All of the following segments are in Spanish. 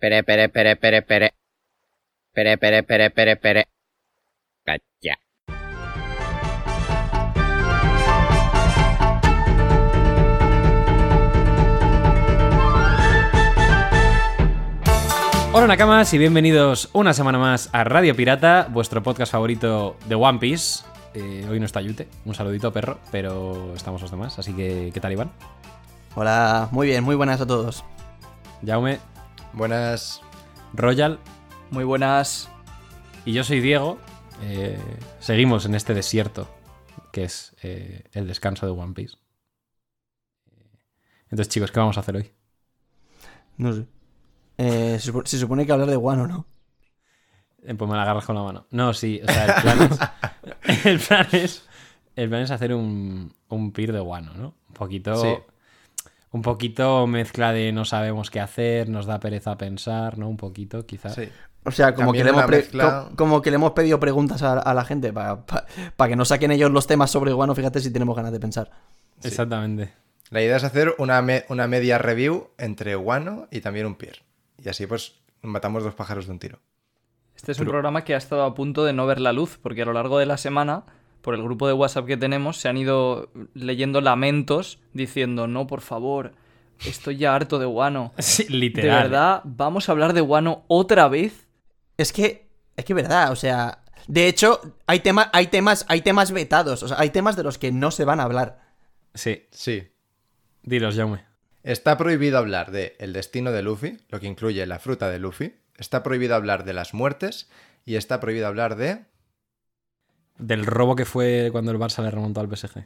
Pere, pere, pere, pere, pere. Pere, pere, pere, pere, pere. Cacha. Hola Nakamas y bienvenidos una semana más a Radio Pirata, vuestro podcast favorito de One Piece. Eh, hoy no está Yute, un saludito perro, pero estamos los demás, así que ¿qué tal Iván? Hola, muy bien, muy buenas a todos. Jaume, Buenas. Royal Muy buenas. y yo soy Diego. Eh, seguimos en este desierto que es eh, el descanso de One Piece. Eh, Entonces chicos, ¿qué vamos a hacer hoy? No sé. Eh, se, supo- se supone que hablar de Guano, ¿no? Eh, Pues me la agarras con la mano. No, sí, o sea, el plan es. el, plan es el plan es hacer un, un peer de guano, ¿no? Un poquito. Sí. Un poquito mezcla de no sabemos qué hacer, nos da pereza pensar, ¿no? Un poquito, quizás. Sí. O sea, como que, También le hemos una pre- mezcla- co- como que le hemos pedido preguntas a, a la gente para que nos saquen ellos los temas sobre Guano, fíjate si tenemos ganas de pensar. Exactamente. La idea es hacer una, me- una media review entre Wano y también un Pier. Y así pues matamos dos pájaros de un tiro. Este es un programa que ha estado a punto de no ver la luz, porque a lo largo de la semana, por el grupo de WhatsApp que tenemos, se han ido leyendo lamentos diciendo, no, por favor, estoy ya harto de Guano. Sí, De literal. ¿eh? verdad, vamos a hablar de Guano otra vez. Es que, es que verdad, o sea, de hecho, hay, tema, hay, temas, hay temas vetados, o sea, hay temas de los que no se van a hablar. Sí, Sí. dilos, Jaume. Está prohibido hablar de el destino de Luffy, lo que incluye la fruta de Luffy. Está prohibido hablar de las muertes y está prohibido hablar de Del robo que fue cuando el Barça le remontó al PSG.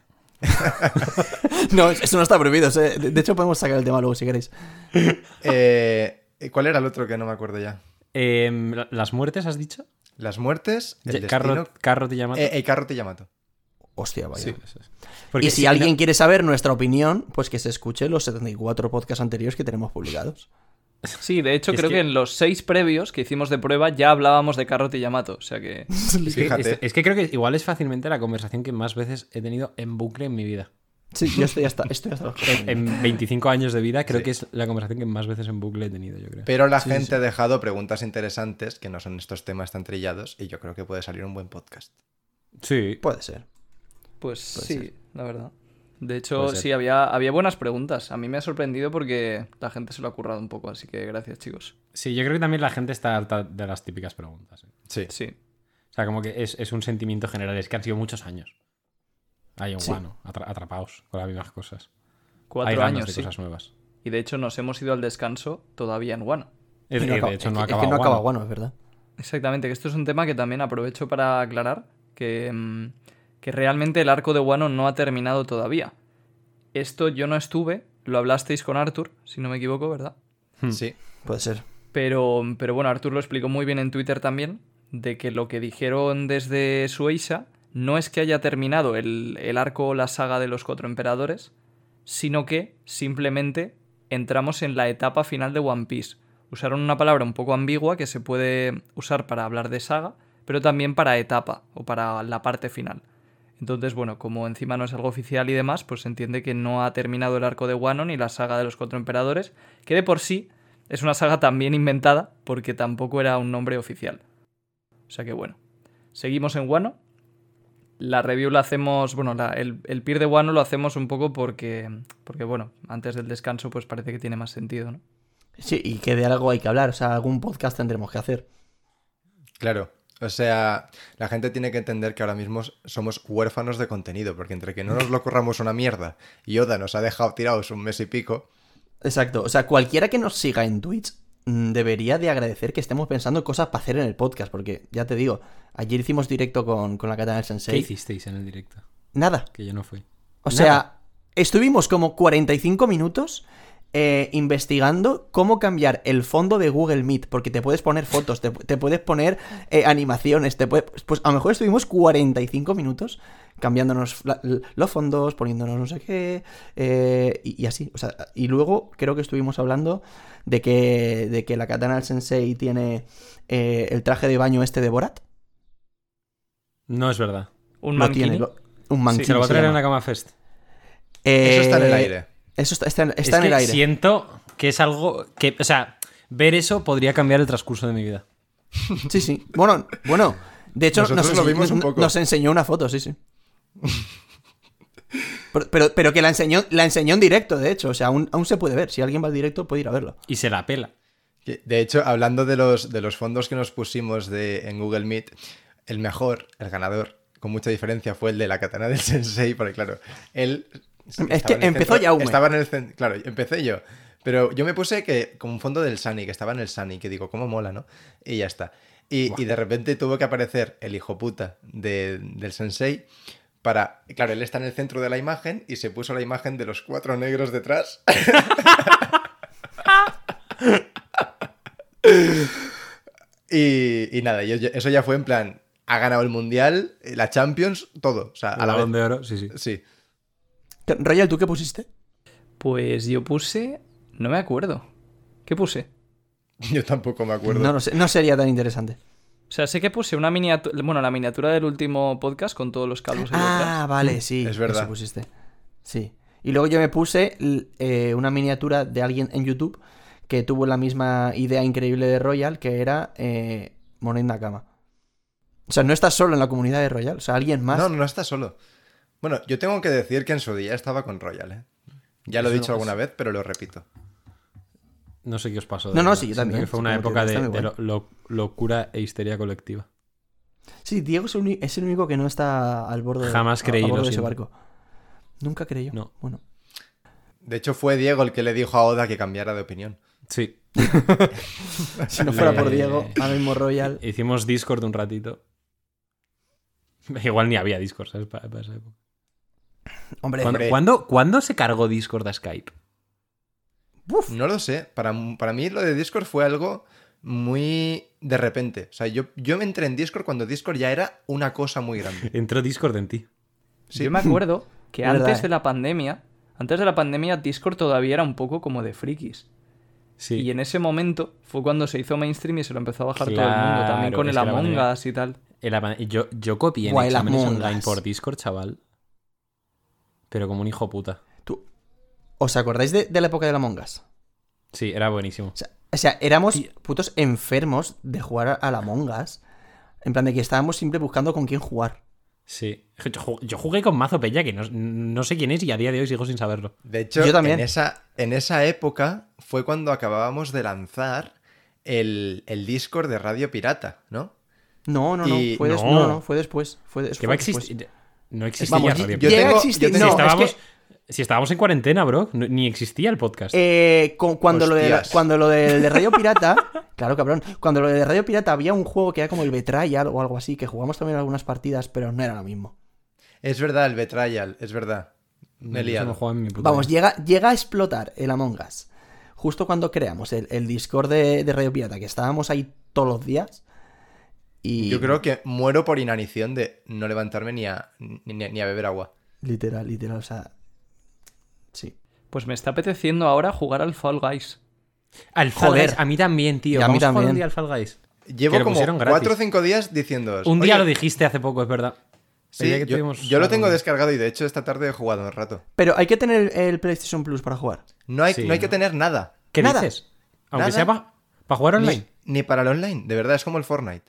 No, eso no está prohibido, o sea, de, de hecho podemos sacar el tema luego si queréis. eh, ¿cuál era el otro que no me acuerdo ya? Em, ¿la- ¿Las muertes has dicho? Las muertes, el Ya- destino. Carrot, Carrot y Yamato. Eh, el carro te Yamato. Hostia, vaya. Sí, eso es. Porque y si no- alguien quiere saber nuestra opinión, pues que se escuche los 74 podcasts anteriores que tenemos publicados. Sí, de hecho, Es creo que- que... en los seis previos que hicimos de prueba ya hablábamos de Carrot y Yamato. O sea que. Es que, Fíjate. es- es que creo que igual es fácilmente la conversación que más veces he tenido en bucle en mi vida. Sí, yo estoy hasta, estoy hasta los cojones. En 25 años de vida creo Sí. que es la conversación que más veces en bucle he tenido, yo creo. Pero la gente ha dejado preguntas interesantes que no son estos temas tan trillados y yo creo que puede salir un buen podcast. Sí. Puede ser. Pues Puede sí, ser. la verdad. De hecho, Puede ser. sí, había, había buenas preguntas. A mí me ha sorprendido porque la gente se lo ha currado un poco, así que gracias, chicos. Sí, yo creo que también la gente está harta de las típicas preguntas. ¿eh? Sí. Sí. O sea, como que es, es un sentimiento general. Es que han sido muchos años. Hay un Sí. guano, atra- atrapados con las mismas cosas. Hay Cuatro ganas años, de sí. cosas nuevas. Y de hecho nos hemos ido al descanso todavía en Guano. Es, Y que, acaba- eh, de hecho, es no que- ha es que acabado. no acaba guano. guano, es verdad. Exactamente, que esto es un tema que también aprovecho para aclarar, que, mm, que realmente el arco de Guano no ha terminado todavía. Esto yo no estuve, lo hablasteis con Arthur, si no me equivoco, ¿verdad? Hmm. Sí. Puede ser. Pero, pero bueno, Arthur lo explicó muy bien en Twitter también, de que lo que dijeron desde Sueisa no es que haya terminado el, el arco o la saga de los cuatro emperadores, sino que simplemente entramos en la etapa final de One Piece. Usaron una palabra un poco ambigua que se puede usar para hablar de saga, pero también para etapa o para la parte final. Entonces, bueno, como encima no es algo oficial y demás, pues se entiende que no ha terminado el arco de Wano ni la saga de los cuatro emperadores, que de por sí es una saga también inventada porque tampoco era un nombre oficial. O sea que bueno, seguimos en Wano. La review la hacemos, bueno, la- el, el peer de Wano lo hacemos un poco porque, porque, bueno, antes del descanso pues parece que tiene más sentido, ¿no? Sí, y que de algo hay que hablar, o sea, algún podcast tendremos que hacer. Claro, o sea, la gente tiene que entender que ahora mismo somos huérfanos de contenido, porque entre que no nos lo corramos una mierda y Oda nos ha dejado tirados un mes y pico, Exacto, o sea, cualquiera que nos siga en Twitch mm, debería de agradecer que estemos pensando cosas para hacer en el podcast, porque ya te digo, ayer hicimos directo con, con la katana del ¿Qué Sensei. hicisteis en el directo? Nada, Que yo no fui. o Nada. sea, estuvimos como 45 minutos eh, investigando cómo cambiar el fondo de Google Meet, porque te puedes poner fotos, te, te puedes poner eh, animaciones, te puede- pues a lo mejor estuvimos 45 minutos cambiándonos la- l- los fondos, poniéndonos no sé qué, eh, y, y así. O sea, y luego creo que estuvimos hablando de que, de que la katana del sensei tiene eh, el traje de baño este de Borat. No es verdad. Un Lo tiene, lo- manquini. un Sí, manquín. se lo va a se traer en llama. la cama fest. eso está en el Eh, aire. Eso está, está en, está Es en el que aire. Siento que es algo que, o sea, Ver eso podría cambiar el transcurso de mi vida. Sí, sí. Bueno, bueno. De hecho, Nosotros nos, lo ense- vimos un nos- poco. nos enseñó una foto, sí, sí. Pero, pero, pero que la enseñó, la enseñó en directo, de hecho. O sea, aún, aún se puede ver. Si alguien va al directo, puede ir a verlo. Y se la pela. Que, De hecho, hablando de los, de los fondos que nos pusimos de, en Google Meet, el mejor, el ganador, con mucha diferencia, fue el de la katana del sensei, porque claro, él... estaba que en el empezó centro- Jaume. Estaba en el cen- Claro, empecé yo. Pero yo me puse que con un fondo del Sunny, que estaba en el Sunny, que digo, cómo mola, ¿no? Y ya está. Y, y de repente tuvo que aparecer el hijo puta de- del sensei para... Claro, él está en el centro de la imagen y se puso la imagen de los cuatro negros detrás. Y, y nada, yo- yo- eso ya fue en plan, ha ganado el Mundial, la Champions, todo. O sea, a El la Balón vez. de oro, sí, sí. Sí. Royal, ¿tú qué pusiste? Pues yo puse. No me acuerdo. ¿Qué puse? Yo tampoco me acuerdo. No, lo sé, no sería tan interesante. O sea, sé que puse una miniatura. Bueno, la miniatura del último podcast con todos los calvos ahí detrás. Ah, vale, sí. Es verdad. Eso pusiste. Sí. Y luego yo me puse l- eh, una miniatura de alguien en YouTube que tuvo la misma idea increíble de Royal, que era eh, Monet Nakama. O sea, no estás solo en la comunidad de Royal. O sea, alguien más. No, no, no está solo. Bueno, yo tengo que decir que en su día estaba con Royal, ¿eh? Ya lo he Eso dicho no alguna vez, pero lo repito. No sé qué os pasó. de No, no, verdad. sí, yo Siento también, que fue una supongo que época de, está muy de guay. lo- lo- locura e histeria colectiva. Sí, Diego es el, uni- es el único que no está al borde, de- Jamás a- creí, a bordo lo de ese siento. barco. Nunca creyó. No. Bueno. De hecho, fue Diego el que le dijo a Oda que cambiara de opinión. Sí. Si no fuera por Eh, Diego, ahora mismo Royal. Hicimos Discord un ratito. Igual ni había Discord, ¿sabes? Pa- pa esa época. Eh, Hombre, ¿Cuándo, cuándo- cuándo se cargó Discord a Skype? ¡buf! No lo sé. Para, para mí lo de Discord fue algo muy de repente. O sea, yo, yo me entré en Discord cuando Discord ya era una cosa muy grande. Entró Discord en ti. Sí. Yo me acuerdo que Es verdad, antes eh. de la pandemia. Antes de la pandemia, Discord todavía era un poco como de frikis. Sí. Y en ese momento fue cuando se hizo mainstream y se lo empezó a bajar todo el mundo. Claro, También con es el que la Among pandemia- Us y tal. El ama- yo, yo copié en Guay, las exámenes mongas. online por Discord, chaval. Pero como un hijo puta. Tú- ¿Os acordáis de, de la época de la Mongas? Sí, era buenísimo. O sea, o sea, éramos putos enfermos de jugar a la Mongas. En plan de que estábamos siempre buscando con quién jugar. Sí. Yo, ju- yo jugué con Mazo Peña, que no, no sé quién es y a día de hoy sigo sin saberlo. De hecho, Yo también. En, esa, en esa época fue cuando acabábamos de lanzar el, el Discord de Radio Pirata, ¿no? No, no, no. Y- Fue des- no. no, no, fue después. Fue des- Que fue va a después. existir. No existía pues. Vamos, Radio yo Pirata. llega tengo- a yo existir. tengo- si, No, es estábamos, que- si estábamos en cuarentena, bro, no- ni existía el podcast. Eh, cu- cuando, lo de, la- Hostias. cuando lo del de Radio Pirata, claro cabrón, cuando lo de Radio Pirata había un juego que era como el Betrayal o algo así, que jugamos también algunas partidas, pero no era lo mismo. Es verdad, el Betrayal, es verdad. Me Eso no he liado. juego en mi puta Vamos, vida. llega, llega a explotar el Among Us, justo cuando creamos el, el Discord de, de Radio Pirata, que estábamos ahí todos los días. Y Yo creo que muero por inanición de no levantarme ni a, ni, ni- ni a beber agua. Literal, literal, o sea. Sí. Pues me está apeteciendo ahora jugar al Fall Guys. Al Fall Joder. Guys, a mí también, tío. Y a mí Vamos a jugar también. Pues, un día al Fall Guys. Que Llevo lo como pusieron gratis. cuatro o cinco días diciendo. Un día "Oye, lo dijiste hace poco, es verdad. sí, El día que yo, tuvimos yo lo la tengo reunión. descargado y de hecho esta tarde he jugado un rato. Pero hay que tener el, el PlayStation Plus para jugar. No hay, Sí, no hay ¿no? que tener nada. ¿Qué Nada. dices? Aunque Nada. sea para jugar online. Ni, ni para el online. De verdad, es como el Fortnite.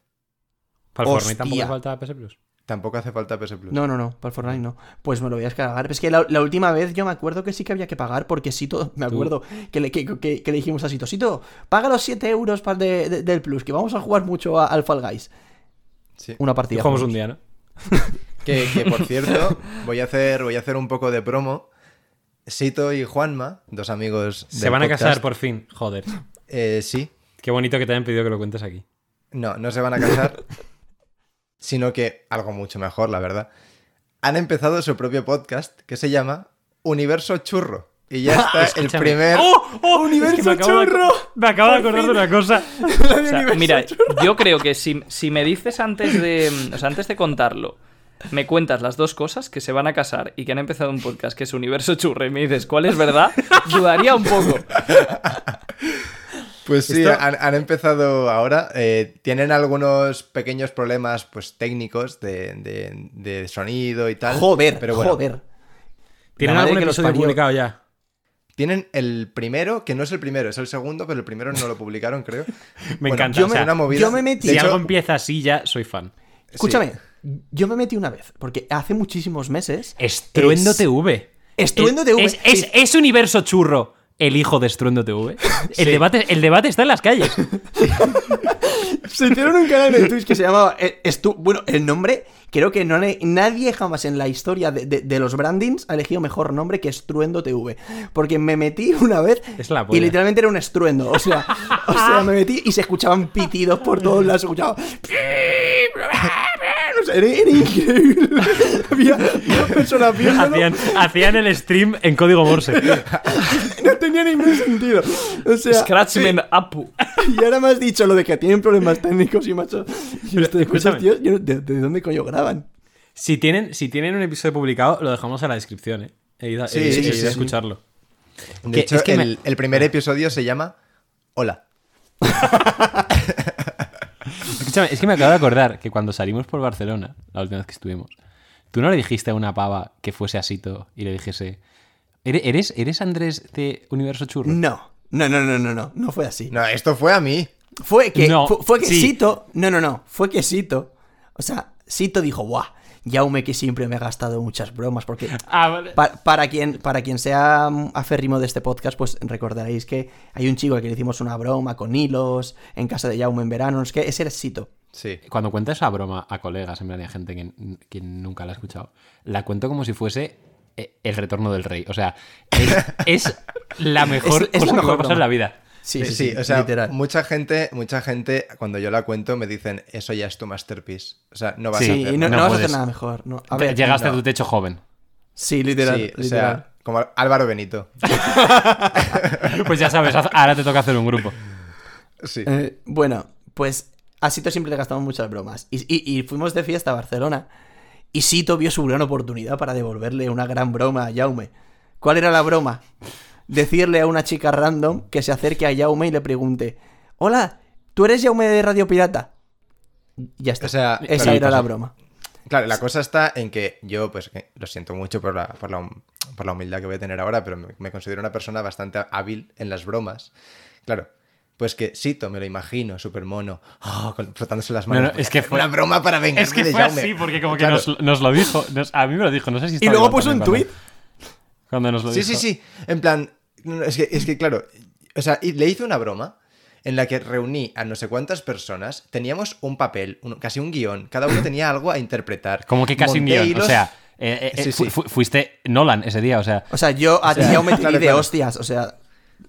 Para el Fortnite tampoco Hostia. hace falta PS Plus. Tampoco hace falta PS Plus. No, no, no, para el Fortnite no. Pues me lo voy a descargar. Pero Es que la, la última vez yo me acuerdo que sí que había que pagar, porque Sito, me Tú. acuerdo que le, que, que- que le dijimos a Sito, Sito, paga los 7 euros para de- de- del Plus, que vamos a jugar mucho a- al Fall Guys. Sí. Una Y partida. jugamos un juntos. día, ¿no? Que, que, por cierto, voy a, hacer, voy a hacer un poco de promo. Sito y Juanma, dos amigos. Se del van a podcast, casar por fin. Joder. eh, sí, Qué bonito que te hayan pedido que lo cuentes aquí. No, no se van a casar, sino que algo mucho mejor, la verdad. Han empezado su propio podcast que se llama Universo Churro. Y ya está el Escúchame. primer... ¡Oh! ¡Oh! ¡Universo churro! me acabo de acordar de una cosa. O sea, mira, yo creo que si, si me dices antes de. O sea, antes de contarlo, me cuentas las dos cosas que se van a casar y que han empezado un podcast que es Universo Churre y me dices cuál es verdad, dudaría un poco. Pues sí, han, han empezado ahora. eh, tienen algunos pequeños problemas pues técnicos de, de- de sonido y tal. Joder, pero bueno, joder. ¿Tienen La madre algún que los episodio parió. publicado ya? Tienen el primero, que no es el primero, es el segundo, pero el primero no lo publicaron, creo. Me Bueno, encanta. yo o me- sea, una movida- yo me metí- De si hecho, algo empieza así, ya soy fan. Escúchame, yo me metí una vez, porque hace muchísimos meses. Estruendo es- TV. Estruendo Es- TV. Eh, Es, es- es universo churro el hijo de Estruendo TV. El, debate, el debate está en las calles. Se hicieron un canal de Twitch que se llamaba eh, Estu- Bueno, el nombre, creo que no le- nadie jamás en la historia de, de- de los brandings ha elegido mejor nombre que Estruendo TV. Porque me metí una vez Es la y polla. literalmente era un estruendo. O sea, o sea, me metí y se escuchaban pitidos por todos lados. se Escuchaba. O sea, era, era increíble. Había una persona viéndolo. Hacían, hacían el stream en código Morse. No tenía ningún sentido. O sea, Scratchman Apu. Y ahora me has dicho lo de que tienen problemas técnicos y macho. Yo estoy escúchame. escuchando, tíos, yo no- ¿de, de dónde coño graban? Si tienen, si tienen un episodio publicado, lo dejamos en la descripción, ¿eh? He ido, Sí, he- sí, he ido sí, a sí. escucharlo. De Que- hecho, es que me- Ah. el, el primer episodio se llama Hola. Escúchame, es que me acabo de acordar que cuando salimos por Barcelona, la última vez que estuvimos, tú no le dijiste a una pava que fuese asito y le dijese, "¿Ere- ¿eres, eres Andrés de Universo Churro? No. No, no, no, no, no, no fue así. No, esto fue a mí. Fue que, No, fu- fue que sí. Sito, no, no, no, fue que Sito, o sea, Sito dijo, guau, Yaume que siempre me ha gastado muchas bromas, porque Ah, vale. Pa- para, quien, para quien sea mm, aférrimo de este podcast, pues recordaréis que hay un chico al que le hicimos una broma con hilos en casa de Jaume en verano, es que ese era Sito. Sí. Cuando cuento esa broma a colegas, en plan, y a gente que, que nunca la ha escuchado, la cuento como si fuese eh, el retorno del rey. O sea, es, es la mejor Es- es la cosa que mejor puede pasar en broma. la vida. Sí, sí, sí, Eh, o sea, literal. mucha gente, mucha gente, cuando yo la cuento, me dicen, eso ya es tu masterpiece. O sea, no vas Sí, a Sí, hacerlo. y no, no no vas a puedes. hacer nada mejor. No. A Te- ver, Llegaste a no. tu techo joven. Sí, literal. Sí, o literal. sea, como Álvaro Benito. Pues ya sabes, haz- ahora te toca hacer un grupo. Sí. Eh, bueno, pues a Sito siempre le gastamos muchas bromas. Y, y- y fuimos de fiesta a Barcelona. Y Sito vio su gran oportunidad para devolverle una gran broma a Jaume. ¿Cuál era la broma? Decirle a una chica random que se acerque a Jaume y le pregunte: Hola, ¿tú eres Jaume de Radio Pirata? Y Ya está. O sea, Esa claro, era pasa. la broma. Claro, la cosa está en que yo, pues, que lo siento mucho por la, por la hum- por la humildad que voy a tener ahora, pero me, me considero una persona bastante hábil en las bromas. Claro, pues que Sito, me lo imagino, súper mono, ah, con- frotándose las No, no, manos. es que "Voy a hacer fue- una broma para vengarme Es que de fue Jaume". así, porque como que Claro. nos, nos lo dijo. nos- a mí me lo dijo, no sé si estaba luego igual puso también un cuando- tuit. Cuando nos lo Sí, dijo. sí, sí. En plan, no, es que, es que claro, o sea, y le hice una broma en la que reuní a no sé cuántas personas, teníamos un papel, un- casi un guión, cada uno tenía algo a interpretar. Como que casi un Monté guión. O hilos- sea, eh, eh, eh, Sí, fu- sí. fu- fuiste Nolan ese día, o sea. O sea, yo a ti sea, Jaume te di claro, de claro. hostias. O sea,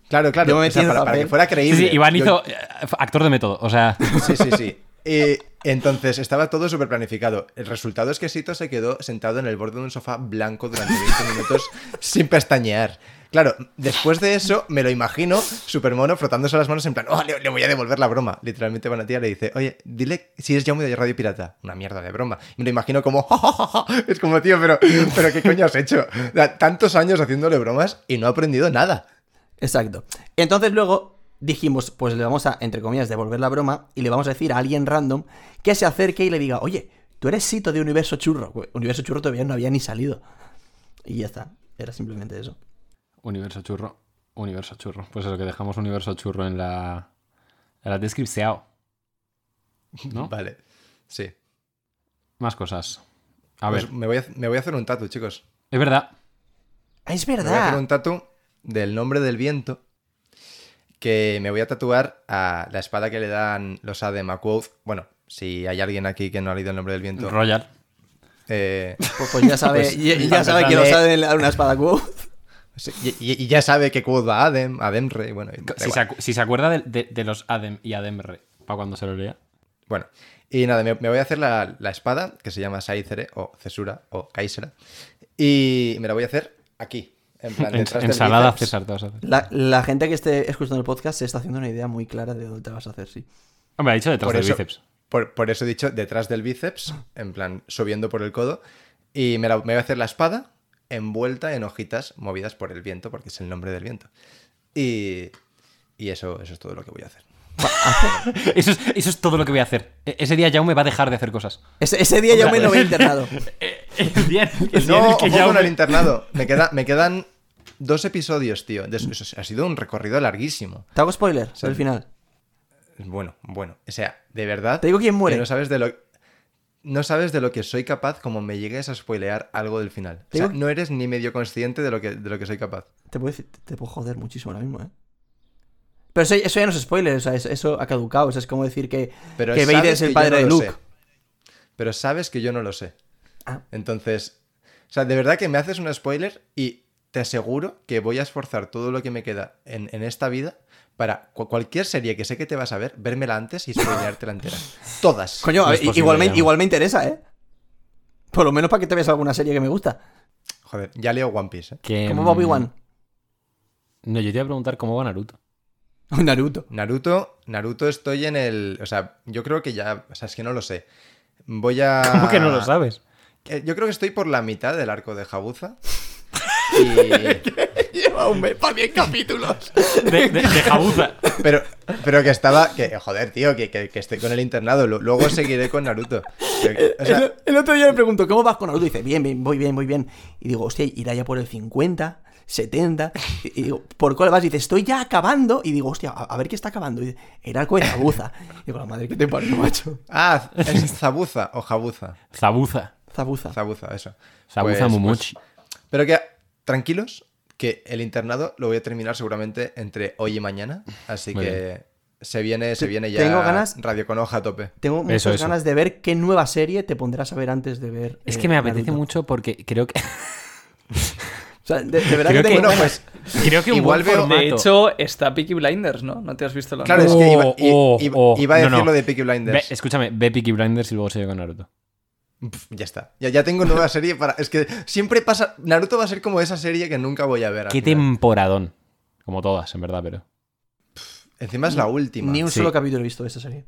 Claro, claro. Yo me o metí sea, en el para, para papel. que fuera Sí, creíble. sí, Iván Yo- hizo eh, actor de método, o sea. Sí, sí, sí. Eh, entonces estaba todo súper planificado. El resultado es que Sito se quedó sentado en el borde de un sofá blanco durante 20 minutos sin pestañear. Claro, después de eso me lo imagino súper mono frotándose las manos en plan, oh, le, le voy a devolver la broma. Literalmente va una tía y le dice, oye, dile si es Jaume de Radio Pirata. Una mierda de broma. Y me lo imagino como, es como, tío, pero, pero ¿qué coño has hecho? O sea, Tantos años haciéndole bromas y no ha aprendido nada. Exacto. Entonces luego dijimos, pues le vamos a, entre comillas, devolver la broma y le vamos a decir a alguien random que se acerque y le diga, oye, tú eres Sito de Universo Churro. Güey, Universo Churro todavía no había ni salido. Y ya está. Era simplemente eso. Universo churro. Universo churro. Pues eso, que dejamos universo churro en la. En la descripción. ¿No? Vale. Sí. Más cosas. A Pues ver. me voy a- me voy a hacer un tatu, chicos. Es verdad. Ah, es Me voy a hacer verdad. un tatu del nombre del viento que me voy a tatuar a la espada que le dan los A de Macquoth. Bueno, si hay alguien aquí que no ha leído el nombre del viento, Royal. eh, Pues, pues ya sabe, Pues, ya, ya sabe que lo sabe le da una espada cubo. sí, y, y- y ya sabe que Quoth va a Adem, Adem Rey, bueno, da Si igual. se, acu- si se acuerda de, de- de los Adem y Ademre, para cuando se lo lea. Bueno, y nada, me, me voy a hacer la, la espada que se llama Saizere o Cesura o Kaisera y me la voy a hacer aquí, en plan, En- detrás del ensalada bíceps. César te vas a hacer. La, la gente que esté escuchando el podcast se está haciendo una idea muy clara de dónde te vas a hacer, sí. Hombre, ha dicho detrás Por del eso- bíceps. Por, por eso he dicho detrás del bíceps, en plan subiendo por el codo. Y me, la- me voy a hacer la espada envuelta en hojitas movidas por el viento, porque es el nombre del viento. Y, y eso, eso es todo lo que voy a hacer. Eso es, eso es todo lo que voy a hacer. E- ese día ya me va a dejar de hacer cosas. Ese, ese día Jaume Hombre, no pues. había internado. Eh, El día, el día en no, el que ojo ya con me- el internado. Me, queda, me quedan dos episodios, tío. De- eso ha sido un recorrido larguísimo. Te hago spoiler Sí. al final. Bueno, bueno. O sea, de verdad. Te digo quién muere. que no sabes de lo. No sabes de lo que soy capaz como me llegues a spoilear algo del final. O Te sea, digo- no eres ni medio consciente de lo que, de lo que soy capaz. Te puedo, decir- te puedo joder muchísimo ahora mismo, ¿eh? Pero eso, eso ya no es spoiler, o sea, es- eso ha caducado. o sea, es como decir que, Pero que sabes Vader es el que yo padre no de lo Luke. sé. Pero sabes que yo no lo sé. Ah. Entonces, o sea, de verdad que me haces un spoiler y te aseguro que voy a esforzar todo lo que me queda en, en esta vida para cu- cualquier serie que sé que te vas a ver, vérmela antes y spoileártela entera. Todas. Coño, No a es ver, posible, igual, me, ya. igual me interesa, ¿eh? Por lo menos para que te veas alguna serie que me gusta. Joder, ya leo One Piece. ¿eh? Que, mm, Como Bobby Wan. No, yo te iba a preguntar cómo va Naruto. Naruto. Naruto, Naruto estoy en el... O sea, yo creo que ya... O sea, es que no lo sé. Voy a... ¿Cómo que no Ah. lo sabes? Eh, Yo creo que estoy por la mitad del arco de Jabuza. Y... Lleva un mes para 10 capítulos. De, de, de Jabuza. Pero, pero que estaba. Que, joder, tío, que, que- que estoy con el internado. Lu- Luego seguiré con Naruto. Pero, o sea, el, el otro día le pregunto, ¿cómo vas con Naruto? Y dice, bien, bien, voy bien, voy bien. Y digo, hostia, irá ya por el 50, 70. Y, y digo, ¿por cuál vas? Y dice, estoy ya acabando. Y digo, hostia, a, a ver qué está acabando. Y dice, era el Zabuza. Y digo, la madre que te parió, macho. ah, es Zabuza o Jabuza. Zabuza. Zabuza. Zabuza, eso. Zabuza Pues- Momochi. pues- pero que tranquilos, que el internado lo voy a terminar seguramente entre hoy y mañana. Así Muy que se viene, se Te- viene ya tengo ganas- radio con hoja a tope. Tengo muchas Eso, eso. ganas de ver qué nueva serie te pondrás a ver antes de ver. es eh, que me apetece Naruto. mucho porque creo que. O sea, de, de verdad Creo que que- tengo Bueno, ganas. pues. Creo que un Igual buen veo- formato. De hecho, está Peaky Blinders, ¿no? ¿No te has visto la Claro, nueva? es que iba, Oh, oh, i- iba- oh. iba a No, decir no. lo de Peaky Ve- Blinders. escúchame, ve Peaky Blinders y luego sigue con Naruto. Pf, ya está. Ya, ya tengo nueva serie para. Es que siempre pasa. Naruto va a ser como esa serie que nunca voy a ver. al Qué final. temporadón. Como todas, en verdad, pero. Encima es la última. Ni un Sí. solo capítulo he visto de esta serie.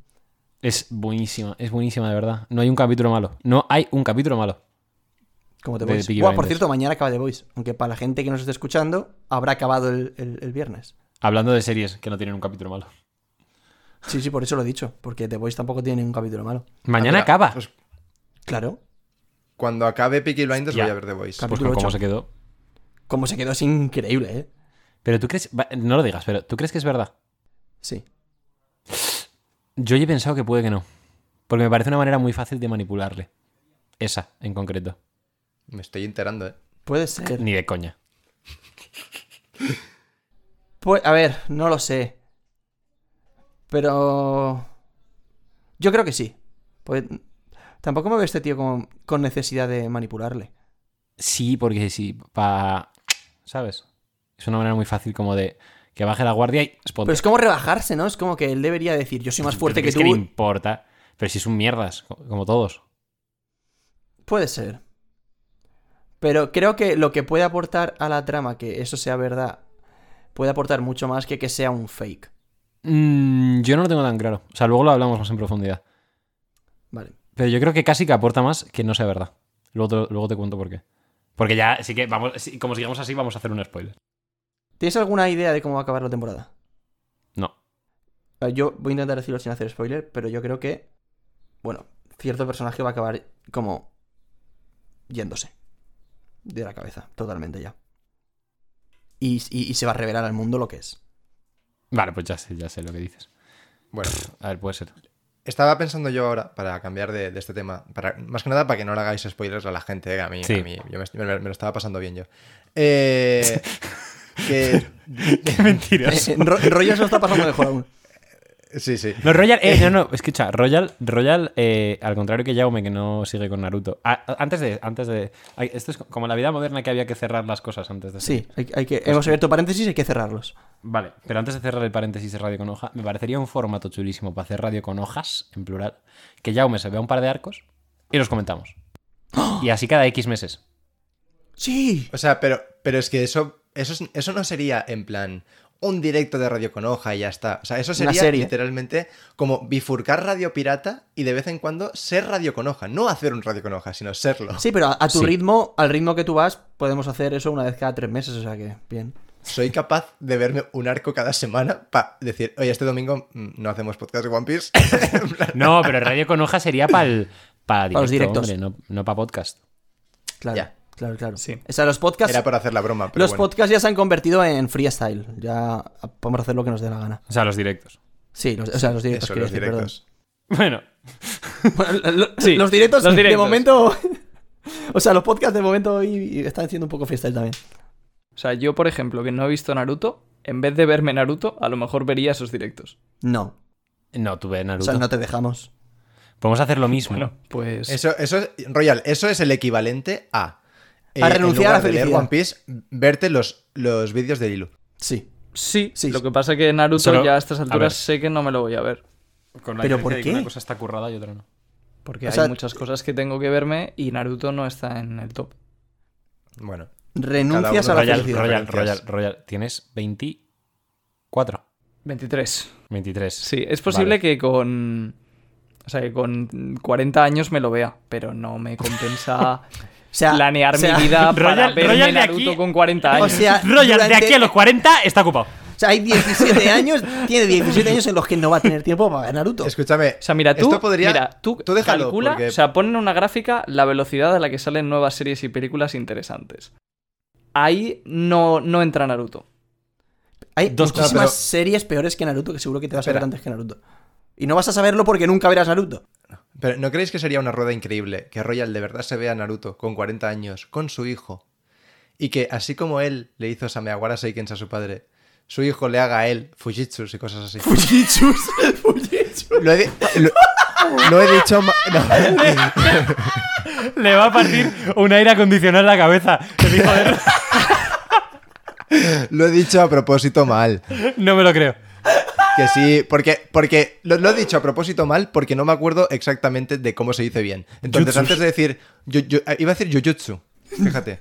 Es buenísima, es buenísima, de verdad. No hay un capítulo malo. No hay un capítulo malo. Como te De voy Peaky Buah, por Blinders. cierto, mañana acaba The Voice. Aunque para la gente que nos esté escuchando, habrá acabado el, el- el viernes. Hablando de series que no tienen un capítulo malo. Sí, sí, por eso lo he dicho. Porque The Voice tampoco tiene ningún capítulo malo. Mañana Ah, espera, acaba. pues Claro. cuando acabe Peaky Blinders Ya. voy a ver The Voice. Claro. Pues capítulo con cómo ocho. se quedó. Como se quedó es increíble, ¿eh? Pero tú crees. va, No lo digas, pero ¿tú crees que es verdad? Sí. Yo he pensado que puede que no. Porque me parece una manera muy fácil de manipularle. Esa, en concreto. Me estoy enterando, ¿eh? Puede ser. Ni de coña. Pues, a ver, no lo sé. Pero. Yo creo que sí. Pues. Tampoco me veo este tío con, con necesidad de manipularle. Sí, porque sí, pa... ¿Sabes? Es una manera muy fácil como de que baje la guardia y... responde. Pero es como rebajarse, ¿no? Es como que él debería decir, yo soy más ¿Tú fuerte te que crees tú. le importa. Pero si es un mierdas, co- como todos. Puede ser. Pero creo que lo que puede aportar a la trama, que eso sea verdad, puede aportar mucho más que que sea un fake. Mm, yo no lo tengo tan claro. O sea, luego lo hablamos más en profundidad. Vale. Pero yo creo que casi que aporta más que no sea verdad. Luego te, luego te cuento por qué. Porque ya, sí que vamos, sí, como sigamos así, vamos a hacer un spoiler. ¿Tienes alguna idea de cómo va a acabar la temporada? No. Eh, Yo voy a intentar decirlo sin hacer spoiler, pero yo creo que, bueno, cierto personaje va a acabar como yéndose de la cabeza, totalmente ya. Y, y- y se va a revelar al mundo lo que es. Vale, pues ya sé, ya sé lo que dices. Bueno, A ver, puede ser. estaba pensando yo ahora, para cambiar de, de este tema, para, más que nada para que no le hagáis spoilers a la gente, eh, a mí, Sí. a mí yo me, me- me lo estaba pasando bien yo. Eh, que, ¡Qué mentiras! Eh, ro- rollo se lo está pasando mejor aún. sí, sí. No, Royal, eh, no, no, escucha, Royal, Royal eh, al contrario que Jaume, que no sigue con Naruto. Ah, ah, antes de, antes de. ay, esto es como la vida moderna que había que cerrar las cosas antes de Sí, seguir. hay, hay que, hemos abierto paréntesis y hay que cerrarlos. Vale, pero antes de cerrar el paréntesis de Radio con Hoja, me parecería un formato chulísimo para hacer radio con hojas, en plural, que Jaume se vea un par de arcos y los comentamos. ¡Oh! Y así cada X meses. Sí. O sea, pero, pero es que eso, eso, es- eso no sería en plan un directo de Radio con hoja y ya está. O sea, eso Una sería serie. literalmente como bifurcar Radio Pirata y de vez en cuando ser Radio con hoja. No hacer un Radio con hoja, sino serlo. Sí, pero a, a tu Sí. ritmo, al ritmo que tú vas, podemos hacer eso una vez cada tres meses, o sea que bien. soy capaz de verme un arco cada semana para decir, oye, este domingo mm, no hacemos podcast de One Piece. No, pero radio con hoja sería para Pa' los directo, directos. hombre, no, no para podcast. Claro. Ya. Claro, claro. Sí. O sea, los podcasts. Era para hacer la broma, pero los bueno. podcasts ya se han convertido en freestyle. Ya podemos hacer lo que nos dé la gana. O sea, los directos. Sí, los, o sea, los directos. Eso, quiero los decir, perdón. directos. Bueno, Bueno, lo- Sí, los, directos, los de directos. momento. o sea, los podcasts de momento hoy están siendo un poco freestyle también. O sea, yo, por ejemplo, que no he visto Naruto, en vez de verme Naruto, a lo mejor vería esos directos. No. no tuve O Naruto. sea, no te dejamos. Podemos hacer lo mismo. Bueno, pues. Eso, eso es, Royal, eso es el equivalente a. eh, A en renunciar lugar a la de leer felicidad. One Piece, verte los, los vídeos de Lilu. Sí. Sí, Sí. lo que pasa es que Naruto Solo- ya a estas a ver. alturas sé que no me lo voy a ver. Con la ¿Pero diferencia por de que qué? Una cosa está currada y otra no. Porque O hay sea, muchas cosas que tengo que verme y Naruto no está en el top. Bueno, Renuncias a la Cada Royal, uno- felicidad. Royal, Gracias. Royal, Royal. Tienes 24, 23. 23. Sí, es posible Vale. que con. O sea, que con 40 años me lo vea, pero no me compensa O sea, planear o sea, mi vida para Royal- verme Royal de Naruto aquí- con 40 años. O sea, Royal, de durante- aquí a los 40 está ocupado. O sea, hay 17 años, tiene 17 años en los que no va a tener tiempo para ver Naruto. escúchame. O sea, mira, tú, esto podría, mira, tú, tú déjalo, calcula, porque- o sea, pon en una gráfica la velocidad a la que salen nuevas series y películas interesantes. Ahí no, no entra Naruto. Hay Dos muchísimas cosas, pero- series peores que Naruto que seguro que te vas a ver Espera. antes que Naruto. Y no vas a saberlo porque nunca verás Naruto. Pero ¿no creéis que sería una rueda increíble que Royal de verdad se vea a Naruto con 40 años, con su hijo, y que así como él le hizo Sameawara Seikens a su padre, su hijo le haga a él Fujitsus y cosas así? Fujichus, Fujichus. Lo he, di- lo- lo he dicho ma- no. Le va a partir un aire acondicionado en la cabeza. El hijo de- Lo he dicho a propósito mal. No me lo creo. Que sí, porque, porque lo, lo he dicho a propósito mal porque no me acuerdo exactamente de cómo se dice bien. Entonces, Jutsus. antes de decir. yo- yo- eh, iba a decir Jujutsu, fíjate.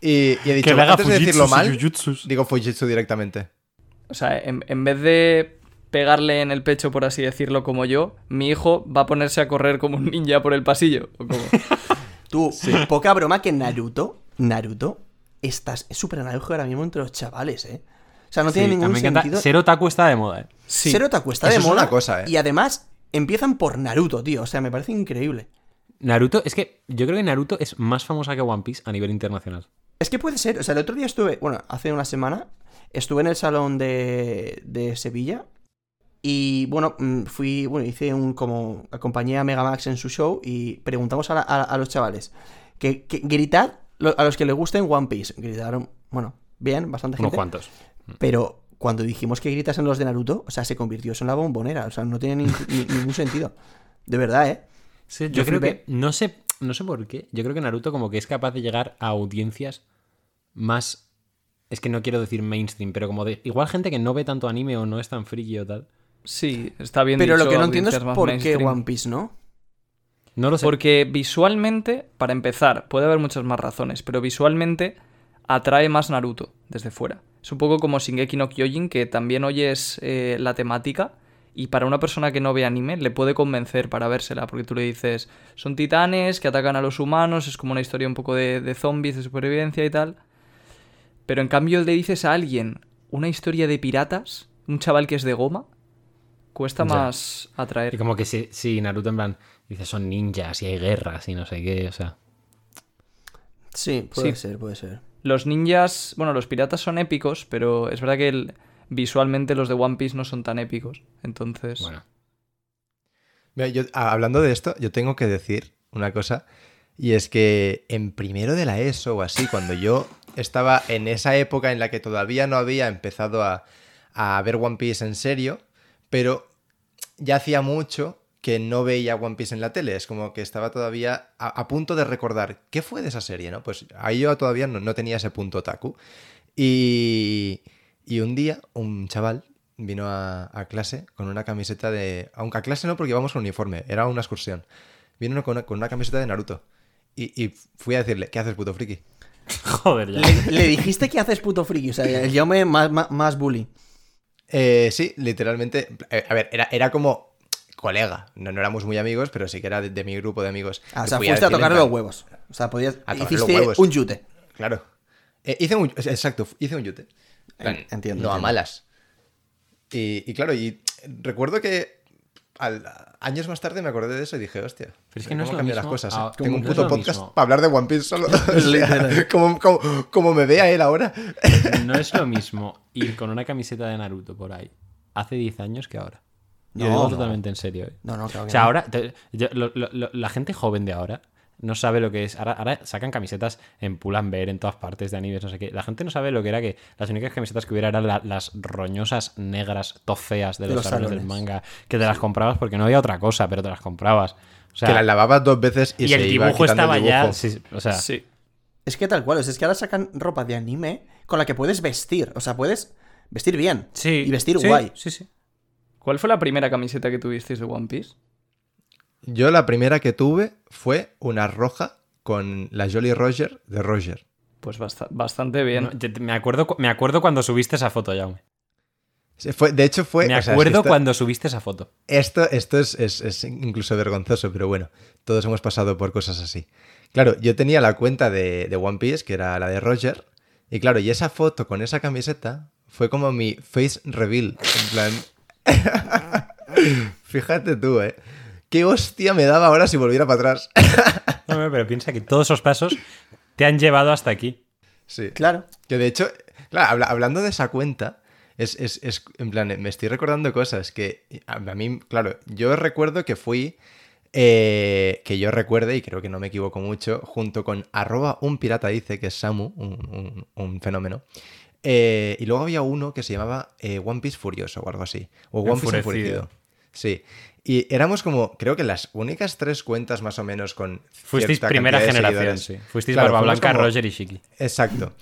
Y, y he dicho, Que le haga antes de decirlo fujitsus y mal, jujutsus. digo Fujitsu directamente. O sea, en, en vez de pegarle en el pecho, por así decirlo, como yo, mi hijo va a ponerse a correr como un ninja por el pasillo. o como- Tú, poca broma que Naruto, Naruto, estás es súper en auge ahora mismo entre los chavales, ¿eh? O sea, no tiene Sí, ningún me encanta. sentido. Ser otaku está de moda, eh. Sí. Cero te acuesta Eso de es moda. una cosa, ¿eh? Y además, empiezan por Naruto, tío. O sea, me parece increíble. Naruto, es que yo creo que Naruto es más famosa que One Piece a nivel internacional. Es que puede ser, o sea, el otro día estuve, bueno, hace una semana, estuve en el salón de, de Sevilla y, bueno, mm, fui, bueno, hice un, como, acompañé a Megamax en su show y preguntamos a, la- a- a los chavales que, que gritad lo- a los que les gusten One Piece. Gritaron, bueno, bien, bastante Unos gente, cuantos. pero cuando dijimos que gritasen los de Naruto, o sea, se convirtió eso en la bombonera, o sea, no tiene ni- ni- ningún sentido. De verdad, ¿eh? yo yo creo flipé. que. No sé, no sé por qué. Yo creo que Naruto como que es capaz de llegar a audiencias más. Es que no quiero decir mainstream, pero como de. Igual gente que no ve tanto anime o no es tan friki o tal. Sí, está bien Pero lo dicho, que no entiendo es audiencias más por qué mainstream. One Piece, ¿no? No lo sé. Porque visualmente, para empezar, puede haber muchas más razones, pero visualmente atrae más Naruto desde fuera. Es un poco como Shingeki no Kyojin, que también oyes eh, la temática y para una persona que no ve anime le puede convencer para vérsela, porque tú le dices, son titanes que atacan a los humanos, es como una historia un poco de, de zombies, de supervivencia y tal. Pero en cambio le dices a alguien una historia de piratas, un chaval que es de goma, cuesta Ya. más atraer. Y como que sí, sí, Naruto en plan. Dice, son ninjas y hay guerras y no sé qué, o sea. Sí, puede Sí. ser, puede ser. Los ninjas, bueno, los piratas son épicos, pero es verdad que el- visualmente los de One Piece no son tan épicos. Pues Entonces, Bueno. Mira, yo- a- hablando de esto, yo tengo que decir una cosa, y es que en primero de la ESO o así, cuando yo estaba en esa época en la que todavía no había empezado a, a ver One Piece en serio, pero ya hacía mucho que no veía One Piece en la tele, es como que estaba todavía a, a punto de recordar qué fue de esa serie, ¿no? Pues ahí yo todavía no, no tenía ese punto taku. Y, y un día un chaval vino a, a clase con una camiseta de... Aunque a clase no porque íbamos con uniforme, era una excursión. Vino uno con una, con una camiseta de Naruto. Y, y fui a decirle, ¿qué haces, puto friki? Joder, ya. Le, le dijiste que haces puto friki, o sea, el llame más, más, más bully. Eh, sí, literalmente. eh, a ver, era, era como colega. No, no éramos muy amigos, pero sí que era de, de mi grupo de amigos. Ah, o Y sea, fui fuiste a decirle, tocarle en plan, los huevos. O sea, podías, A tocarle los hiciste huevos. un yute. Claro. Eh, hice un, exacto, hice un yute. En plan, Entiendo, No a entiendo. malas. Y, y claro, y recuerdo que al- años más tarde me acordé de eso y dije, hostia. Pero es que no ¿cómo es lo cambian las mismo? cosas. eh? Ah, Tengo un no es puto lo podcast mismo. para hablar de One Piece solo. O sea, Literal. como, como- como me vea él ahora. No es lo mismo ir con una camiseta de Naruto por ahí hace 10 años que ahora. Y lo No, digo no. totalmente en serio. ¿eh? No, no, claro O que sea, no. ahora te- yo- lo- lo- lo- la gente joven de ahora no sabe lo que es. Ahora, ahora sacan camisetas en Pull&Bear, en todas partes de animes, no sé qué. La gente no sabe lo que era que las únicas camisetas que hubiera eran la- las roñosas negras, tofeas de De los, los salones del salones. manga, que te las comprabas porque no había otra cosa, pero te las comprabas. O sea, que la lavabas dos veces y, y se el iba dibujo quitando estaba el ya. dibujo. sí, sí, o sea, Sí. Es que tal cual, o sea, es que ahora sacan ropa de anime con la que puedes vestir. O sea, puedes vestir bien. Sí, Y vestir Sí, guay. Sí, sí. ¿Cuál fue la primera camiseta que tuvisteis de One Piece? Yo la primera que tuve fue una roja con la Jolly Roger de Roger. Pues basta- bastante bien. no, yo te- me, acuerdo, cu- me acuerdo cuando subiste esa foto, Jaume. Se Fue, de hecho, fue. Me o sea, es que acuerdo esto- cuando subiste esa foto. Esto, esto es, es- es incluso vergonzoso, pero bueno, todos hemos pasado por cosas así. Claro, yo tenía la cuenta de, de One Piece, que era la de Roger, y claro, y esa foto con esa camiseta fue como mi face reveal. En plan. Fíjate tú, ¿eh? ¿Qué hostia me daba ahora si volviera para atrás? No, no, pero piensa que todos esos pasos te han llevado hasta aquí. sí. Claro. Que de hecho, claro, habla- hablando de esa cuenta, es, es- es- en plan, me estoy recordando cosas que a, a mí, claro, yo recuerdo que fui, eh, que yo recuerde, y creo que no me equivoco mucho, junto con arroba un pirata dice, que es Samu, un, un- un fenómeno. eh, y luego había uno que se llamaba eh, One Piece Furioso o algo así. O One Piece Enfurecido. Enfurecido. Sí. Y éramos como, creo que las únicas tres cuentas más o menos con. Fuisteis cierta primera cantidad de generación, sí. seguidores. Fuisteis Claro, Barba fuimos Blanca, como- Roger y Shiki. Exacto.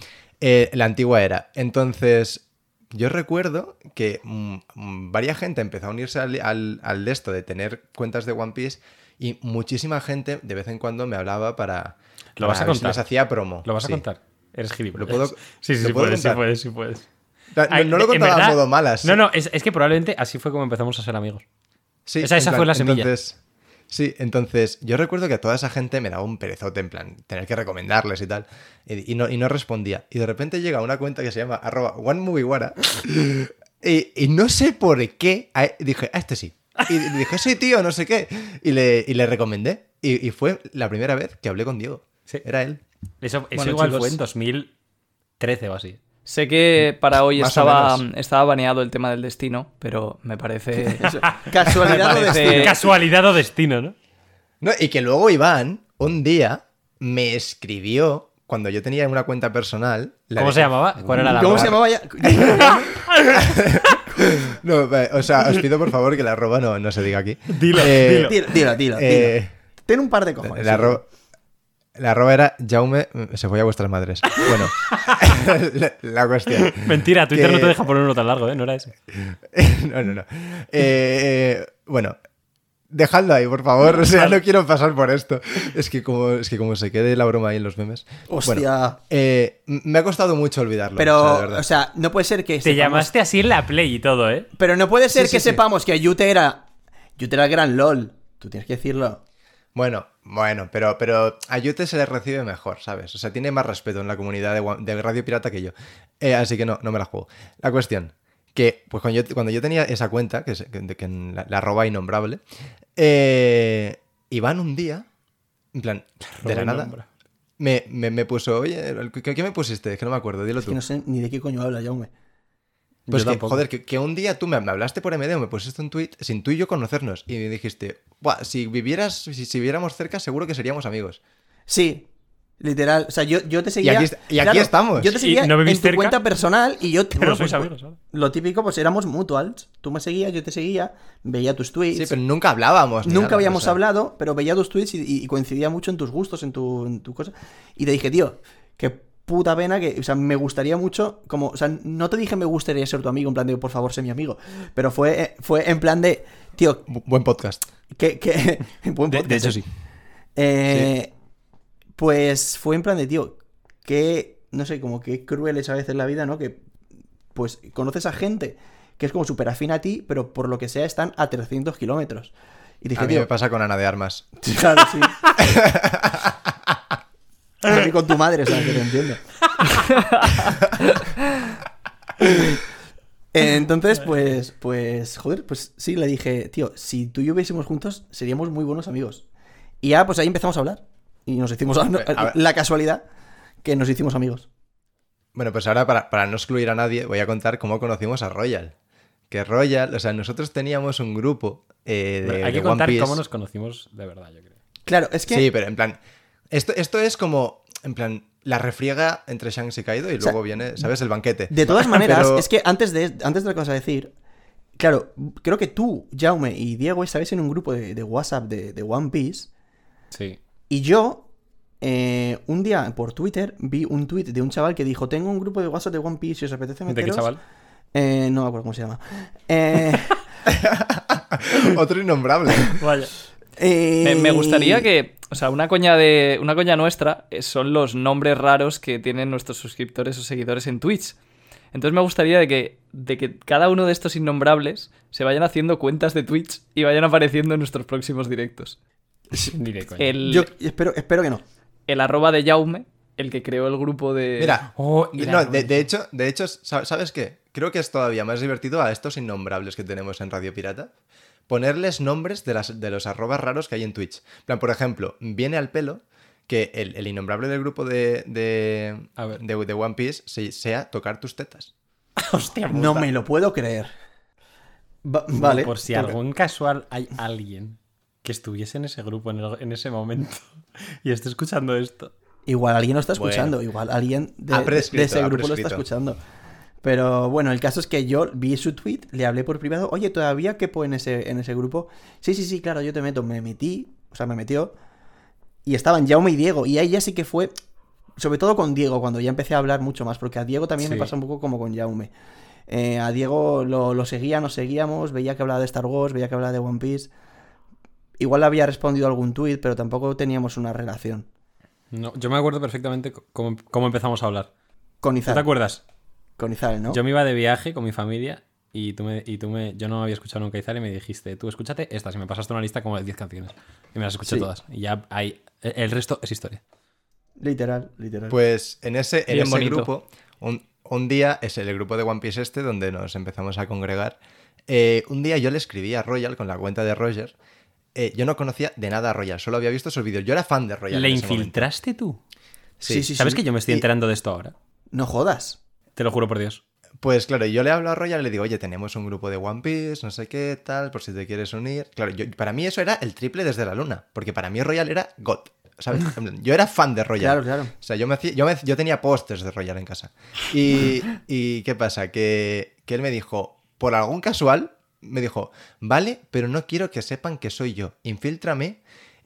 Eh, la antigua era. Entonces, yo recuerdo que mm, mm, varia gente empezó a unirse al, al, al de esto de tener cuentas de One Piece y muchísima gente de vez en cuando me hablaba para. Lo vas a para ver si contar. les hacía promo. ¿Lo vas a Sí. contar? Eres gilipollas. ¿Lo puedo- sí, sí, lo sí, puedo puedes, sí contar? puedes, sí puedes. No, no- Ay, eh, no lo en contaba verdad- a modo malas. No, no, es, es que probablemente así fue como empezamos a ser amigos. Sí, Esa- en esa fue la semilla. Entonces, sí, entonces yo recuerdo que a toda esa gente me daba un perezote en plan, tener que recomendarles y tal, y, y no, y no respondía. Y de repente llega una cuenta que se llama arroba OneMovieWara y, y no sé por qué a- dije, ah, este sí. Y le dije, sí, tío, no sé qué. Y le, y le recomendé. Y, y fue la primera vez que hablé con Diego. Sí. Era él. Eso, eso Bueno, igual chicos. fue en 2013 o así. Sé que para hoy Más o estaba, menos. estaba baneado el tema del destino, pero me parece. Casualidad o Me parece- Eh, destino. Casualidad o destino, ¿no? No, y que luego Iván, un día, me escribió cuando yo tenía una cuenta personal. la ¿Cómo de- se llamaba? ¿Cuál era la ¿Cómo se palabra? llamaba ya? No, va, o sea, os pido por favor que la arroba no, no se diga aquí. Dilo, dilo. Dilo, dilo, dilo. eh, Ten un par de la, cojones. ¿eh? la arro- la arroba era Jaume, mm, se fue a vuestras madres. Bueno, la, la cuestión. Mentira, Twitter Que- no te deja poner uno tan largo, ¿eh? No era ese. no, no, no. Eh, bueno, dejadlo ahí, por favor. O sea, no quiero pasar por esto. Es que como, es que como se quede la broma ahí en los memes. Hostia. Bueno, eh, m- me ha costado mucho olvidarlo. Pero, o sea, de o verdad. sea, no puede ser que. Te sepamos- llamaste así en la Play y todo, ¿eh? Pero no puede ser Sí, sí, que sí. sepamos que Yute era. Yute era el gran LOL. Tú tienes que decirlo. Bueno, bueno, pero, pero a Yute se le recibe mejor, ¿sabes? O sea, tiene más respeto en la comunidad de, Gua- de Radio Pirata que yo. Eh, así que no, no me la juego. La cuestión, que pues cuando yo, cuando yo tenía esa cuenta, que, es- que, que en la, la arroba innombrable, eh, Iván un día, en plan, de la nada, me, me, me puso, oye, ¿qué, qué me pusiste? Es que no me acuerdo, dilo Es tú. que no sé ni de qué coño habla, Jaume. Pues Yo que, tampoco. joder, que, que un día tú me, me hablaste por MD o me pusiste un tweet sin tú y yo conocernos y me dijiste, "Buah, si vivieras, si, si viviéramos cerca, seguro que seríamos amigos. Sí, literal. O sea, yo, yo te seguía. aquí est- y aquí estamos. Yo te ¿Y seguía no vivís en tu cerca? cuenta personal y yo. Pero sois pues, amigos, ¿no? Lo típico, pues éramos mutuals. Tú me seguías, yo te seguía, veía tus tweets. Sí, pero nunca hablábamos. ni Nunca nada, habíamos o sea. hablado, pero veía tus tweets y, y coincidía mucho en tus gustos, en tu, en tu cosa. Y te dije, tío, qué puta pena que, o sea, me gustaría mucho, como, o sea, no te dije me gustaría ser tu amigo, en plan de, por favor, sé mi amigo, pero fue, eh, fue en plan de, tío, Bu- Buen podcast. que, que, buen De, de podcast, hecho, eh. sí. Eh, Pues fue en plan de, tío, que, no sé, como que cruel es a veces la vida, ¿no? Que, pues, conoces a gente que es como súper afín a ti, pero por lo que sea están a 300 kilómetros. Y dije, A mí tío, me pasa con Ana de Armas. Claro, sí. A mí con tu madre, ¿sabes? Que te entiendo. Eh, Entonces, pues, pues, joder, pues sí, le dije, tío, si tú y yo viésemos juntos, seríamos muy buenos amigos. Y ya, pues ahí empezamos a hablar. Y nos hicimos a- A ver. la casualidad que nos hicimos amigos. Bueno, pues ahora para, para no excluir a nadie, voy a contar cómo conocimos a Royal. Que Royal, o sea, nosotros teníamos un grupo eh, de, Bueno, hay de que One contar Piece. cómo nos conocimos de verdad, yo creo. Claro, es que. Sí, pero en plan. Esto, esto es como, en plan, la refriega entre Shanks y Kaido y sea, luego viene, ¿sabes? El banquete. De todas maneras, Pero- es que antes de, antes de lo que vas a decir, claro, creo que tú, Jaume y Diego estabais en un grupo de, de WhatsApp de, de One Piece Sí. y yo eh, un día por Twitter vi un tweet de un chaval que dijo, tengo un grupo de WhatsApp de One Piece si os apetece ¿De qué meteros. chaval? Eh, no me acuerdo cómo se llama. Eh, Otro innombrable. Vaya. eh, Me, me gustaría que, o sea, una coña de una coña nuestra eh, son los nombres raros que tienen nuestros suscriptores o seguidores en Twitch. Entonces me gustaría de que, de que cada uno de estos innombrables se vayan haciendo cuentas de Twitch y vayan apareciendo en nuestros próximos directos. Diré, coño. El, Yo espero, espero que no. el arroba de Jaume, el que creó el grupo de... Mira, Oh, y la no, de, novela. de hecho, de hecho, sa- ¿sabes qué? Creo que es todavía más divertido a estos innombrables que tenemos en Radio Pirata ponerles nombres de, las, de los arrobas raros que hay en Twitch. En plan, por ejemplo, viene al pelo que el, el innombrable del grupo de, de, A ver. de, de One Piece se- sea tocar tus tetas. Hostia, No puta. me lo puedo creer. Va- vale. Por si toca. algún casual hay alguien que estuviese en ese grupo en, el- en ese momento y esté escuchando esto. Igual alguien lo está Bueno. escuchando, igual alguien de, Ha de- de prescrito, ese ha grupo lo está prescrito. escuchando. Pero bueno, el caso es que yo vi su tweet, le hablé por privado, oye, todavía quepo en ese, en ese grupo. Sí, sí, sí, claro, yo te meto. Me metí, o sea, me metió. Y estaban Jaume y Diego. Y ahí ya sí que fue, sobre todo con Diego, cuando ya empecé a hablar mucho más, porque a Diego también Sí. me pasa un poco como con Jaume. Eh, a Diego lo, lo seguía, nos seguíamos, veía que hablaba de Star Wars, veía que hablaba de One Piece. Igual le había respondido algún tweet, pero tampoco teníamos una relación. No, yo me acuerdo perfectamente c- cómo, cómo empezamos a hablar. Con ¿Tú te Izar. acuerdas? Con Izal, ¿no? Yo me iba de viaje con mi familia y tú me, y tú me yo no había escuchado nunca Izal y me dijiste, tú escúchate estas y me pasaste una lista como de 10 canciones y me las escuché Sí. todas. Y ya hay el, el resto es historia. Literal, literal. Pues en ese, en Bien ese bonito. grupo, un, un día, es el grupo de One Piece este donde nos empezamos a congregar, eh, un día yo le escribí a Royal con la cuenta de Roger. eh, yo no conocía de nada a Royal, solo había visto sus vídeos. Yo era fan de Royal. ¿Le en ese momento. infiltraste tú? Sí, sí, ¿Sabes que yo me estoy Y- enterando de esto ahora? No jodas. Te lo juro por Dios. Pues claro, yo le hablo a Royal y le digo, oye, tenemos un grupo de One Piece, no sé qué, tal, por si te quieres unir. Claro, yo- para mí eso era el triple desde la luna, porque para mí Royal era God. ¿Sabes? En plan, Yo era fan de Pues Royal. Claro, claro. O sea, yo, me hacía- yo, me- yo tenía pósters de Royal en casa. Y, y ¿qué pasa? Que, que él me dijo, por algún casual, me dijo, vale, pero no quiero que sepan que soy yo. Infíltrame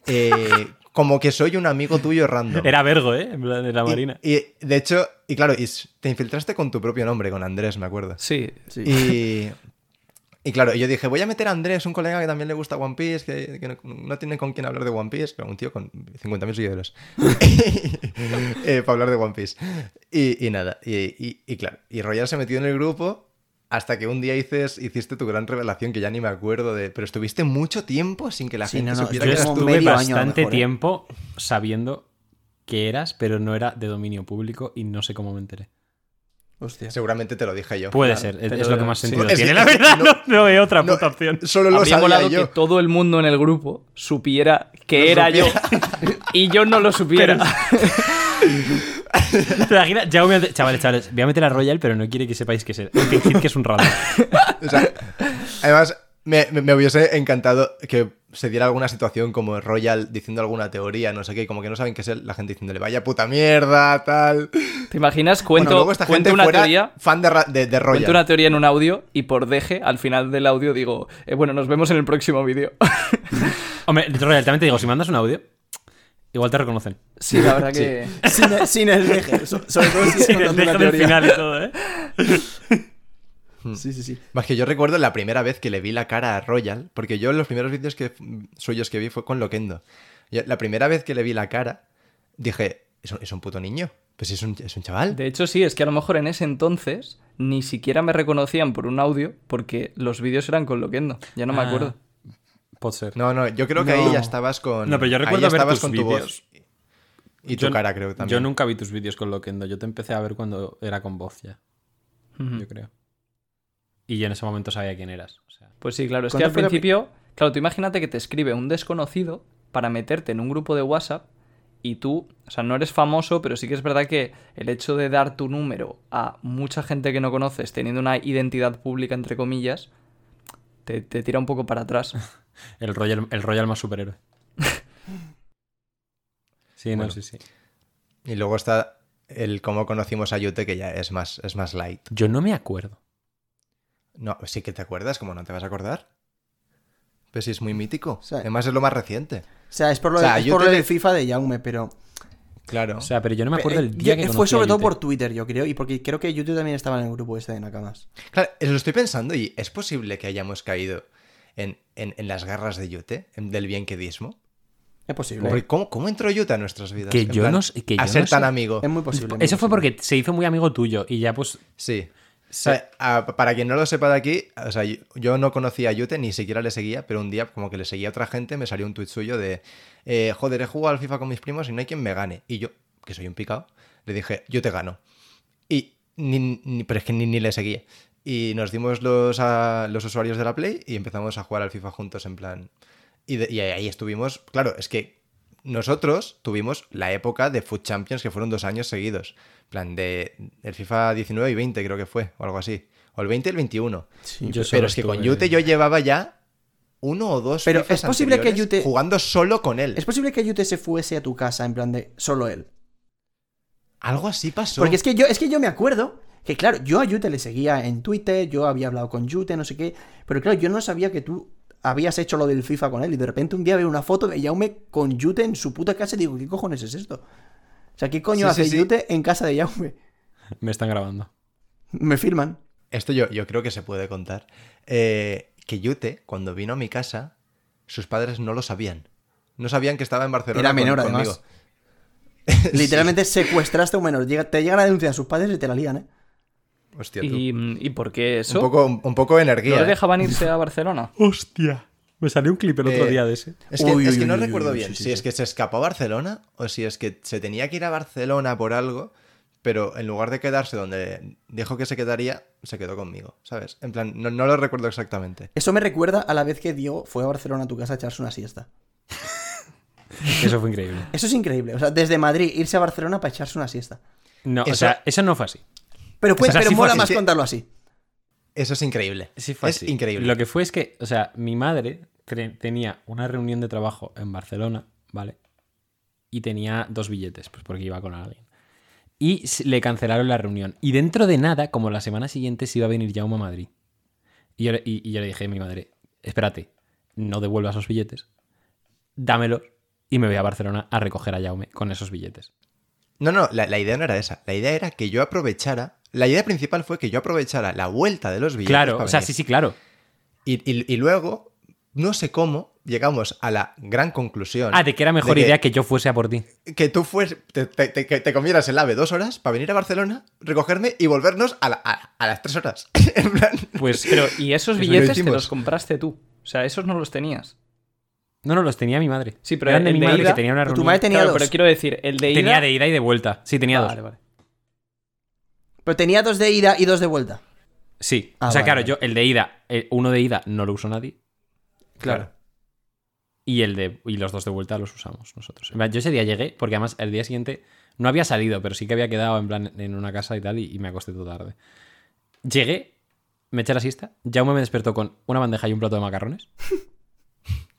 eh, como que soy un amigo tuyo random. Era vergo, ¿eh? En plan, de la Y- marina. Y, de hecho, y claro, y s- te infiltraste con tu propio nombre, con Andrés, me acuerdo. Sí, Sí. Y, y claro, yo dije, voy a meter a Andrés, un colega que también le gusta One Piece, que, que no, no tiene con quién hablar de One Piece, pero un tío con 50.000 seguidores, eh, para hablar de One Piece. Y, y nada, y, y- y claro, y Royal se metió en el grupo hasta que un día dices, hiciste tu gran revelación, que ya ni me acuerdo de... Pero estuviste mucho tiempo sin que la Sí, gente no, no, supiera Yo que era eras como tú. estuve medio año a lo bastante mejor, ¿eh? tiempo sabiendo que eras, pero no era de dominio público y no sé cómo me enteré. Hostia. Seguramente te lo dije yo. Puede Claro, ser, es, pero es lo que más sí. sentido Es tiene. que- la verdad, no- no, no veo otra no, puta opción. Solo lo habría sabía molado yo. que todo el mundo en el grupo supiera que Lo era supiera. yo y yo no lo supiera. ¿Te imaginas? Ya voy a- Chavales, chavales, voy a meter a Royal, pero no quiere que sepáis que es él. Fingid que es un radar. O sea, además, me, me- me hubiese encantado que se diera alguna situación como Royal diciendo alguna teoría, no sé qué, y como que no saben qué es él, la gente diciéndole, vaya puta mierda, tal. ¿Te imaginas? Bueno, Cuento, luego esta cuento gente una fuera teoría. fan de, Ra- de, de Royal. Cuento una teoría en un audio y por deje, al final del audio digo, eh, bueno, nos vemos en el próximo vídeo. Hombre, Royal, también te digo, si mandas un audio, igual te reconocen. sí, la verdad que... Sin, el- sin el deje. so- sobre todo si es Sí, contando una deja del teoría. Mm. final y todo, ¿eh? Sí, sí, sí. Más que yo recuerdo la primera vez que le vi la cara a Royal, porque yo los primeros vídeos que, suyos que vi fue con Loquendo. Yo- la primera vez que le vi la cara, dije, es un, es un puto niño, pues es un, es un chaval. De hecho, sí, es que a lo mejor en ese entonces ni siquiera me reconocían por un audio porque los vídeos eran con Loquendo. Ya no me Ah. acuerdo. Puede ser. No, no, yo creo que ahí No. ya estabas con... No, pero yo ahí recuerdo ver estabas tus con tu voz. Y tu Yo- cara, creo, también. Yo nunca vi tus vídeos con Loquendo. Yo te empecé a ver cuando era con voz ya, Ujú. yo creo. y ya en ese momento sabía quién eras. O sea, Pues sí, claro, es que ¿Cuánto al fue la pri- principio, claro, tú imagínate que te escribe un desconocido para meterte en un grupo de WhatsApp y tú, o sea, no eres famoso, pero sí que es verdad que el hecho de dar tu número a mucha gente que no conoces, teniendo una identidad pública, entre comillas, te, te tira un poco para atrás. el Royal, el Royal más superhéroe. Sí, no, Bueno. sí, sí. Y luego está el cómo conocimos a Yute, que ya es más, es más light. Yo no me acuerdo. No, sí que te acuerdas, como no te vas a acordar. Pues sí, es muy mítico. O sea- Además, es lo más reciente. O sea, es por lo, O sea, de- es yo por te lo de- del FIFA de Jaume, pero... Claro. O sea, pero yo no me acuerdo Eh, el día yo- que Fue conocí a sobre todo Yute. por Twitter, yo creo, y porque creo que YouTube también estaba en el grupo este de Nakamas. claro, lo estoy pensando y es posible que hayamos caído en, en- en las garras de Yute, en- del bienquedismo. Es posible. Porque ¿Cómo, ¿Cómo entró Yute a nuestras vidas? Que En yo no sé- que a yo ser no tan sé. Em, amigo. Es muy posible. muy Eso fue posible. porque se hizo muy amigo tuyo y ya pues... Sí. O sea, a- para quien no lo sepa de aquí, o sea, yo, yo no conocía a Yute, ni siquiera le seguía, pero un día como que le seguía a otra gente, me salió un tuit suyo de, eh, joder, he jugado al FIFA con mis primos y no hay quien me gane. Y yo, que soy un picado, le dije, yo te gano. Y, ni, ni- pero es que ni, ni le seguía. Y nos dimos los, a- los usuarios de la Play y empezamos a jugar al FIFA juntos en plan... Y, de- y ahí estuvimos, claro, es que nosotros tuvimos la época de Food Champions que fueron dos años seguidos. En plan, de el FIFA 19 y 20 creo que fue, o algo así. O el 20 y el 21. Sí, Yo solo Pero es que con estuve- Yute yo llevaba ya uno o dos Pero FIFAs es posible que anteriores Yute- jugando solo con él. Es posible que Yute se fuese a tu casa en plan de solo él. Algo así pasó. Porque es que yo, es que yo me acuerdo que, claro, yo a Yute le seguía en Twitter, yo había hablado con Yute, no sé qué, pero claro, yo no sabía que tú habías hecho lo del FIFA con él y de repente un día veo una foto de Yaume con Yute en su puta casa y digo, ¿qué cojones es esto? O sea, ¿qué coño Sí, sí, hace sí. Yute en casa de Yaume? Me están grabando. Me firman. Esto yo, yo creo que se puede contar. Eh, que Yute, cuando vino a mi casa, sus padres no lo sabían. No sabían que estaba en Barcelona. Era con- menor, conmigo. además. Literalmente secuestraste a un menor. Llega- te llegan a denunciar a sus padres y te la lían, ¿eh? Hostia, tú. ¿Y, y por qué eso? Un poco, un poco de energía. ¿No le ¿eh? dejaban irse a Barcelona? Hostia. Me salió un clip el otro Eh, día de ese. Es que, Uy, es uy, que no uy, uy, recuerdo uy, bien sí, sí, si sí. es que se escapó a Barcelona o si es que se tenía que ir a Barcelona por algo, pero en lugar de quedarse donde dijo que se quedaría, se quedó conmigo, ¿sabes? En plan, no, no lo recuerdo exactamente. Eso me recuerda a la vez que Diego fue a Barcelona a tu casa a echarse una siesta. Eso fue increíble. Eso es increíble. O sea, desde Madrid irse a Barcelona para echarse una siesta. No, o Eso- sea, eso no fue así. Pero, pues, O sea, pero sí fue mola así. más Es que- contarlo así. Eso es increíble. Sí fue es así. increíble. Lo que fue es que, o sea, mi madre tre- tenía una reunión de trabajo en Barcelona, ¿vale? Y tenía dos billetes, pues porque iba con alguien. Y s- le cancelaron la reunión. Y dentro de nada, como la semana siguiente se iba a venir Jaume a Madrid. Y yo, le- y- y yo le dije a mi madre, espérate, no devuelvas los billetes, dámelos y me voy a Barcelona a recoger a Jaume con esos billetes. No, no, la, la idea no era esa. La idea era que yo aprovechara. La idea principal fue que yo aprovechara la vuelta de los billetes. Claro, para o sea, venir. sí, sí, claro. Y, y- y luego, no sé cómo, llegamos a la gran conclusión. Ah, de que era mejor de idea que yo fuese a por ti. que tú fues, te, te- te- que te comieras el ave dos horas para venir a Barcelona, recogerme y volvernos a, la- a- a las tres horas. en plan, Pues, Pero, ¿y Eso esos lo billetes te hicimos. los compraste tú? O sea, esos no los tenías. No, no, los tenía mi madre. Sí, pero Eran de el mi de madre ida- que tenía una tu reunión. madre tenía claro, dos. pero quiero decir, el de ida... Tenía de ida y de vuelta. Sí, tenía Ah, dos. vale, vale. Pero tenía dos de ida y dos de vuelta. Sí. Ah, o sea, vale, claro, vale. yo el de ida, el- uno de ida no lo usó nadie. Claro. Y el de y los dos de vuelta los usamos nosotros. En plan, Yo ese día llegué, porque además el día siguiente no había salido, pero sí que había quedado en plan en una casa y tal, y, y me acosté todo tarde. Llegué, me eché la siesta, Jaume me despertó con una bandeja y un plato de macarrones.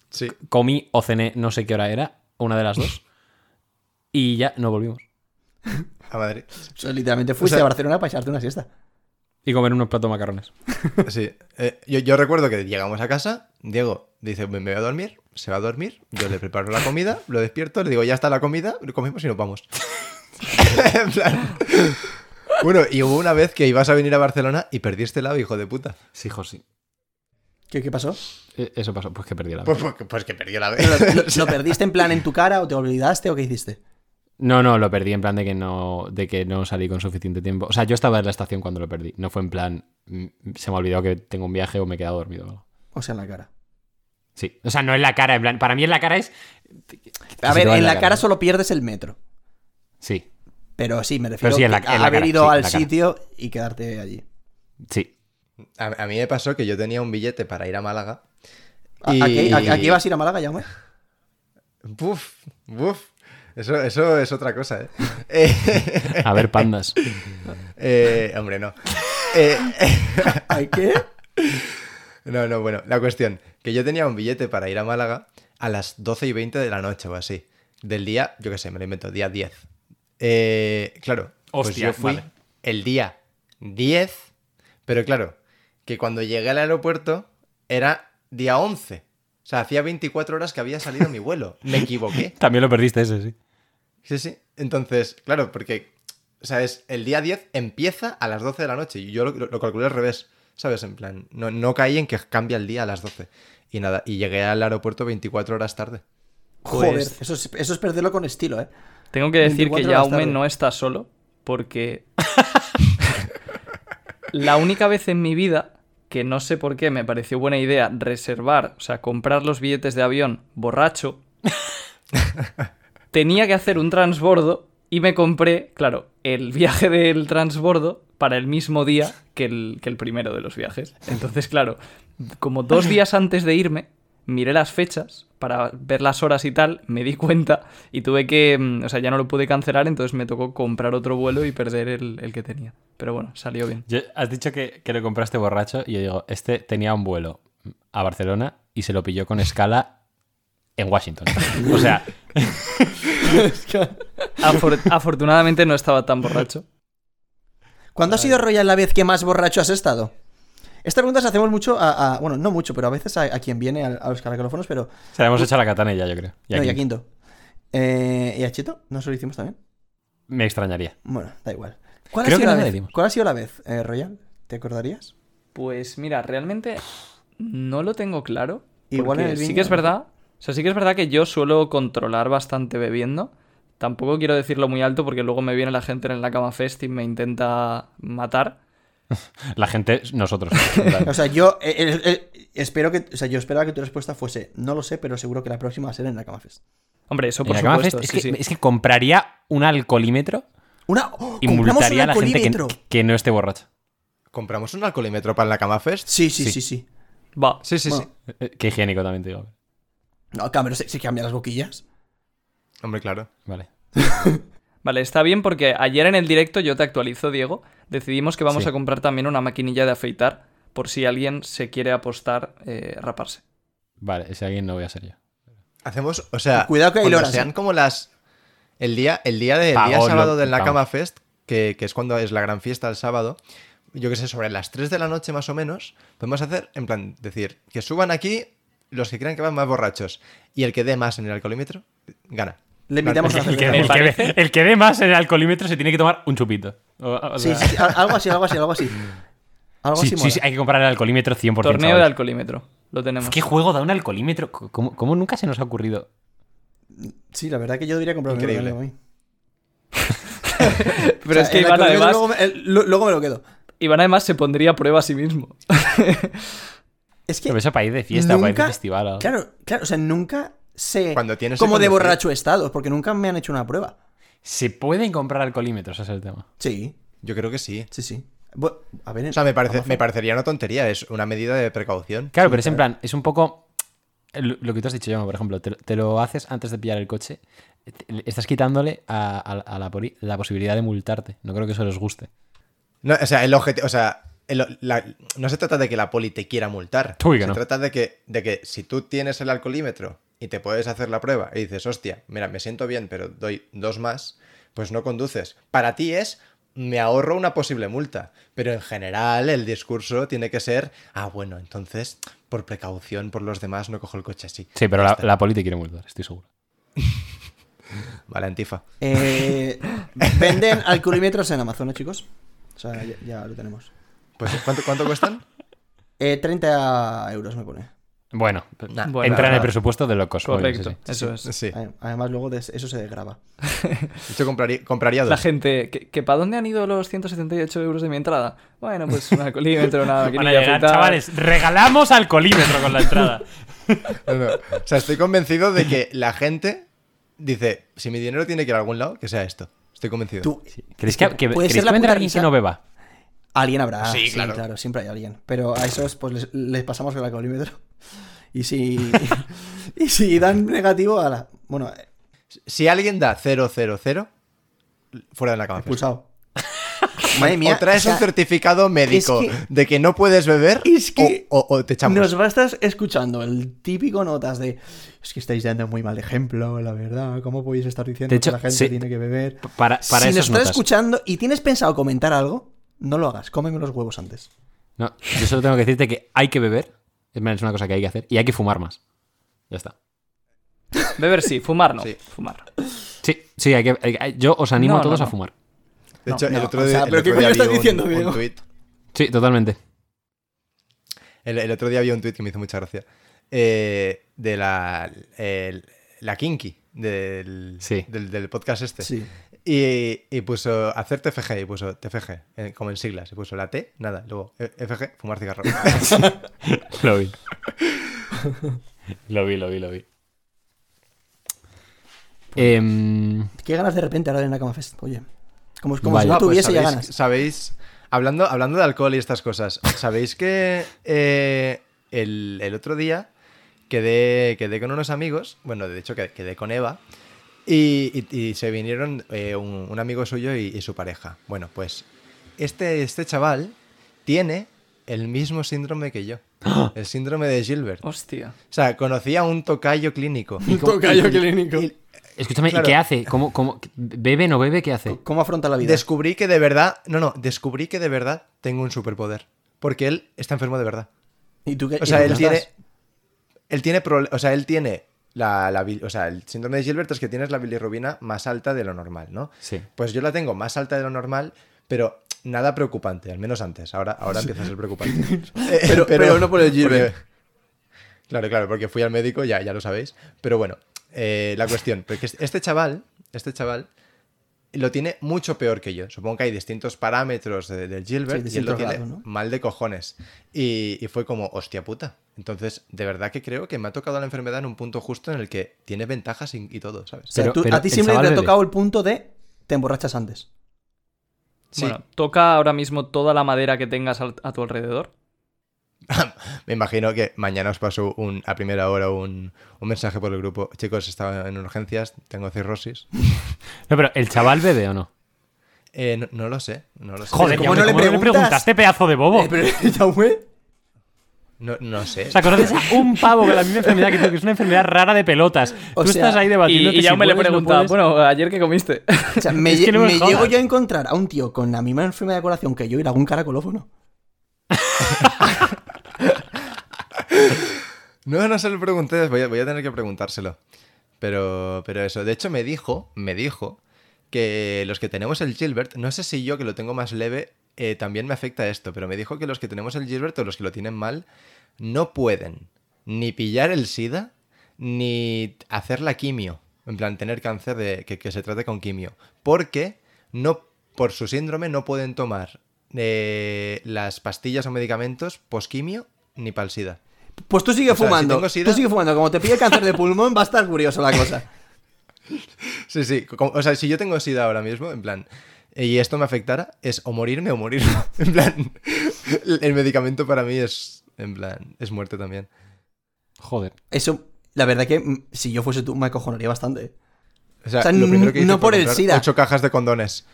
sí. Comí o cené, no sé qué hora era, una de las dos. y ya no volvimos. A Madrid. O sea, literalmente fuiste O sea- a Barcelona para echarte una siesta. Y comer unos platos de macarrones. Sí. Eh, yo, yo recuerdo que llegamos a casa, Diego dice, me me voy a dormir, se va a dormir, yo le preparo la comida, lo despierto, le digo, ya está la comida, lo comemos y nos vamos. En plan- Bueno, y hubo una vez que ibas a venir a Barcelona y perdiste el ave, hijo de puta. Sí, José. ¿Qué, qué pasó? Eso pasó, pues que perdí la Pues, pues- pues que perdió el ave. ¿Lo, lo perdiste en plan en tu cara o te olvidaste o qué hiciste? No, no, lo perdí en plan de que no, de que no salí con suficiente tiempo. O sea, yo estaba en la estación cuando lo perdí. No fue en plan, mm, se me ha olvidado que tengo un viaje o me he quedado dormido. o algo. O sea, en la cara. Sí. O sea, no en la cara, en plan. Para mí en la cara es. A se te ver, va en la cara solo pierdes el metro. Sí, Pero sí, me refiero sí, en la- que- a en la haber cara, ido sí, en al la cara. sitio y quedarte allí. sí. A, a mí me pasó que yo tenía un billete para ir a Málaga. ¿A- Aquí, aquí- aquí vas a ir a Málaga, ya, hombre? Buf, buf. Eso, eso es otra cosa, ¿eh? Eh, A ver, pandas. eh, hombre, no. Eh, ¿Ay qué? no, no, bueno. La cuestión, que yo tenía un billete para ir a Málaga a las 12 y 20 de la noche o así. Del día, yo qué sé, me lo invento, día 10. Eh, claro. pues Hostia, yo fui vale. el día 10, pero claro, que cuando llegué al aeropuerto era día 11. O sea, hacía 24 horas que había salido mi vuelo. Me equivoqué. También lo perdiste ese, sí. Sí, sí. Entonces, claro, porque, ¿sabes? El día 10 empieza a las 12 de la noche y yo lo, lo calculé al revés, ¿sabes? En plan, no, no caí en que cambia el día a las 12. Y nada, y llegué al aeropuerto 24 horas tarde. Joder, Pues- eso, es, eso es perderlo con estilo, ¿eh? Tengo que decir que 24 ya horas tarde. Ume no está solo, porque la única vez en mi vida que no sé por qué me pareció buena idea reservar, o sea, comprar los billetes de avión borracho, tenía que hacer un transbordo y me compré, claro, el viaje del transbordo para el mismo día que el, que el primero de los viajes. Entonces, claro, como dos días antes de irme, miré las fechas para ver las horas y tal, me di cuenta y tuve que, mm, o sea, ya no lo pude cancelar, entonces me tocó comprar otro vuelo y perder el, el que tenía. Pero bueno, salió bien. Yo- has dicho que, que lo compraste borracho y yo digo, este tenía un vuelo a Barcelona y se lo pilló con escala en Washington. O sea, Afor- afortunadamente no estaba tan borracho. ¿Cuándo ha sido Royal la vez que más borracho has estado? Esta pregunta se hacemos mucho a, a- bueno, no mucho, pero a veces a, a quien viene, a, a los caracolofonos, pero... se la hemos hecho a la katana ya, yo creo. Y no, aquí y a Quinto. Eh, ¿Y a Chito? ¿No se lo hicimos también? Me extrañaría. Bueno, da igual. ¿Cuál, Creo ha, que sido no la le vez? dimos. ¿Cuál ha sido la vez, eh, Royal? ¿Te acordarías? Pues mira, realmente no lo tengo claro. Igual en porque el sí viño, que es ¿no? verdad. O sea, sí que es verdad que yo suelo controlar bastante bebiendo. Tampoco quiero decirlo muy alto porque luego me viene la gente en la cama fest y me intenta matar. La gente, nosotros. O sea, yo eh, eh, eh, espero que, o sea, yo esperaba que tu respuesta fuese, no lo sé, pero seguro que la próxima va a ser en la cama fest. Hombre, eso En por la Cama supuesto. Fest, es, sí, que, sí. es que compraría un alcoholímetro Una, ¡Oh! y compramos un multaría a la gente que, alcoholímetro. que no esté borracho. ¿Compramos un alcoholímetro para la cama fest? Sí, sí, Sí. sí, sí. Va. Sí, sí, Bueno. sí. Eh, eh, Qué higiénico también te digo. No, Cameron, se, se cambian las boquillas. Hombre, claro. Vale. Vale, está bien porque ayer en el directo, yo te actualizo, Diego, decidimos que vamos Sí. a comprar también una maquinilla de afeitar por si alguien se quiere apostar eh, raparse. Vale, ese alguien no voy a ser yo. Hacemos, o sea, Cuidado que hay cuando loras, sean ¿eh? como las el día el día de, el Pagó día lo- sábado de la pagó. cama fest, que, que es cuando es la gran fiesta el sábado. Yo qué sé, sobre las 3 de la noche más o menos, podemos hacer en plan decir, que suban aquí los que crean que van más borrachos y el que dé más en el alcoholímetro gana. Le invitamos a una El que, cerveza. el que ve, el que ve más en el alcoholímetro se tiene que tomar un chupito. O- o Sí, sea- sí, sí, al- algo así, algo así, algo así. Algo Sí, sí, así mola. sí, hay que comprar el alcoholímetro 100%. Torneo de chavales. alcoholímetro. Lo tenemos. ¿Qué juego da un alcoholímetro? ¿Cómo, cómo nunca se nos ha ocurrido? Sí, la verdad que yo diría comprar Increíble. Pero es que Iván además, luego, me- el- lu- luego me lo quedo. Iván además se pondría a prueba a sí mismo. Es que Pero eso para ir de fiesta, para ir de nunca- festival. o- Claro, claro, o sea, nunca sé Cuando tienes que cómo de conducir. borracho he estado, porque nunca me han hecho una prueba. Se pueden comprar alcoholímetros, ese es el tema. Sí, Yo creo que sí. sí, sí. Bu- a ver, O sea, me, parece, Amazon. me parecería una tontería, es una medida de precaución. Claro, pero es en plan, es un poco eh, lo lo que tú has dicho, Yama, por ejemplo, te, te lo haces antes de pillar el coche, eh, te- estás quitándole a, a- a la, poli- la posibilidad de multarte. No creo que eso les guste. No, o sea, el objetivo, o sea, el- la- no se trata de que la poli te quiera multar. Uy, que se no. trata de que, de que si tú tienes el alcoholímetro y te puedes hacer la prueba y dices, hostia, mira, me siento bien, pero doy dos más, pues no conduces. Para ti es, me ahorro una posible multa. Pero en general el discurso tiene que ser, ah, bueno, entonces, por precaución, por los demás, no cojo el coche así. Sí, pero Ya la, está. la poli te quiere multar, estoy seguro. Vale, antifa. Eh, venden alcoholímetros en Amazon, ¿eh, chicos? O sea, ya, ya lo tenemos. Pues, ¿cuánto, cuánto cuestan? Eh, 30 euros me pone. Bueno, Nah, Bueno, entra en el nada. presupuesto de locos. obvio, sí, Correcto, sí. eso es. Sí, Ad- Además, luego de eso se desgraba. yo compraría, compraría dos. La gente, ¿que, para dónde han ido los 178 euros de mi entrada? Bueno, pues un alcoholímetro, nada. Van maquinilla a de llegar, afeitar. chavales, regalamos alcoholímetro con la entrada. No, no. O sea, estoy convencido de que la gente dice, si mi dinero tiene que ir a algún lado, que sea esto. Estoy convencido. Tú, ¿Creéis que, que- Puede ¿creéis ser la que vendrá puta alguien que risa. no beba? Alguien habrá. Sí, Sí, claro. claro. siempre hay alguien. Pero a esos, pues les, les pasamos el alcoholímetro. Y si. y si dan negativo, a la. Bueno, eh, Si alguien da 000, fuera de la cama. expulsado. Pues, Madre mía. o o traes sea, un certificado médico que- de que no puedes beber es que o, o- o te echamos. Nos va a estar escuchando el típico notas de. Es que estáis dando muy mal ejemplo, la verdad. ¿Cómo podéis estar diciendo De hecho, que la gente sí. tiene que beber? Para, para si esas nos estás notas. escuchando y tienes pensado comentar algo, no lo hagas. Cómeme los huevos antes. No, yo solo tengo que decirte que hay que beber. Es más, es una cosa que hay que hacer. Y hay que fumar más. Ya está. Beber sí, fumar no. Sí. Fumar. Sí, sí, hay que, hay- hay- yo os animo No, a todos no, a no. fumar. De hecho, no, el otro o día. sea, el ¿pero qué otro día coño estás vi un- diciendo, un Diego? tuit. Sí, totalmente. El, el otro día había un tuit que me hizo mucha gracia. eh, de la, el- la Kinky del, Sí. del, del podcast este. Sí. Y, y puso hacer TFG y puso TFG, eh, como en siglas. Y puso la T, nada. Luego eh, FG, fumar cigarro. Lo vi. lo vi, lo vi, lo vi. Em, Qué ganas de repente ahora de una cama fest. Oye. Como, como Vale. si Ah, no pues tuviese ya sabéis- ganas. Sabéis, hablando, hablando de alcohol y estas cosas, ¿sabéis que eh, el, el otro día quedé, quedé con unos amigos? Bueno, de hecho, que- quedé con Eva. Y, y- y se vinieron eh, un, un amigo suyo y, y su pareja. Bueno, pues este, este chaval tiene el mismo síndrome que yo. El síndrome de Gilbert. O Hostia. sea, conocía a un tocayo clínico. tocayo clínico. escúchame, Claro. ¿y qué hace? ¿Cómo, cómo, ¿Bebe, no bebe? ¿Qué hace? ¿Cómo afronta la vida? Descubrí que de verdad, no, no, descubrí que de verdad tengo un superpoder. Porque él está enfermo de verdad. ¿Y tú qué- O Eh, y sea, tú él qué tiene. estás? Él tiene. prole- O sea, él tiene. La, la bil- o sea, el síndrome de Gilbert es que tienes la bilirrubina más alta de lo normal, ¿no? Sí. Pues yo la tengo más alta de lo normal, pero nada preocupante, al menos antes. Ahora, ahora empieza a ser preocupante. Eh, Pero- pero no por el Gilbert. porque- claro, claro, porque fui al médico, ya, ya lo sabéis. Pero bueno, eh, la cuestión, porque es- este chaval, este chaval lo tiene mucho peor que yo. Supongo que hay distintos parámetros de- del Gilbert Sí, y él lo distintos tiene grados, ¿no? mal de cojones. Y, y fue como, hostia puta. Entonces, de verdad que creo que me ha tocado la enfermedad en un punto justo en el que tiene ventajas y, y todo, ¿sabes? O sea, Pero- tú- pero a ti el siempre chaval te ha bebe. tocado el punto de te emborrachas antes. Sí, Bueno, toca ahora mismo toda la madera que tengas al- a tu alrededor. me imagino que mañana os paso un, a primera hora un, un mensaje por el grupo. Chicos, estaba en urgencias, tengo cirrosis. No, pero ¿el chaval bebe o no? Eh, no, no lo sé, no lo sé. Joder, ¿cómo ya, no le ¿cómo no le preguntas? preguntaste, pedazo de bobo? Eh, pero Jaume, No, no sé. O sea, conoces a un pavo con la misma enfermedad que tú, que es una enfermedad rara de pelotas. O tú sea, estás ahí Y, debatiendo. y ya me le preguntaba, bueno, ayer que comiste. o sea, me, Es que no me me jodas. llego yo a encontrar a un tío con la misma enfermedad de colación que yo y le hago un caracolófono. No, no se lo pregunté, voy a, voy a tener que preguntárselo. Pero, pero eso, de hecho me dijo, me dijo que los que tenemos el Gilbert, no sé si yo que lo tengo más leve, eh, también me afecta esto, pero me dijo que los que tenemos el Gilbert o los que lo tienen mal, no pueden ni pillar el SIDA ni hacer la quimio, en plan tener cáncer de, que, que se trate con quimio, porque no, por su síndrome no pueden tomar eh, las pastillas o medicamentos posquimio ni para el SIDA. Pues tú sigue O sea, si fumando. tengo sida- tú sigue fumando. Como te pide cáncer de pulmón, va a estar curioso la cosa. Sí, sí. como- o sea, si yo tengo SIDA ahora mismo, en plan, eh, y esto me afectara, es o morirme o morir. En plan, el- el medicamento para mí es, en plan, es muerte también. Joder. Eso, la verdad que mm, si yo fuese tú, me acojonaría bastante. O sea, O sea, lo primero que hice no fue por el comprar SIDA. Ocho cajas de condones.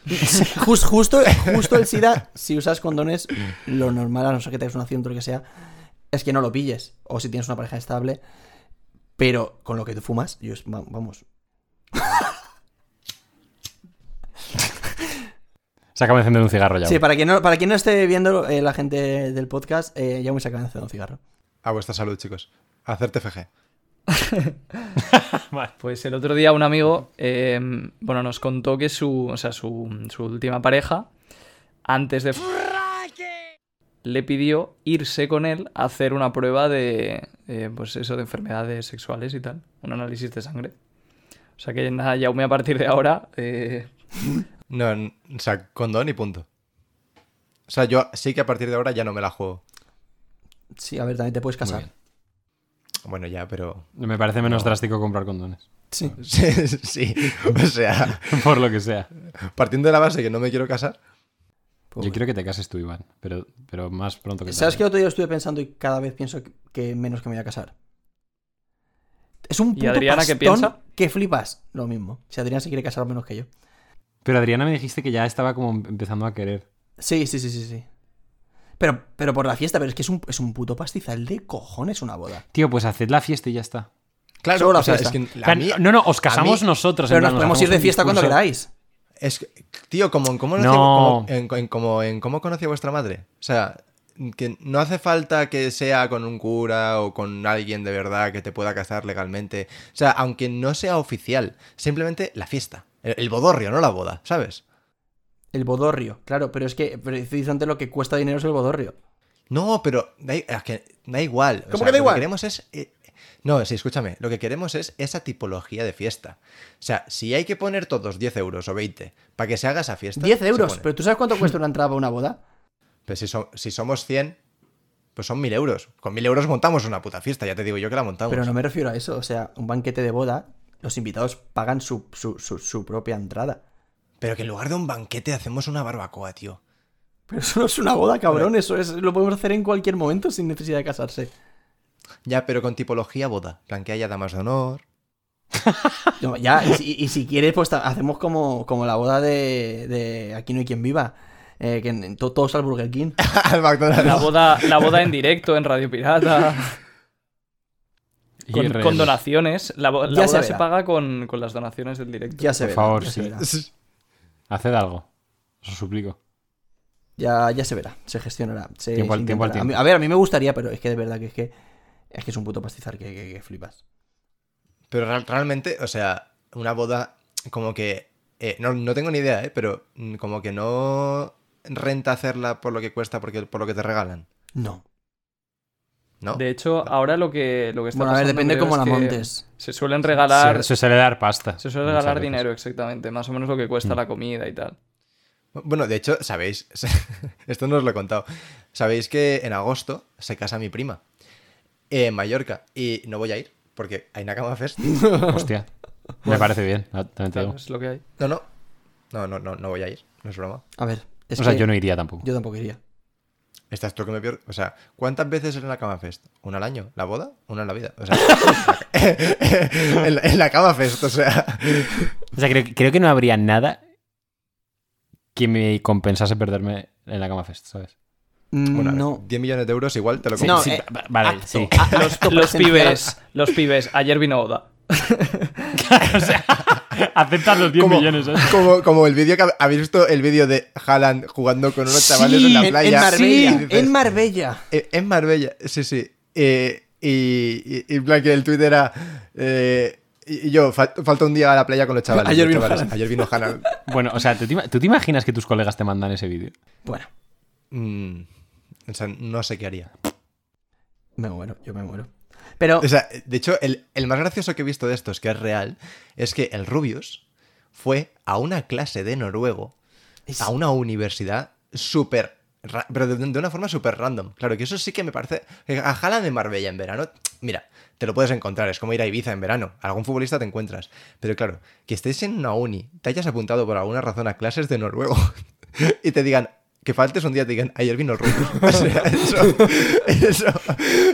Jus- justo, justo el SIDA, si usas condones, lo normal, a no ser que tengas un accidente o lo que sea, es que no lo pilles. O si tienes una pareja estable. Pero con lo que tú fumas, yo, es- va- vamos. Se acaba de encender un cigarro ya. Sí, güey. para quien no, para quien no esté viendo eh, la gente del podcast, eh, ya me sacan hacer un cigarro. A vuestra salud, chicos. A hacer TFG. Pues el otro día un amigo, eh, bueno, nos contó que su, o sea, su, su última pareja, antes de... Le pidió irse con él a hacer una prueba de, eh, pues eso, de enfermedades sexuales y tal, un análisis de sangre. O sea que nada, Yaume a partir de ahora... eh, No, n- o sea, condón y punto. O sea, yo sí que a partir de ahora ya no me la juego. Sí, a ver, también te puedes Muy casar. bien. Bueno, ya, pero. Me parece menos drástico comprar condones. Sí. Sí, sí. O sea, Por lo que sea. partiendo de la base que no me quiero casar. Yo quiero que te cases tú, Iván, pero, pero más pronto que ¿Sabes qué tarde. otro día estuve pensando y cada vez pienso que- que menos que me voy a casar? Es un ¿Y puto Adriana qué pastón piensa? que flipas. Lo mismo. Si Adriana se quiere casar menos que yo. Pero Adriana me dijiste que ya estaba como empezando a querer. Sí, sí, sí, sí, sí. Pero, pero por la fiesta, pero es que es un, es un puto pastizal de cojones una boda. Tío, pues haced la fiesta y ya está. Claro, Solo la o sea, es fiesta. que la Plan, mía- no, no, os casamos mí- nosotros. en Pero plan, nos podemos hacemos ir de un fiesta cuando discurso. queráis. Es que, tío, como en cómo nació- No. como en, en- como en cómo conocí a vuestra madre. O sea, que no hace falta que sea con un cura o con alguien de verdad que te pueda casar legalmente. O sea, aunque no sea oficial, simplemente la fiesta. El, el bodorrio, no la boda, ¿sabes? El bodorrio, claro, pero es que precisamente lo que cuesta dinero es el bodorrio. No, pero da, i- es que da igual. O ¿Cómo sea, que da lo igual? que queremos es. eh, no, sí, escúchame. Lo que queremos es esa tipología de fiesta. O sea, si hay que poner todos 10 euros o 20 para que se haga esa fiesta. 10 se euros, pone. pero ¿tú sabes cuánto cuesta una entrada para una boda? Pero si, so- si somos 100, pues son 1000 euros. Con 1000 euros montamos una puta fiesta, ya te digo yo que la montamos. Pero no me refiero a eso, o sea, un banquete de boda, los invitados pagan su, su- su- su propia entrada. Pero que en lugar de un banquete hacemos una barbacoa, tío. Pero eso no es una boda, cabrón, eso es, lo podemos hacer en cualquier momento sin necesidad de casarse. Ya, pero con tipología boda. En plan que haya damas de honor. No, ya, y, si- y si quieres, pues ta- hacemos como, como la boda de, de Aquí no hay quien viva, eh, que en- en to- todos al Burger King. Al McDonald's. La boda, la boda en directo, en Radio Pirata, con, IRL. con donaciones. La, bo- la Ya se boda se, verá. paga con, con las donaciones del directo. Ya se Por verá, favor, ya se sí. verá. Haced algo. Os lo suplico. Ya, ya se verá, se gestionará. se- Tiempo al- se tiempo al intentará. A mí- tiempo. A, ver, a mí me gustaría, pero es que de verdad que es que es que es un puto pastizar que, que- que flipas. Pero real- realmente, o sea, una boda como que... eh, no, no tengo ni idea, ¿eh? Pero mm, como que no renta hacerla por lo que cuesta, porque, por lo que te regalan. No. ¿No? De hecho, ahora lo que, lo que está Bueno, a ver, pasando, depende creo, cómo es la que montes. Se suelen regalar, Se, se suele dar pasta. se suele muchas regalar veces. dinero, exactamente. Más o menos lo que cuesta Mm. la comida y tal. Bueno, de hecho, sabéis, esto no os lo he contado, sabéis que en agosto se casa mi prima eh, en Mallorca y no voy a ir porque hay Nakama Fest. Hostia. Me parece bien. ah, también te Claro, digo. es lo que hay. No, no, no, no, no, no voy a ir, no es broma. A ver, es O sea, que yo no iría tampoco. yo tampoco iría. Estás tú que me pierdo. O sea, ¿cuántas veces en la cama fest? ¿Una al año? ¿La boda? Una en la vida. O sea, en, la, en la cama fest, o sea. O sea, creo, creo que no habría nada que me compensase perderme en la cama fest, ¿sabes? Mm, Bueno, a ver, no. 10 millones de euros igual te lo Sí, compro. no, sí, eh, va- vale, acto, sí. acto Los presencial. pibes, los pibes. Ayer vino Oda. o sea, aceptas los 10 Como, millones, ¿eh? ¿sabes? como, como el vídeo que ha- habéis visto, el vídeo de Haaland jugando con unos chavales Sí, en la En, en playa. Marbella. Y dices, en Marbella. Eh, En Marbella, sí, sí. Eh, y, y, y en plan que el tweet era. eh, y y yo, fal- falta un día a la playa con los chavales. Ayer Los vino chavales, Haaland. Ayer vino Haaland. Bueno, o sea, ¿tú te, ima- tú te imaginas que tus colegas te mandan ese vídeo? Bueno, Mm, o sea, no sé qué haría. me muero, yo me muero. Pero O sea, de hecho, el, el más gracioso que he visto de estos, que es real, es que el Rubius fue a una clase de noruego es- a una universidad súper. ra- Pero de, de una forma súper random. Claro, que eso sí que me parece. A Haaland en Marbella en verano, mira, te lo puedes encontrar. Es como ir a Ibiza en verano. Algún futbolista te encuentras. Pero claro, que estés en una uni, te hayas apuntado por alguna razón a clases de noruego y te digan. Que faltes un día te digan, ayer vino el rubio. O sea, eso, eso-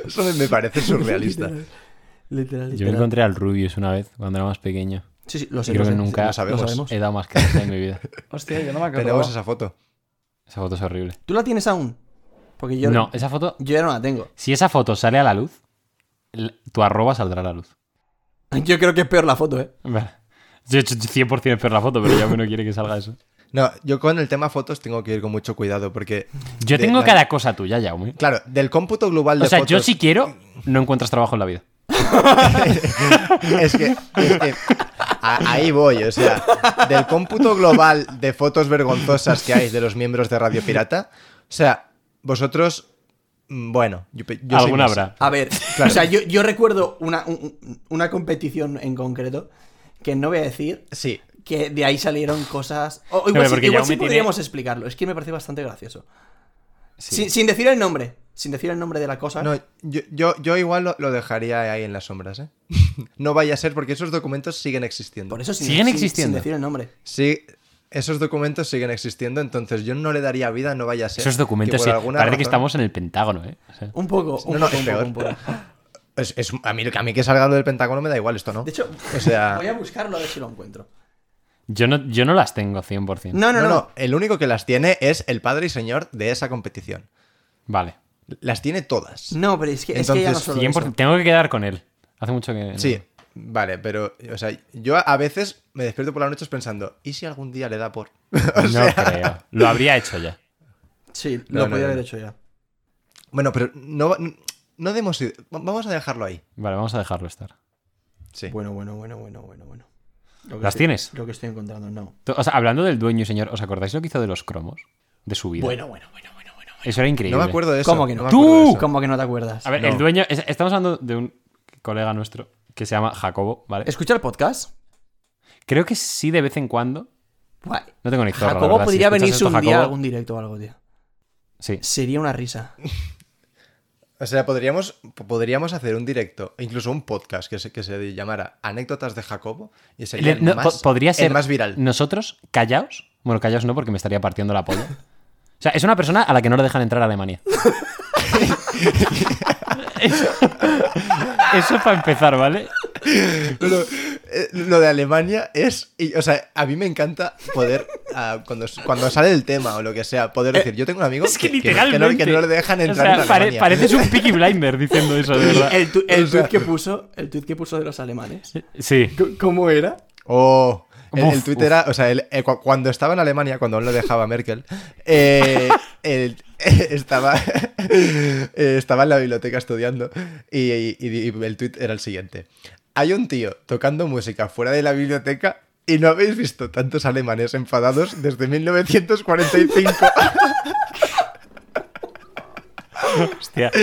eso me- me parece surrealista. Literal, literal, Yo me literal. encontré al Rubius una vez, cuando era más pequeño. Sí, sí, lo sé, Creo lo que sé, nunca lo sabemos. lo sabemos. he dado más caras en mi vida. Hostia, yo no me acuerdo. Tenemos esa foto. Esa foto es horrible. ¿Tú la tienes aún? Porque yo No, esa foto... yo ya no la tengo. Si esa foto sale a la luz, l- tu arroba saldrá a la luz. Yo creo que es peor la foto, ¿eh? Vale. Yo, yo- yo 100% es peor la foto, pero ya no quiere que salga eso. No, yo con el tema fotos tengo que ir con mucho cuidado porque. Yo de- tengo la- cada cosa tuya, Jaume. Claro, del cómputo global de O sea, yo fotos- si quiero, no encuentras trabajo en la vida. Es que, es que a- ahí voy, o sea, del cómputo global de fotos vergonzosas que hay de los miembros de Radio Pirata, o sea, vosotros, mm, bueno, yo, pe- yo soy Alguna más. habrá. A ver, o sea, yo, yo recuerdo una, un- un- una competición en concreto que no voy a decir Sí, que de ahí salieron cosas. O- O No, igual, sí- porque igual Jaume sí tiene- podríamos explicarlo. Es que me parece bastante gracioso. Sí. Sin, sin decir el nombre. Sin decir el nombre de la cosa. no, yo, yo, yo igual lo, lo dejaría ahí en las sombras, ¿eh? No vaya a ser porque esos documentos siguen existiendo. por e- eso sin- ¿Siguen sin- existiendo? Sin decir el nombre. Sí, esos documentos siguen existiendo, entonces yo no le daría vida, no vaya a ser. Esos documentos, por sí. alguna Parece que razón- estamos en el Pentágono, ¿eh? O sea, Un poco, No, un no, poco, es un poco, peor. un poco. Es, es- a, mí, a mí que salgan del Pentágono me da igual esto, ¿no? De hecho, o sea, voy a buscarlo a ver si lo encuentro. yo, no, yo no las tengo 100%. No, no, no, no. no, el único que las tiene es el padre y señor de esa competición. Vale. Las tiene todas. No, pero es que, es que ya no Entonces, solo 100%. eso. Tengo que quedar con él. Hace mucho que. no. Sí, vale, pero, o sea, yo a- a veces me despierto por las noches pensando, ¿y si algún día le da por...? O No sea, creo. Lo habría hecho ya. Sí, No, lo no, podía no, haber no. hecho ya. Bueno, pero no, no demos... ide- Vamos a dejarlo ahí. Vale, vamos a dejarlo estar. Sí. Bueno, bueno, bueno, bueno, bueno, bueno. Lo que ¿Las estoy- tienes? Lo que estoy encontrando, no. To- O sea, hablando del dueño y señor, ¿os acordáis lo que hizo de los cromos? De su vida. Bueno, bueno, bueno, bueno, bueno. Eso era increíble. no me acuerdo de eso. ¿Cómo que no? me ¡Tú! acuerdo de eso. ¿Cómo que no te acuerdas? A ver, el dueño. es- estamos hablando de un colega nuestro que se llama Jacobo, ¿vale? ¿Escucha el podcast? Creo que sí de vez en cuando. Guay. No tengo ni zorra, la Jacobo verdad. Si podría escuchas venirse esto, un día a Jacobo- algún directo o algo, tío. Sí. Sería una risa. O sea, podríamos, podríamos hacer un directo, incluso un podcast que se, que se llamara Anécdotas de Jacobo y sería el, Le- no, más, po- podría el ser más viral. nosotros callaos. Bueno, callaos no, porque me estaría partiendo la polla. O sea, es una persona a la que no le dejan entrar a Alemania. eso, eso para empezar, ¿vale? Pero, eh, lo de Alemania es. y, o sea, a mí me encanta poder, ah, cuando, cuando sale el tema o lo que sea, poder decir: Yo tengo un amigo Eh, Es que que, que no- que no, literalmente. que no le dejan O entrar sea, en pare- Alemania. pareces un picky blinder diciendo eso, de verdad. El, tu- O el sea- tweet que puso, el tweet que puso de los alemanes. Sí. C- ¿Cómo era? Oh, el, el Uf, tuit uf. era, o sea, el- eh, cu- cuando estaba en Alemania, cuando aún lo dejaba Merkel, eh, el- estaba, eh, estaba en la biblioteca estudiando y, y- y- y el tuit era el siguiente. Hay un tío tocando música fuera de la biblioteca y no habéis visto tantos alemanes enfadados desde 1945. Hostia.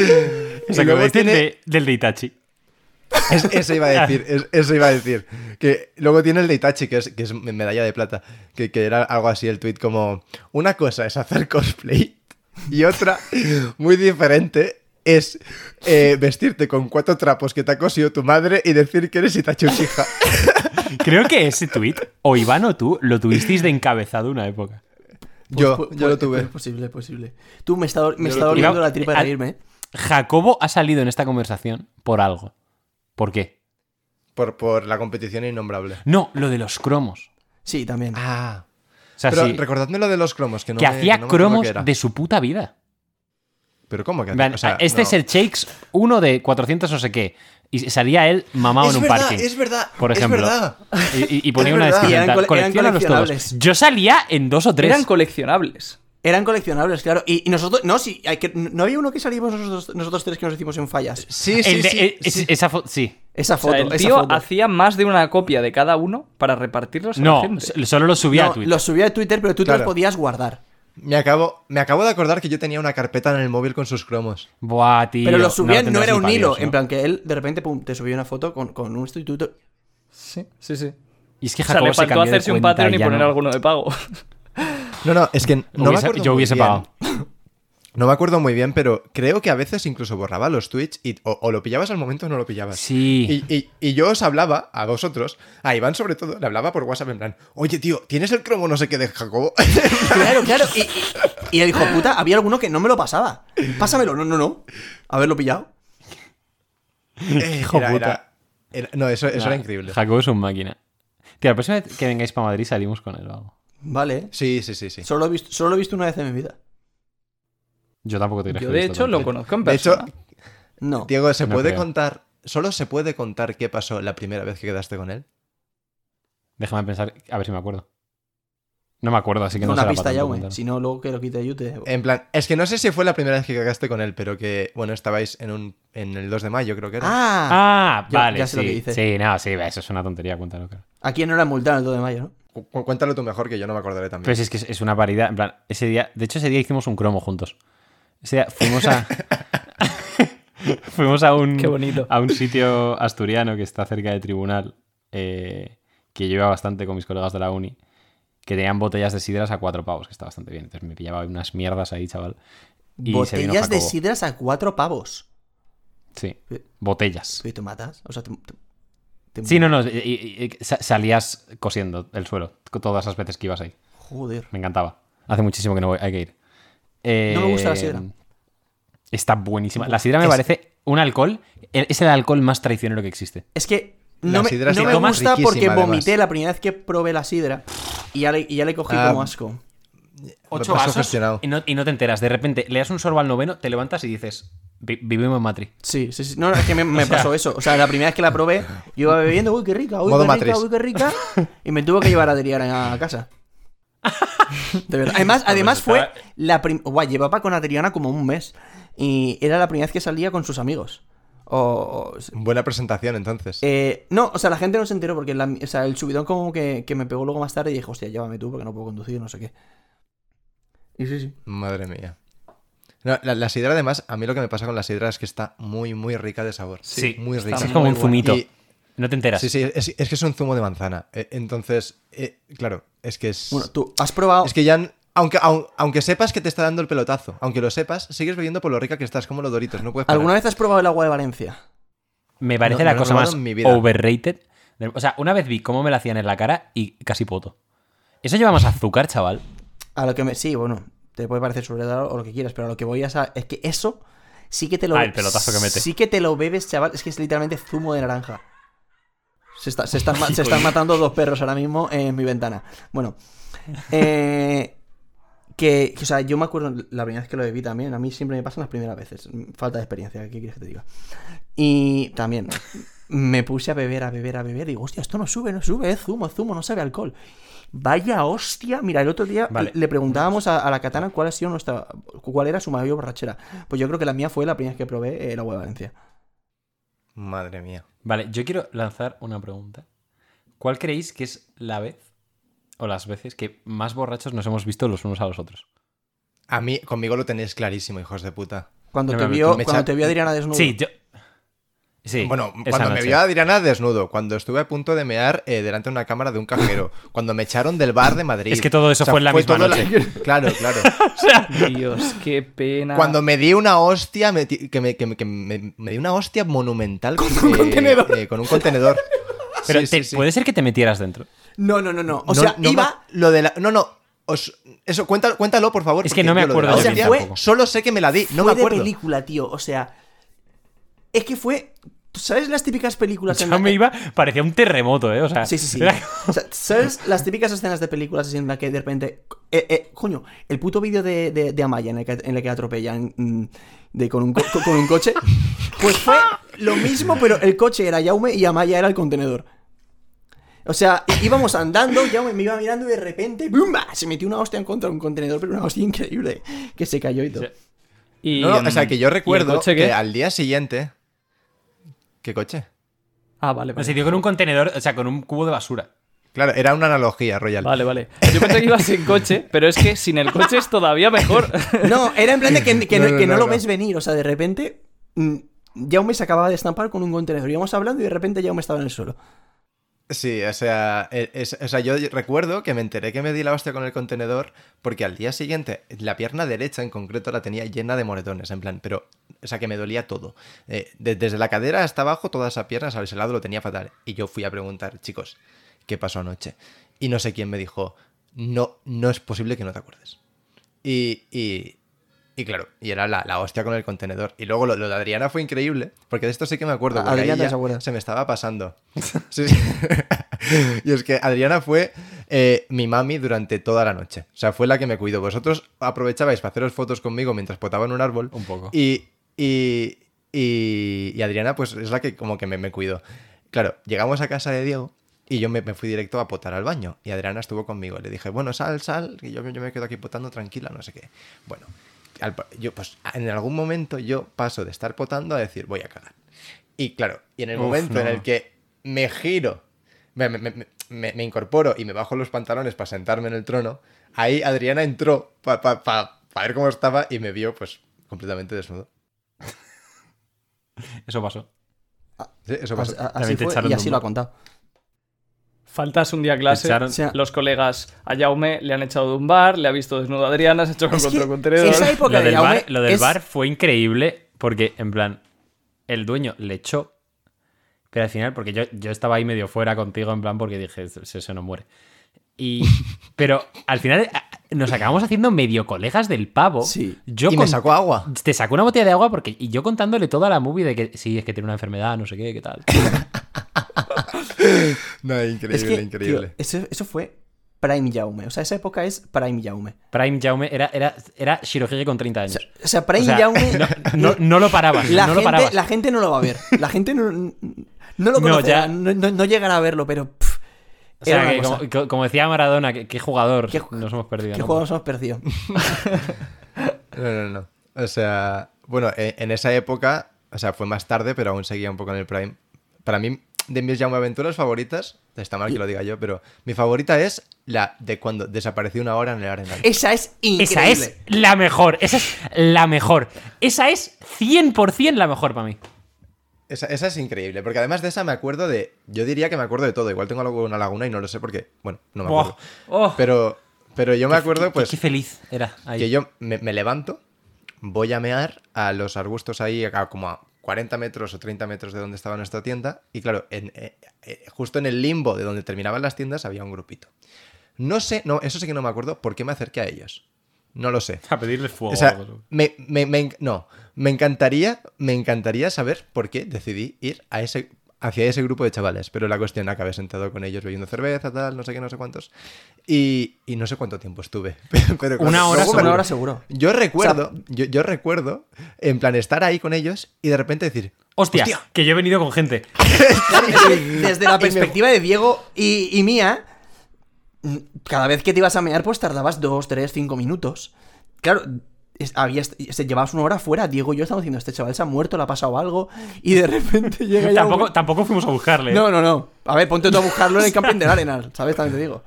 Y ¿Os luego acordáis tiene- de- del de Itachi? Es- eso iba a decir, es- eso iba a decir. Que luego tiene el de Itachi, que es, que es medalla de plata, que, que era algo así el tweet como, una cosa es hacer cosplay y otra muy diferente es eh, vestirte con cuatro trapos que te ha cosido tu madre y decir que eres Itachi Uchiha. Creo que ese tweet, o Iván o tú, lo tuvisteis de encabezado una época. Yo, Pues- yo lo pues- tuve. Es posible, es posible. Tú me está, me está Yo lo tuve. doliendo la tripa de Al- reírme. ¿eh? Jacobo ha salido en esta conversación por algo. ¿Por qué? Por, por la competición innombrable. No, lo de los cromos. Sí, también. Ah. O sea, pero sí, recordadme lo de los cromos, que no que me- hacía no me acuerdo cromos qué era. de su puta vida. Pero ¿cómo que En hacía? plan, O sea, este no. es el Shakes uno de 400 no sé qué. Y salía él mamado Es en un verdad, parking. Es verdad, por es ejemplo. verdad. Y, y- y ponía Es una verdad. vestimenta. Eran cole- eran Colecciónalos todos. coleccionables. Yo salía en dos o tres. Eran coleccionables. Eran coleccionables, claro. Y, y nosotros. No, sí, hay que, no había uno que salimos nosotros, nosotros tres que nos hicimos en fallas. Sí, sí, El de- sí, e- es- sí. Esa foto, sí. Esa O foto. sea, el esa tío foto. hacía más de una copia de cada uno para repartirlos a la No, gente. so- solo lo subía a No, Twitter. lo subía a Twitter, pero tú te Claro. los podías guardar. Me acabo, me acabo de acordar que yo tenía una carpeta en el móvil con sus cromos. Buah, tío. pero lo subía, no, tendrás era ni un pa' hilo. Dios, En ¿no? plan, que él de repente, pum, te subía una foto con, con un instituto. Sí, sí, sí. Y es que O sea, Jacobo le se faltó cambió de hacerse un cuenta Patreon y ya poner no- alguno de pago. No, no, es que no me Hubiese- acuerdo yo muy hubiese bien. pagado. No me acuerdo muy bien, pero creo que a veces incluso borraba los tweets y o, o lo pillabas al momento o no lo Pues, pillabas. Sí. Y, y- y yo os hablaba a vosotros, a Iván sobre todo, le hablaba por WhatsApp en plan, oye tío, ¿tienes el cromo no sé qué de Jacobo? Eh, Claro, claro. Y, y, y el hijo puta, había alguno que no me lo pasaba. Pásamelo, no, no, no. Haberlo pillado. Hijo Era- puta. era- era- no, eso, eso Nah, era increíble. Jacobo es un máquina. Tío, la próxima vez que vengáis para Madrid salimos con él o algo. Vale. Sí, sí, sí, sí. Solo lo, he visto, solo lo he visto una vez en mi vida. Yo tampoco te crees Yo, que he de visto hecho, lo tanto. conozco en De hecho, persona. No. Diego, ¿se No puede creo. contar, solo se puede contar qué pasó la primera vez que quedaste con él? Déjame pensar, a ver si me acuerdo. No me acuerdo, así que no una será para pista ya, tanto Eh, güey. contar. Si no, luego que lo quite Yute. En plan, es que no sé si fue la primera vez que cagaste con él, pero que, bueno, estabais en un en el 2 de mayo, creo que era. Ah, Ah, Ya- vale, ya sé sí. lo que dices. Sí, no, sí, va, eso es una tontería, cuéntalo. claro. ¿a quién no la multaron el 2 de mayo, no? Cu- cu- Cuéntalo tú mejor, que yo no me acordaré también. Pero Pues, si es que es- es una paridad, en plan, ese día, de hecho ese día hicimos un cromo juntos. Ese día fuimos a fuimos a un Qué bonito. a un sitio asturiano que está cerca de tribunal eh, que yo iba bastante con mis colegas de la uni que tenían botellas de sidras a cuatro pavos, que está bastante bien. Entonces me pillaba unas mierdas ahí, chaval. Y se vino Botellas de Jacobo. sidras a cuatro pavos. Sí, Eh, botellas. ¿Tú y te matas? O sea, te, te- te- Sí, no, no, y- y- y sa- salías cosiendo el suelo co- todas las veces que ibas ahí. Joder. Me encantaba. Hace muchísimo que no voy, hay que ir. Eh, No me gusta la sidra. Está buenísima. La sidra me Es- parece un alcohol. el- Es el alcohol más traicionero que existe. Es que La no me, sidra no se me toma gusta riquísima, porque además. vomité la primera vez que probé la sidra y ya le, y ya le cogí Ah, como asco. Ocho Me has vasos sugestionado. y no, y no te enteras. De repente le das un sorbo al noveno, te levantas y dices, "Vi- vivimos en Matri. Sí, sí, sí. No, no, es que me, me pasó eso. O sea, la primera vez que la probé, yo iba bebiendo, uy, qué rica, uy, Modo qué rica, Matrix. uy, qué rica. Y me tuvo que llevar a Adrián a casa. De verdad. Además, además fue pues estaba- la primera. Guau, llevaba con Adriana como un mes. Y era la primera vez que salía con sus amigos. O, o- Buena presentación, entonces. eh, no, o sea, la gente no se enteró porque la- o sea, el subidón como que, que me pegó luego más tarde y dije, hostia, llévame tú porque no puedo conducir, no sé qué. Y sí, sí. Madre mía. No, la, la sidra, además, a mí lo que me pasa con la sidra es que está muy, muy rica de sabor. Sí, muy está rica. muy Es como un zumito. Y- No te enteras. Sí, sí, es, es que es un zumo de manzana. Eh, Entonces, eh, claro, es que es. Bueno, tú has probado. Es que ya. n- Aunque, aun- aunque sepas que te está dando el pelotazo, aunque lo sepas, sigues bebiendo por lo rica que estás, como los doritos, no puedes parar. ¿Alguna vez has probado el agua de Valencia? Me parece No- la no lo he cosa probado más en mi vida. overrated. del- O sea, una vez vi cómo me la hacían en la cara y casi poto. Eso lleva más azúcar, chaval. A lo que me. Sí, bueno, te puede parecer sobredado o lo que quieras, pero a lo que voy a sa- es que eso sí que te lo Ah, el pelotazo que mete. Sí que te lo bebes, chaval. Es que es literalmente zumo de naranja. Se, está- se están, ma- se están matando dos perros ahora mismo en mi ventana. Bueno. eh, que, que, o sea, yo me acuerdo la primera vez que lo bebí también. A mí siempre me pasan las primeras veces. mm, Falta de experiencia, ¿qué quieres que te diga? Y también me puse a beber, a beber, a beber. Y digo, hostia, esto no sube, no sube, es zumo, es zumo, no sabe a alcohol. Vaya hostia. Mira, el otro día Vale. le preguntábamos a, a la katana cuál ha sido nuestra. cuál era su mayor borrachera. Pues yo creo que la mía fue la primera vez que probé eh, el agua de Valencia. Madre mía. Vale, yo quiero lanzar una pregunta. ¿Cuál creéis que es la vez o las veces que más borrachos nos hemos visto los unos a los otros? A mí, conmigo lo tenéis clarísimo, hijos de puta. Cuando No, te no, no, vio, tú me cuando echa- te vio Adriana desnudo. Sí, yo. Sí. bueno, esa cuando me noche. vio Adriana desnudo, cuando estuve a punto de mear eh, delante de una cámara de un cajero, cuando me echaron del bar de Madrid. Es que todo eso fue en la misma todo noche. Claro, claro. Dios, qué pena. Cuando me di una hostia, me ti- que me, que me- que me- me di una hostia monumental con un contenedor. con un contenedor. Pero Sí, te- sí, sí. puede ser que te metieras dentro. No, no, no, no. O No- sea, no iba. me- lo de la, no, no. os- eso, cuéntalo, cuéntalo, por favor. Es porque que no me yo lo de la acuerdo yo hostia bien tampoco. Solo sé que me la di, no fue me acuerdo. de película, tío. O sea. Es que fue. ¿tú ¿Sabes las típicas películas en Yo la me que- iba, parecía un terremoto, ¿eh? O sea, Sí, sí, sí. era- O sea, ¿Sabes las típicas escenas de películas así en la que de repente. Eh, eh, coño, el puto vídeo de, de, de Amaya en el que, en el que atropellan mm, de, con, un co- co- con un coche. Pues fue lo mismo, pero el coche era Yaume y Amaya era el contenedor. O sea, í- íbamos andando, Yaume me iba mirando y de repente ¡bumba! Se metió una hostia en contra de un contenedor, pero una hostia increíble que se cayó y todo. Y, No, no, o sea, que ¿y yo el recuerdo coche que qué? al día siguiente. ¿Qué coche? Ah, vale, No, vale. se dio con un contenedor, o sea, con un cubo de basura. Claro, era una analogía, Royal. Vale, vale. Yo pensé que ibas en coche, pero es que sin el coche es todavía mejor. No, era en plan de que, que no, No, no, que no no, lo no. ves venir. O sea, de repente. mm, Jaume se acababa de estampar con un contenedor. Íbamos hablando y de repente Jaume estaba en el suelo. Sí, o sea, e- es- o sea, yo recuerdo que me enteré que me di la hostia con el contenedor porque al día siguiente la pierna derecha en concreto la tenía llena de moretones, en plan, pero, o sea, que me dolía todo. Eh, de- desde la cadera hasta abajo, toda esa pierna, ¿sabes? El lado lo tenía fatal. Y yo fui a preguntar, chicos, ¿qué pasó anoche? Y no sé quién me dijo, no, no es posible que no te acuerdes. Y, y- y claro, y era la, la hostia con el contenedor. Y luego lo, lo de Adriana fue increíble, porque de esto sí que me acuerdo. A- porque ahí Adriana ya se acuerda. se me estaba pasando. Sí, sí. y es que Adriana fue eh, mi mami durante toda la noche. O sea, fue la que me cuidó. Vosotros aprovechabais para haceros fotos conmigo mientras potaba en un árbol. Un poco. Y, y, y- y Adriana, pues es la que como que me, me cuidó. Claro, llegamos a casa de Diego y yo me, me fui directo a potar al baño. Y Adriana estuvo conmigo. Le dije, bueno, sal, sal, que yo, yo me quedo aquí potando tranquila, no sé qué. Bueno, al pa- yo, pues en algún momento yo paso de estar potando a decir, voy a cagar. Y claro, y en el Uf, momento en no. el que me giro, me, me- me- me- me incorporo y me bajo los pantalones para sentarme en el trono, ahí Adriana entró para ver cómo estaba y me vio pues completamente desnudo. Eso pasó. Sí, eso Así, pasó. a- así También te fue, echaron y de así un lo ha bar. contado. Faltas un día a clase. Echaron- O sea, Los colegas a Jaume le han echado de un bar, le ha visto desnudo a Adriana, se ha hecho Es contra que un contenedor. esa época Lo de del, Jaume bar, lo del es- bar fue increíble porque, en plan, el dueño le echó, pero al final, porque yo, yo estaba ahí medio fuera contigo, en plan, porque dije, se, se nos muere. Y, pero al final eh, nos acabamos haciendo medio colegas del pavo. Sí. Yo y me con- sacó agua. Te sacó una botella de agua porque y yo contándole toda la movie de que sí, es que tiene una enfermedad, no sé qué, qué tal. No, increíble, es que, tío, increíble. eso, eso fue Prime Yaume. O sea, esa época es Prime Yaume. Prime Jaume era, era, era Shirohige con 30 años. O sea, Prime O sea, Yaume. no, no- no lo parabas, la, no lo gente, parabas. la gente no lo va a ver. La gente no, no lo No, conocerá. ya. No, no- no llegará a verlo, pero. pff, O sea, era una que cosa. como, co- como decía Maradona, que- qué jugador Qué ju- nos hemos perdido. ¿Qué ¿no? juegos hemos perdido? No, no, no. O sea, bueno, e- en esa época, o sea, fue más tarde, pero aún seguía un poco en el Prime. Para mí, de mis Jaume aventuras favoritas, está mal que lo diga yo, pero mi favorita es la de cuando desapareció una hora en el arenal. Esa es increíble. Esa es la mejor, esa es la mejor. Esa es 100% la mejor para mí. Esa, esa es increíble, porque además de esa me acuerdo de. Yo diría que me acuerdo de todo. Igual tengo algo- una laguna y no lo sé porque. Bueno, no me acuerdo. Oh, Pero, pero yo me acuerdo, Qué- pues. Qué feliz era ahí. que yo me, me levanto, voy a mear a los arbustos ahí, a como a 40 metros o 30 metros de donde estaba nuestra tienda, y claro, en- eh, eh, justo en el limbo de donde terminaban las tiendas había un grupito. No sé, no, eso sí que no me acuerdo por qué me acerqué a ellos. No lo sé. A pedirle fuego. O sea, me, me- me enc- no, me encantaría, me encantaría saber por qué decidí ir a ese, hacia ese grupo de chavales, pero la cuestión acabé sentado con ellos bebiendo cerveza, tal, no sé qué, no sé cuántos, y, y no sé cuánto tiempo estuve. Pero, claro, Una hora luego me- seguro. Una hora seguro. Yo recuerdo, yo, yo recuerdo, en plan, estar ahí con ellos y de repente decir, Hostia, que yo he venido con gente. Desde la perspectiva de Diego y, y mía, mm, cada vez que te ibas a mear, pues tardabas 2, 3, 5 minutos. Claro, es- había, est- se llevabas una hora fuera. Diego y yo estamos diciendo: Este chaval se ha muerto, le ha pasado algo. Y de repente llega ya. Tampoco, ¿eh? un- tampoco fuimos a buscarle. No, no, no. A ver, ponte tú a buscarlo en el camping del Arenal, ¿sabes? También te digo.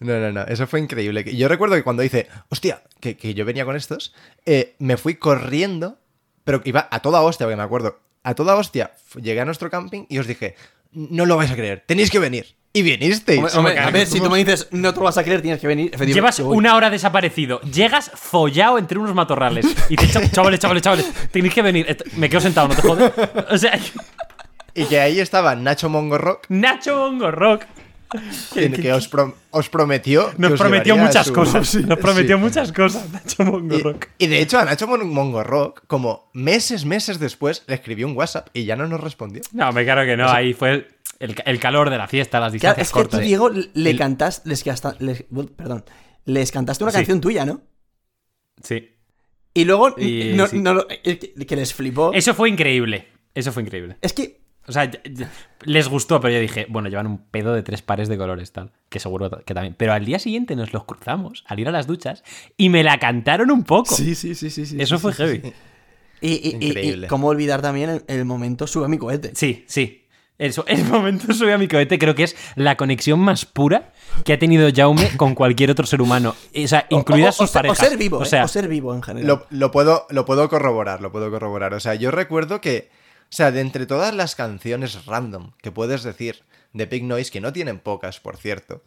no, no, no, eso fue increíble. Que- Yo recuerdo que cuando hice, hostia, que, que yo venía con estos, eh, me fui corriendo, pero que iba a toda hostia, porque me acuerdo, a toda hostia, f- llegué a nuestro camping y os dije, no lo vais a creer, tenéis que venir. Y vinisteis. Hombre, hombre, a cago. ver, si tú me dices, no te lo vas a creer, tienes que venir. efectivamente, Llevas yo voy. una hora desaparecido, llegas follado entre unos matorrales y te echan, chavales, chavales, chavales, tenéis que venir. Esto- Me quedo sentado, no te jodas. O sea, Y que ahí estaba Nacho Mongo Rock, Nacho Bongo Rock que, que os, pro- os prometió. que nos os prometió llevaría a muchas su- cosas. Nos prometió Sí. muchas cosas, Nacho Bongo Y, Rock. y de hecho a Nacho Mon- Mongo Rock, como meses, meses después, le escribí un WhatsApp y ya no nos respondió. No, me claro que no, ahí fue el, el- el calor de la fiesta, las Claro, distancias es que tú, cortas. Diego, le cantas. Les, casta- les- perdón. Les cantaste una Sí. canción tuya, ¿no? Sí. Y luego Y, no- sí. no lo- eh, que que les flipó. Eso fue increíble. Eso fue increíble. Es que O sea, ya- ya- les gustó, pero yo dije, bueno, llevan un pedo de tres pares de colores, tal. Que seguro ta- que también. Pero al día siguiente nos los cruzamos al ir a las duchas y me la cantaron un poco. sí, sí, sí. sí Eso fue heavy. Y, y- y- y Increíble. cómo olvidar también el, el momento sube mi cohete. Sí, sí. Eso, el momento sube a mi cohete creo que es la conexión más pura que ha tenido Jaume con cualquier otro ser humano. eh, O sea, O- incluidas o- sus o ser- parejas. O ser vivo, O ¿eh? sea, O ser vivo en general. Lo, lo puedo, lo puedo corroborar, lo puedo corroborar. O sea, yo recuerdo que, o sea, de entre todas las canciones random que puedes decir de Pig Noise, que no tienen pocas, por cierto,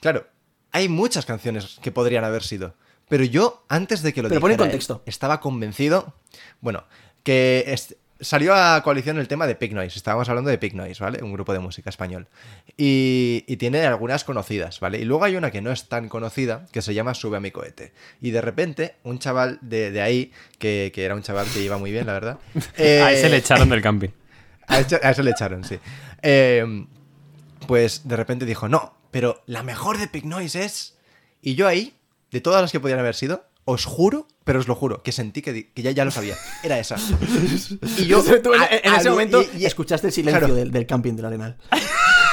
claro, hay muchas canciones que podrían haber sido. Pero yo, antes de que lo Pero pon en dijera, contexto. estaba convencido, bueno, que es- salió a coalición el tema de Pig Noise. Estábamos hablando de Pig Noise, ¿vale? Un grupo de música español. Y, y tiene algunas conocidas, ¿vale? Y luego hay una que no es tan conocida, que se llama Sube a mi cohete. Y de repente, un chaval de, de ahí, que, que era un chaval que iba muy bien, la verdad. eh, a ese le echaron del camping. a eso, a eso le echaron, sí. Eh, pues de repente dijo, no, pero la mejor de Pig Noise es... Y yo ahí, de todas las que podían haber sido, os juro, pero os lo juro, que sentí que, di- que ya, ya lo sabía. Era esa. Y yo... Tú en, a- en ese alu- momento y- y- escuchaste el silencio claro. del, del camping del Arenal.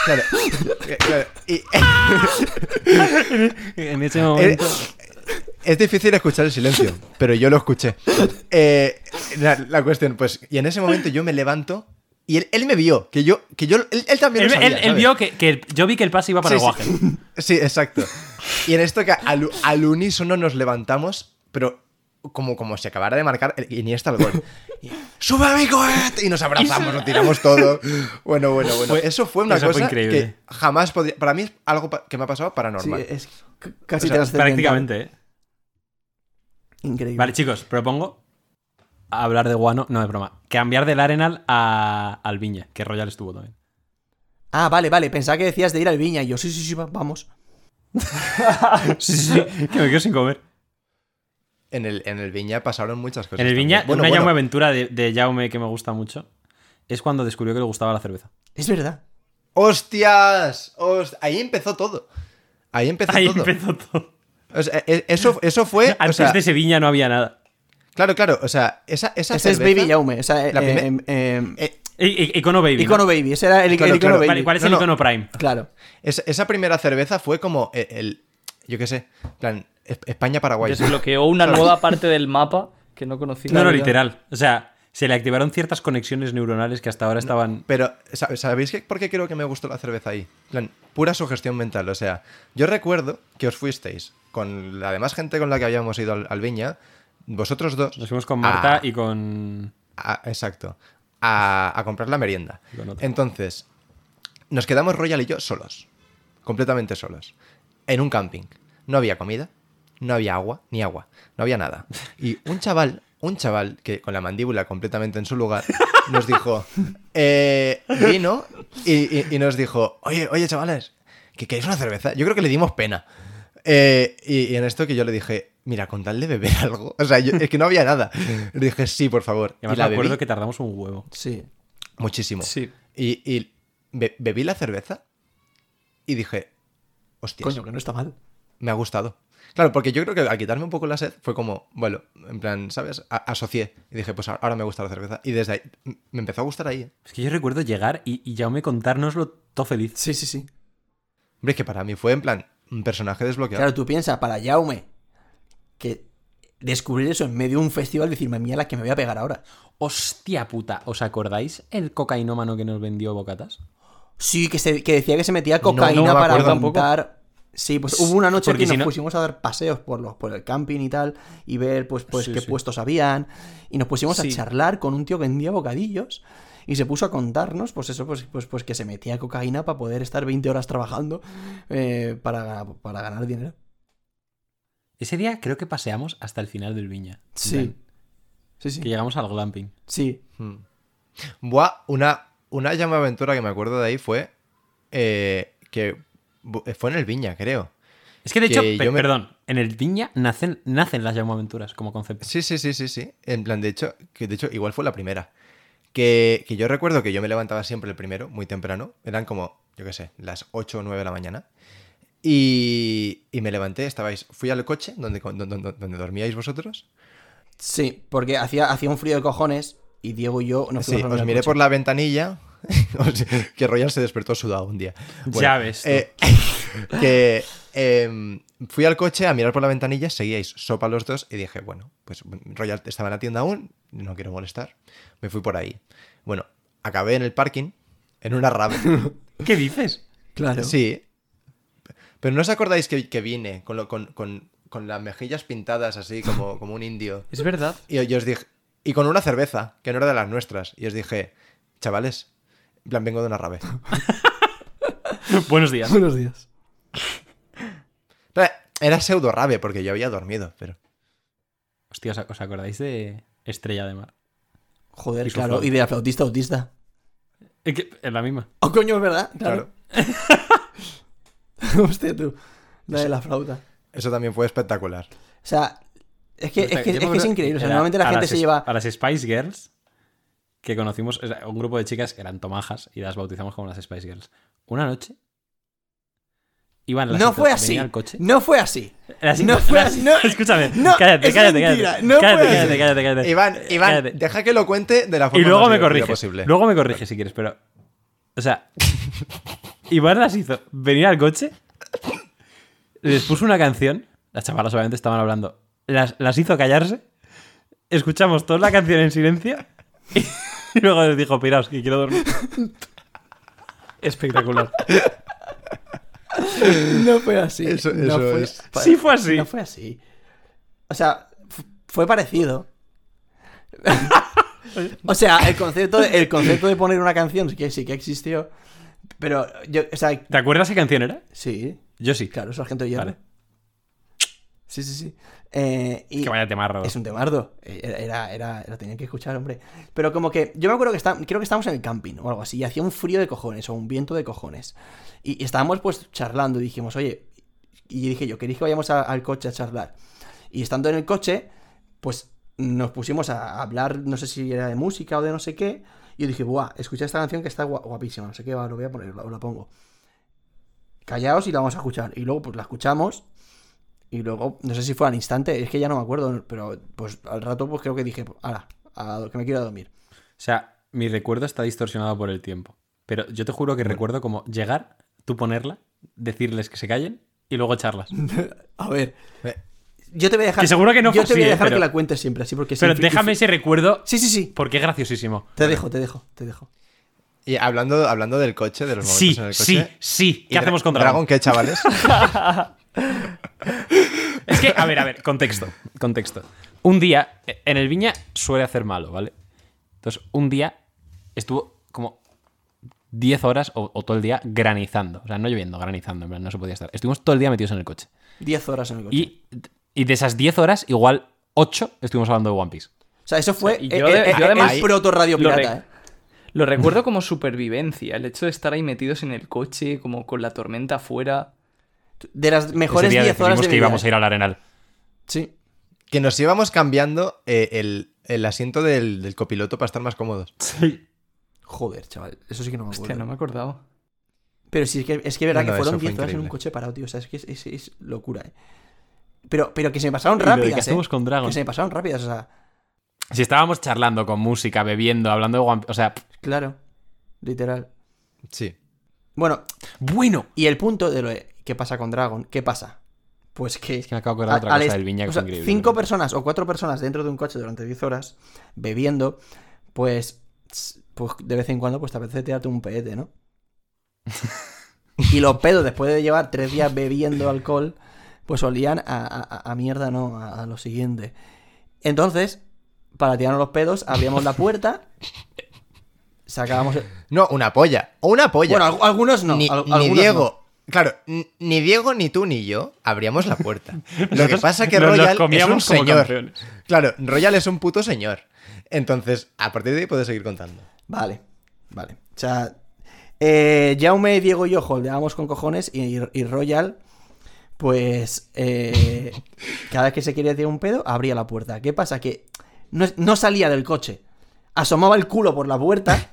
Claro. Eh, claro, y- En ese Eh, momento. Es, eh, es difícil escuchar el silencio, pero yo lo escuché. Eh, la, la cuestión, pues, y en ese momento yo me levanto y él, él me vio, que yo, que yo, él, él también él, lo sabía, él- él ¿sabes? vio que, que el- yo vi que el pase iba para el guaje. sí, Sí, exacto. Y en esto que al, al unísono nos levantamos, pero como, como si acabara de marcar el- Iniesta el gol. Y, ¡Sube mi cohete! Y nos abrazamos, lo tiramos todo. Bueno, bueno, bueno. Fue- eso fue una eso fue cosa increíble. que jamás podría... Para mí es algo pa- que me ha pasado Sí, eh. paranormal. es c- casi O sea, trascendental. Prácticamente, ¿eh? Increíble. Vale, chicos, propongo hablar de guano. No, es broma. Cambiar del Arenal a, al Viña, que Royal estuvo también. Ah, vale, vale. Pensaba que decías de ir al viña. Y yo, sí, sí, sí, va- vamos. Sí, sí, sí, que me quedo sin comer. En el, en el Viña pasaron muchas cosas. En el también. Viña, Pues Bueno, una bueno, Jaume aventura de, de Jaume que me gusta mucho es cuando descubrió que le gustaba la cerveza. Es verdad. ¡Hostias! Host- Ahí empezó todo. Ahí empezó Ahí todo. empezó todo. O sea, e- eso, eso fue. o Antes sea, de Sevilla no había nada. Claro, claro. O sea, esa, esa Ese es cerveza- Baby Jaume. O sea, eh, La primer- em, em, eh, I- I- Icono Baby. ¿no? Icono Baby. Ese era el, el Claro, Icono claro. Baby. Vale, ¿cuál es No, el no. icono Prime? Claro. esa, esa primera cerveza fue como el. el- yo qué sé. en plan, Es- España-Paraguay. Desbloqueó una nueva parte del mapa que no conocía. No, no, Claro. literal. O sea, se le activaron ciertas conexiones neuronales que hasta ahora estaban. Pero, ¿sab- ¿sabéis qué- por qué creo que me gustó la cerveza ahí? En plan, pura sugestión mental. O sea, yo recuerdo que os fuisteis con la demás gente con la que habíamos ido al, al Viña, vosotros dos. Nos fuimos con Marta a- y con. a- exacto. A, a comprar la merienda. Y con otra. Entonces, nos quedamos Royal y yo solos. Completamente solos. En un camping. No había comida, no había agua, ni agua. No había nada. Y un chaval, un chaval que con la mandíbula completamente en su lugar, nos dijo, eh, vino y, y- y nos dijo, oye, oye chavales, ¿que queréis una cerveza? Yo creo que le dimos pena. Eh, y, y en esto que yo le dije, mira, con tal de beber algo. O sea, yo- es que no había nada. Le dije, sí, por favor. Y además la me acuerdo bebí que tardamos un huevo. Sí. muchísimo. Sí. Y, y be- bebí la cerveza y dije, hostia, Coño, que no está mal. me ha gustado. Claro, porque yo creo que al quitarme un poco la sed fue como, bueno, en plan, ¿sabes? A- asocié y dije, pues ahora- ahora me gusta la cerveza. Y desde ahí m- me empezó a gustar ahí. ¿eh? Es que yo recuerdo llegar y, y Jaume contárnoslo todo feliz. Sí, sí, sí. Hombre, es que para mí fue en plan un personaje desbloqueado. Claro, tú piensas, para Jaume, que descubrir eso en medio de un festival, decirme, mía, la que me voy a pegar ahora. Hostia puta, ¿os acordáis el cocainómano que nos vendió bocatas? Sí, que, se, que decía que se metía cocaína no me para acuerdo aguantar. Sí, pues hubo una noche Porque que si no- nos pusimos a dar paseos por los por el camping y tal, y ver pues, pues Sí, qué sí. puestos habían, y nos pusimos Sí. a charlar con un tío que vendía bocadillos, y se puso a contarnos, pues eso, pues, pues, pues que se metía cocaína para poder estar 20 horas trabajando eh, para, para ganar dinero. Ese día creo que paseamos hasta el final del viña. En Sí. plan, Que Sí, sí. llegamos al glamping. Sí. Mm. Buah, una, una llama aventura que me acuerdo de ahí fue eh, que bu- fue en el Viña, creo. Es que de Que hecho, yo pe- me- perdón, en el viña nacen, nacen las llamaventuras como concepto. Sí, sí, sí, sí, sí. En plan, de hecho, que de hecho igual fue la primera. Que, que yo recuerdo que yo me levantaba siempre el primero, muy temprano. Eran como, yo qué sé, las 8 o 9 de la mañana. Y, y me levanté, estabais, fui al coche donde, donde, donde- donde dormíais vosotros. Sí, porque hacía, hacía un frío de cojones y Diego y yo nos Sí, fuimos a dormir os al miré coche. por la ventanilla. Os- que Royal se despertó sudado un día. Ya ves tú. eh, que em, fui al coche a mirar por la ventanilla, seguíais sopa los dos y dije, bueno, pues Royal estaba en la tienda aún, no quiero molestar. Me fui por ahí. Bueno, acabé en el parking, en una rave. ¿Qué dices? Claro. Sí. Pero ¿no os acordáis que, que vine con, lo- con- con- con las mejillas pintadas así como, como un indio? Es verdad. Y yo os dije, y con una cerveza, que no era de las nuestras, y os dije, chavales, en plan, vengo de una rave. Buenos días. Buenos días. Pero Era pseudo rave porque yo había dormido, pero... Hostia, ¿os ac- ¿os acordáis de Estrella de Mar? Joder, Y su claro. flauta. Y de la flautista autista. Es que- es la misma. Oh, coño, es verdad. Claro. Claro. Hostia, tú. La de la flauta. Eso también fue espectacular. O sea, es que es, que, es, que es increíble. O sea, Era normalmente la a gente las se es- lleva. A las Spice Girls que conocimos, o sea, un grupo de chicas que eran tomajas y las bautizamos como las Spice Girls. Una noche iban las No otras- fue venían así. al coche. No fue así. Las- no fue así, no- escúchame. no, cállate, es cállate, mentira, cállate. no cállate, fue cállate, así. cállate, cállate. Iván, Iván, Cállate. deja que lo cuente de la forma Eh, Y luego más me divertida corriges. posible. Luego me corriges si quieres, pero. O sea, Iván las hizo venir al coche, les puso una canción. Las chavalas obviamente estaban hablando. Las, las hizo callarse. Escuchamos toda la canción en silencio. Y luego les dijo, piraos, que quiero dormir. Espectacular. No fue así. Eso- no eso fue, es. pa- Sí fue así. No fue así. O sea, f- fue parecido. o sea, el concepto, de, el concepto de poner una canción sí que sí que existió. Pero yo, o sea, ¿Te acuerdas qué canción era? sí. Yo sí. Claro, sargento de hierro. Vale. Sí, sí, sí. Eh, y Que vaya temarro. es un temardo. Era, era, era, lo tenía que escuchar, hombre. Pero como que, yo me acuerdo que está, creo que estábamos en el camping o algo así, y hacía un frío de cojones o un viento de cojones. Y, y estábamos pues charlando y dijimos, oye, y dije yo, ¿queréis que vayamos a- al coche a charlar? Y estando en el coche, pues nos pusimos a hablar, no sé si era de música o de no sé qué, y yo dije, buah, escucha esta canción que está gua- guapísima, no sé qué, va, lo voy a poner, lo, la pongo. Callaos y la vamos a escuchar. Y luego pues la escuchamos y luego, no sé si fue al instante, es que ya no me acuerdo, pero pues al rato pues creo que dije, ahora, que me quiero ir a dormir. O sea, mi recuerdo está distorsionado por el tiempo. Pero yo te juro que recuerdo como llegar, tú ponerla, decirles que se callen y luego charlas. A ver, Eh, yo te voy a dejar... Que seguro que no Yo fue te voy así, ¿eh? a dejar Pero- que la cuentes siempre, así porque... Pero sí, déjame ese recuerdo Sí, sí, sí. porque es graciosísimo. Te dejo, te dejo, te dejo. Y hablando, hablando del coche, de los momentos Sí, Pues en el sí, coche. sí. ¿y ¿Qué Dra- hacemos con Dragon? Dragon? ¿Qué, chavales? Es que, a ver, a ver, contexto. Contexto. Un día, eh, en el viña suele hacer malo, ¿vale? Entonces, un día estuvo como 10 horas o, o todo el día granizando. O sea, no lloviendo, granizando, en plan, no se podía estar. Estuvimos todo el día metidos en el coche. Diez horas en el coche. Y, y de esas 10 horas, igual 8 estuvimos hablando de One Piece. O sea, eso fue O sea, y eh, yo eh, de- eh, yo además- el proto radio Lo pirata, re- ¿eh? Lo recuerdo como supervivencia, el hecho de estar ahí metidos en el coche, como con la tormenta afuera. De las Ese mejores día 10 horas decidimos de que mi vida, íbamos a ¿eh? ir al Arenal. Sí. que nos íbamos cambiando eh, el, el asiento del, del copiloto para estar más cómodos. Sí. Joder, chaval, eso sí que no me acuerdo. Hostia, no me acordaba. Pero sí, es que es que verdad No, no, que eso fueron fue 10 horas en un increíble. coche parado, tío. O sea, es que es, es- es locura, ¿eh? Pero, pero que se me pasaron Rápido, ¿Qué rápidas, ¿eh? hacemos con Dragon? Que se me pasaron rápidas, o sea, Si estábamos charlando con música, bebiendo, hablando de One Piece. O sea, pff, claro, literal. Sí. Bueno, bueno. y el punto de lo de qué pasa con Dragon, ¿qué pasa? Pues que Es que me acabo de acordar de A- otra al cosa est- del viña que o fue sea, increíble. Cinco personas o cuatro personas dentro de un coche durante 10 horas bebiendo, pues, s- pues de vez en cuando pues te apetece tirarte un peete, ¿no? y los pedos, después de llevar tres días bebiendo alcohol, pues olían a, a- a- a mierda, ¿no? A, a lo siguiente. Entonces, para tirarnos los pedos, abríamos la puerta, sacábamos... el- No, una polla. O una polla. Bueno, al- algunos no. ni, al- ni algunos Diego. no. Claro, n- ni Diego, ni tú, ni yo abríamos la puerta. Lo que Nosotros pasa que nos los Royal es un comíamos como señor. campeones. Claro, Royal es un puto señor. Entonces, a partir de ahí puedes seguir contando. Vale, vale. O sea, eh, Jaume, Diego y yo holdeábamos con cojones y, y- y Royal, pues eh, cada vez que se quería tirar un pedo, abría la puerta. ¿Qué pasa? Que no, no salía del coche, asomaba el culo por la puerta.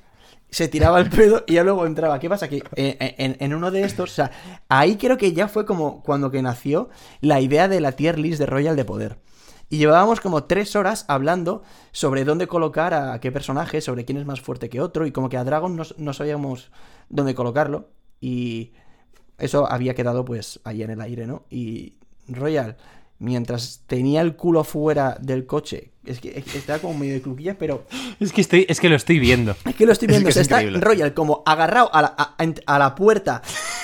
Se tiraba el pedo y ya luego entraba. ¿Qué pasa? Que eh, en, en uno de estos, o sea, ahí creo que ya fue como cuando que nació la idea de la tier list de Royal de poder. Y llevábamos como tres horas hablando sobre dónde colocar a qué personaje, sobre quién es más fuerte que otro, y como que a Dragon no, no sabíamos dónde colocarlo. Y eso había quedado pues ahí en el aire, ¿no? Y Royal, mientras tenía el culo fuera del coche, es que es que estaba como medio de cluquillas, pero Es que, estoy, es que lo estoy viendo. es que lo estoy Es viendo. que es o sea, está increíble. Royal como agarrado a la, a- a- a la puerta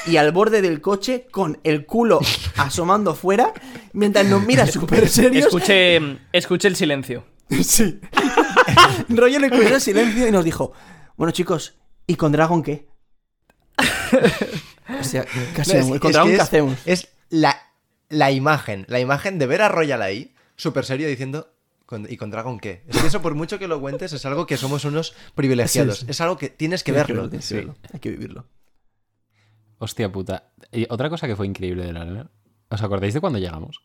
y al borde del coche con el culo asomando fuera, mientras nos mira súper serios. Escuché, escuché el silencio. Sí. Roger le escuchó el silencio y nos dijo: Bueno, chicos, ¿y con Dragon qué? o sea, casi No, me muero. ¿Con Dragon que qué es- hacemos? Es la, la imagen, la imagen de ver a Royal ahí, súper serio, diciendo, "Con- ¿y con Dragon qué? Es que eso, por mucho que lo cuentes, es algo que somos unos privilegiados. Sí, sí. Es algo que tienes que Tienes verlo. tienes que Sí. verlo. Hay que vivirlo. Hostia puta. Y otra cosa que fue increíble de la arena. ¿Os acordáis de cuando llegamos?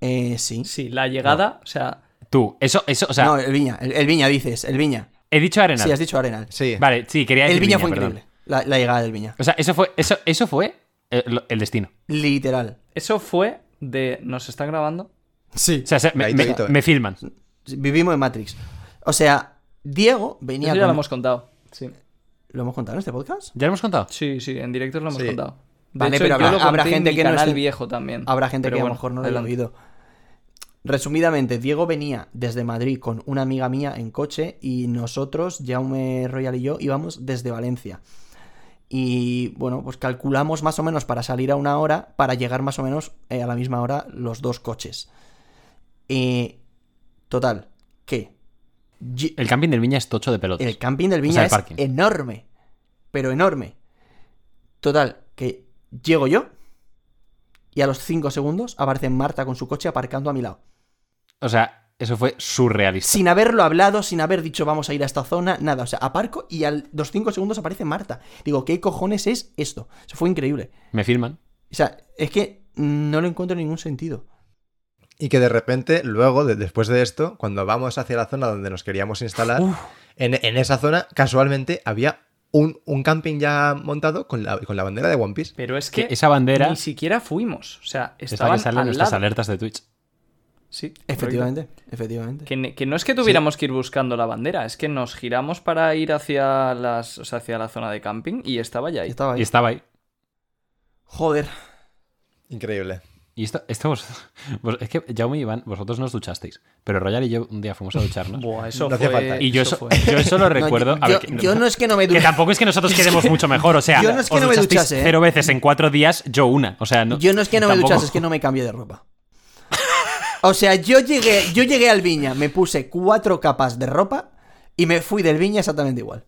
Eh, sí. Sí, la llegada, o sea, Tú, eso, eso, o sea, no, el Viña. El, el Viña dices, el Viña. he dicho arena. Sí, has dicho Arenal. Sí. Vale, sí, quería El decir Viña fue perdón. increíble. La, la llegada del Viña. O sea, eso fue, eso, eso fue eh, lo- el, destino. Literal. eso fue de. ¿Nos están grabando? Sí. O sea, se- me, Ahí todo, me- eh. ahí todo. me filman. Vivimos en Matrix. O sea, Diego venía. Eso ya con- lo hemos contado. Sí, ¿Lo hemos contado en este podcast? ¿Ya lo hemos contado? sí, sí en directo lo hemos Sí. contado. De Vale, hecho, pero yo habrá- lo habrá conté en gente mi que no canal esté- viejo también. Habrá gente Pero que a bueno, lo mejor no lo ha adelante. oído. Resumidamente, Diego venía desde Madrid con una amiga mía en coche y nosotros, Jaume Royal y yo, íbamos desde Valencia. Y bueno, pues calculamos más o menos para salir a una hora, para llegar más o menos eh, a la misma hora los dos coches. Eh, total, que Ye- El camping del Viña es tocho de pelotas. el camping del Viña sea, el es parking. enorme, pero enorme. Total, que llego yo, y a los 5 segundos aparece Marta con su coche aparcando a mi lado. O sea, eso fue surrealista. Sin haberlo hablado, sin haber dicho vamos a ir a esta zona, nada. O sea, aparco y a los 5 segundos aparece Marta. Digo, ¿qué cojones es esto? Eso fue increíble. Me firman. O sea, es que no lo encuentro ningún sentido. Y que de repente, luego, de- después de esto, cuando vamos hacia la zona donde nos queríamos instalar, Uf. en, en esa zona, casualmente, había un, un camping ya montado con la, con la bandera de One Piece. Pero es que, Que esa bandera ni siquiera fuimos. O sea, es la estaban que sale en al nuestras lado. alertas de Twitch. Sí, correcto. Efectivamente, efectivamente. Que, ne- que no es que tuviéramos que ir buscando la bandera, es que nos giramos para ir hacia las o sea, hacia la zona de camping y estaba ya ahí. Estaba ahí. Y estaba ahí. Joder. Increíble. Y esto, esto vos- vos- es que Jaume y Iván, vosotros no os duchasteis, pero Royal y yo un día fuimos a ducharnos. Buah, eso No hacía fue- falta. y yo eso, eso fue. yo eso lo No, recuerdo. yo, a ver, yo- yo no es que no me que duche. tampoco es que nosotros quedemos mucho mejor, o sea, Yo no es que os no me duchasteis duchase, ¿eh? cero veces en cuatro días, yo una, o sea, no, Yo no es que no me tampoco- duchase, es que no me cambié de ropa. O sea, yo llegué, yo llegué al viña, me puse cuatro capas de ropa y me fui del viña exactamente igual.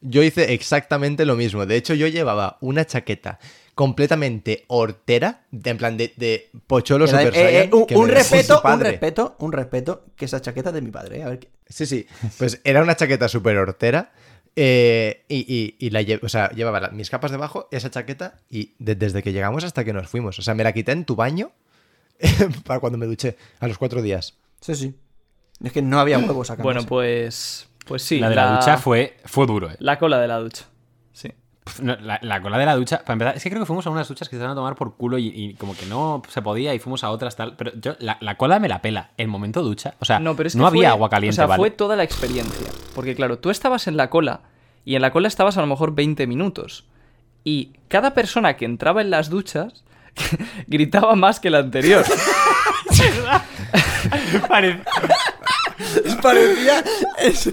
Yo hice exactamente lo mismo. De hecho, yo llevaba una chaqueta completamente hortera, de, en plan de, de pocholo Era de- eh, super eh, saiyan, un, que me un dejó su respeto, un padre. respeto, un respeto, que esa chaqueta es de mi padre, ¿eh? a ver qué- Sí, sí. Pues era una chaqueta súper hortera. eh, y, y- y la lle- o sea, llevaba la- mis capas debajo, esa chaqueta, y de- desde que llegamos hasta que nos fuimos. O sea, me la quité en tu baño para cuando me duché, a los cuatro días. Sí, sí. Es que no había huevos acá. Bueno, pues pues sí, la de la, ducha fue, fue duro, eh. la cola de la ducha. Sí. Pf, no, la, la cola de la ducha, para empezar, es que creo que fuimos a unas duchas que se van a tomar por culo y, y como que no se podía y fuimos a otras tal, pero yo, la, la cola me la pela, el momento ducha, o sea, no, No, pero es que había fue- agua caliente, O sea, ¿vale? fue toda la experiencia. Porque claro, tú estabas en la cola y en la cola estabas a lo mejor 20 minutos. Y cada persona que entraba en las duchas gritaba más que la anterior. Pare- parecía es-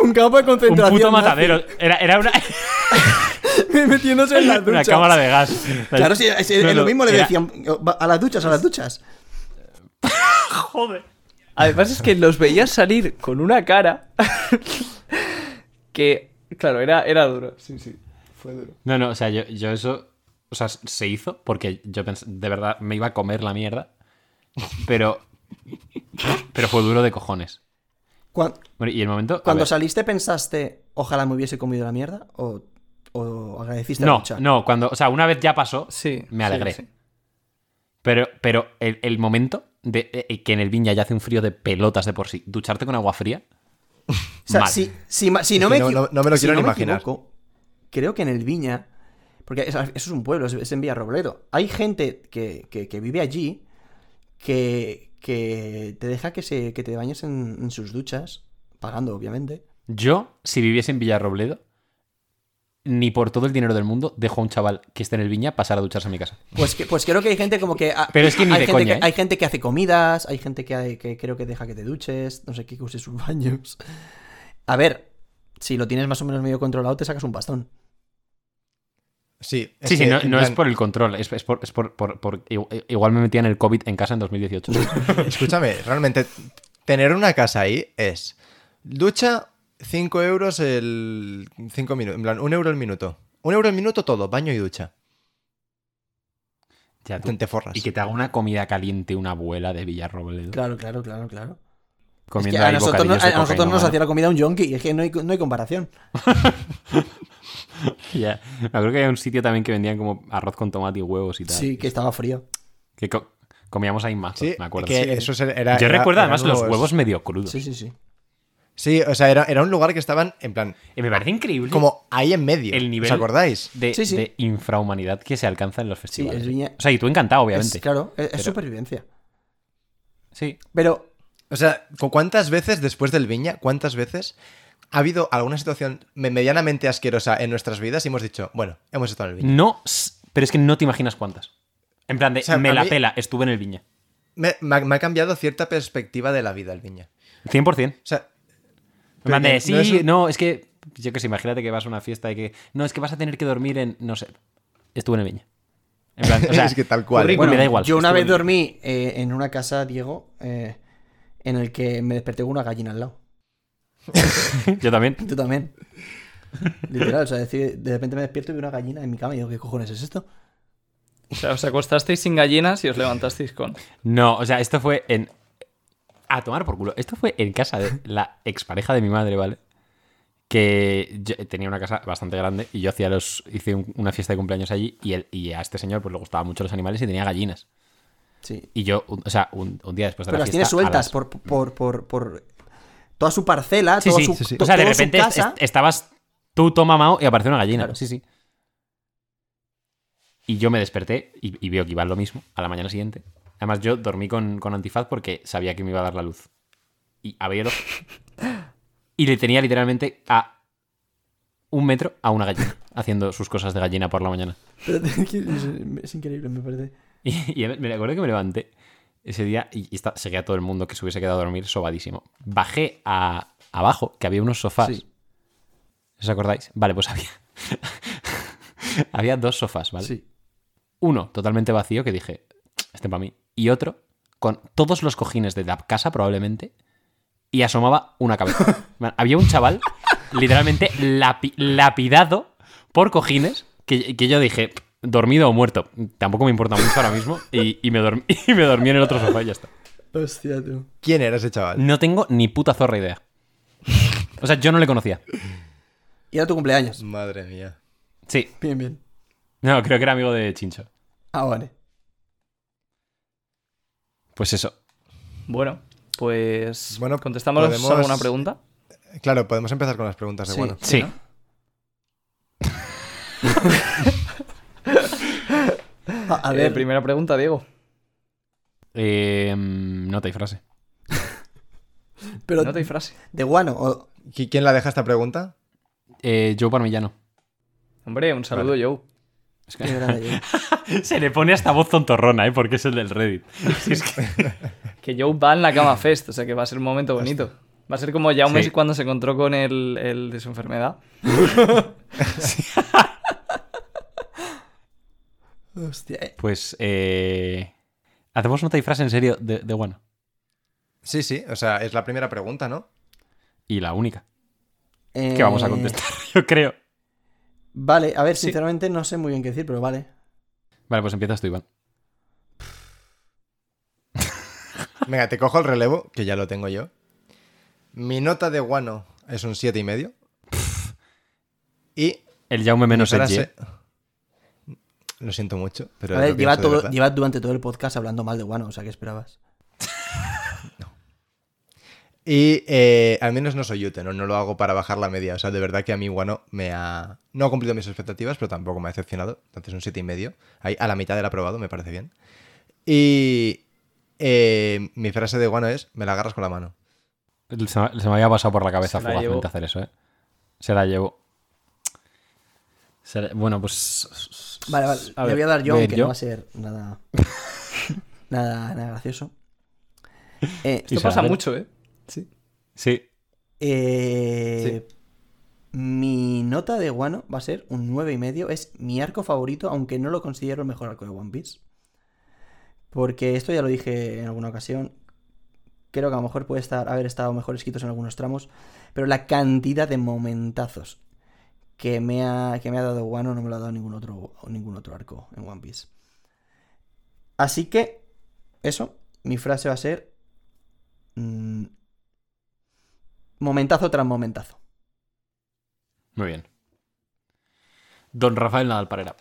un campo de un concentración. puto nazi matadero, era, era una... Metiéndose en la ducha. Una cámara de gas. Claro, sí, es, es No, no, lo mismo le era- decían "Va, a las duchas, a las duchas. Además es que los veías salir con una cara que, claro, era, era duro. Sí, sí. No, no, o sea, yo, yo eso. O sea, se hizo porque yo pensé, de verdad me iba a comer la mierda. Pero. Pero fue duro de cojones. Cuan- Cuando, Bueno, y el momento. a ver. saliste pensaste, ojalá me hubiese comido la mierda o, o agradeciste la No, ducha. no, cuando. O sea, una vez ya pasó, Sí. me sí, alegré. sí. Pero, pero el, el momento de eh, que en el viña ya hace un frío de pelotas de por sí, ducharte con agua fría. O sea, mal. si, si ma- si no que me no- equi- no- no me lo si quiero ni me imaginar. equivoco, creo que en el Viña, porque es- eso es un pueblo, es, es en Villarrobledo, hay gente que, que- que vive allí que, que te deja que, se, que te bañes en, en sus duchas, pagando obviamente. Yo, si viviese en Villarrobledo, ni por todo el dinero del mundo dejo a un chaval que esté en el viña pasar a ducharse a mi casa. Pues, que, pues creo que hay gente como que... ah, Pero es que ni hay de gente coña, que, ¿eh? Hay gente que hace comidas, hay gente que, hay- que creo que deja que te duches, no sé qué, que use sus baños. A ver, si lo tienes más o menos medio controlado, te sacas un bastón. Sí, es Sí, sí, que, no, en no es plan, por el control, es, es por, es por- por- por- igu- eh, Igual me metían el COVID en casa en 2018. Escúchame, realmente, tener una casa ahí es ducha, 5 euros el... 5 minutos, en plan, 1 euro el minuto. 1 euro el minuto todo, baño y ducha. Ya, tú. Te, te forras. Y que te haga una comida caliente una abuela de Villarrobledo. Claro, claro, claro, claro. Es que Comiendo a ahí nosotros, no- bocadillos de a nosotros nos cocainómano. hacía la comida un yonki, es que no hay, no hay comparación. Ya. No, creo que había un sitio también que vendían como arroz con tomate y huevos y tal. Sí, que estaba frío. Que co- comíamos ahí mazo, Sí, me acuerdo. que Sí. eso era- era- Yo recuerdo eran además los unos- huevos medio crudos. Sí, sí, sí. Sí, o sea, era, era un lugar que estaban, en plan, Y me parece increíble como ahí en medio. El nivel- ¿Os acordáis? de, Sí, sí. de infrahumanidad que se alcanza en los festivales. el viña- O sea, y tú encantado, Es- obviamente. claro, es, es Pero- supervivencia. Sí. Pero O sea, ¿cu- ¿cuántas veces después del Viña, cuántas veces ha habido alguna situación me- medianamente asquerosa en nuestras vidas y hemos dicho, bueno, hemos estado en el Viña? No, s- pero es que no te imaginas cuántas. En plan de, O sea, me a la mí- pela, estuve en el viña. Me, me ha, me ha cambiado cierta perspectiva de la vida el Viña. 100%. O sea, En plan de, Pero sí, no no es es, un- que, yo que sé, imagínate que vas a una fiesta y que, no, es que vas a tener que dormir en, no sé, estuve en el viña. En plan, o sea, es que tal cual. currículum, bueno, me da igual. yo una estuve en vez el Viña. dormí eh, en una casa, Diego, eh, en el que me desperté con una gallina al lado. Yo también. Tú también. Literal, o sea, es decir, de repente me despierto y veo una gallina en mi cama y digo, ¿qué cojones es esto? O sea, os acostasteis sin gallinas y os levantasteis con. No, o sea, esto fue en. A tomar por culo. Esto fue en casa de la expareja de mi madre, ¿vale? Que yo tenía una casa bastante grande y yo hacía los. hice un- una fiesta de cumpleaños allí y, el- y a este señor pues le gustaban mucho los animales y tenía gallinas. Sí. Y yo, un- o sea, un, un día después de Pero la las fiesta. tiene sueltas a las- por, por, por, por toda su parcela, Sí, toda sí, su, sí, sí. to- O sea, de toda su repente este casa. est- estabas tú tomamao y apareció una gallina. Claro. Sí, sí. Y yo me desperté y, y veo que iba lo mismo a la mañana siguiente. Además, yo dormí con, con antifaz porque sabía que me iba a dar la luz. Y abrí el ojo. Y le tenía literalmente a un metro a una gallina haciendo sus cosas de gallina por la mañana. es increíble, me parece. Y, y me acuerdo que me levanté ese día y, y esta- seguía todo el mundo que se hubiese quedado a dormir sobadísimo. Bajé a, abajo, que había unos sofás. Sí. ¿Os acordáis? Vale, pues había. había dos sofás, ¿vale? Sí. Uno totalmente vacío que dije, este para mí. Y otro con todos los cojines de la casa, probablemente. Y asomaba una cabeza. Man, había un chaval, literalmente lapi- lapidado por cojines, que, que yo dije, dormido o muerto. Tampoco me importa mucho ahora mismo. Y, y me, dormí, y me dormí en el otro sofá y ya está. Hostia, tú. ¿eh? ¿Quién era ese chaval? No tengo ni puta zorra idea. O sea, yo no le conocía. Y era tu cumpleaños. Madre mía. Sí. Bien, bien. No, creo que era amigo de Chincho. Ah, vale. Pues eso. Bueno, pues. Bueno, contestamos podemos- alguna pregunta. Claro, podemos empezar con las preguntas de Sí. bueno. Sí. ¿no? A, Ah, a Eh, ver, primera pregunta, Diego. Eh, mm, nota y frase. pero No te hay frase. de guano. o- ¿Qui- ¿Quién la deja esta pregunta? Eh, Joe Parmillano. Hombre, un saludo, Joe. Qué grande, yo. Se le pone hasta voz tontorrona, ¿eh? Porque es el del Reddit. Que Joe va en la cama fest, o sea que va a ser un momento bonito. Va a ser como Jaume Sí. cuando se encontró con el, el de su enfermedad. Hostia. eh. Pues, eh... Hacemos nota y frase en serio de, de bueno. Sí, sí, o sea, es la primera pregunta, ¿no? Y la única que vamos a Eh, contestar, yo creo. Vale, a ver, Sí. sinceramente no sé muy bien qué decir, pero vale. Vale, pues empiezas tú, Iván. Venga, te cojo el relevo, que ya lo tengo yo. Mi nota de guano es un siete y medio. Y El Jaume menos mi el frase- Lo siento mucho, pero. a ver, lo lleva, pienso de todo- verdad. lleva durante todo el podcast hablando mal de guano, o sea, ¿qué esperabas? Y eh, al menos no soy Uten, no, no lo hago para bajar la media. O sea, de verdad que a mí guano me ha. No ha cumplido mis expectativas, pero tampoco me ha decepcionado. Entonces un siete y medio. Ahí a la mitad del aprobado, me parece bien. Y. eh, mi frase de guano es: me la agarras con la mano. J. Se, me- ¿eh? se me había pasado por la cabeza Se la fugazmente llevó. hacer eso, ¿eh? Se la llevo. Se la- Bueno, pues... Vale, vale, A le ver, voy a dar yo, voy a ir aunque no va a ser nada. nada, nada gracioso. Eh, Y Esto pasa Saavedra. mucho, ¿eh? Sí. Sí. eh, Mi nota de guano va a ser un 9,5. Es mi arco favorito, aunque no lo considero el mejor arco de One Piece. Porque esto ya lo dije en alguna ocasión. Creo que a lo mejor puede estar, haber estado mejor escritos en algunos tramos. Pero la cantidad de momentazos que me ha, que me ha dado Guano no me lo ha dado ningún otro, ningún otro arco en One Piece. Así que, eso, mi frase va a ser... mm, momentazo tras momentazo. Muy bien. Don Rafael Nadal Parera.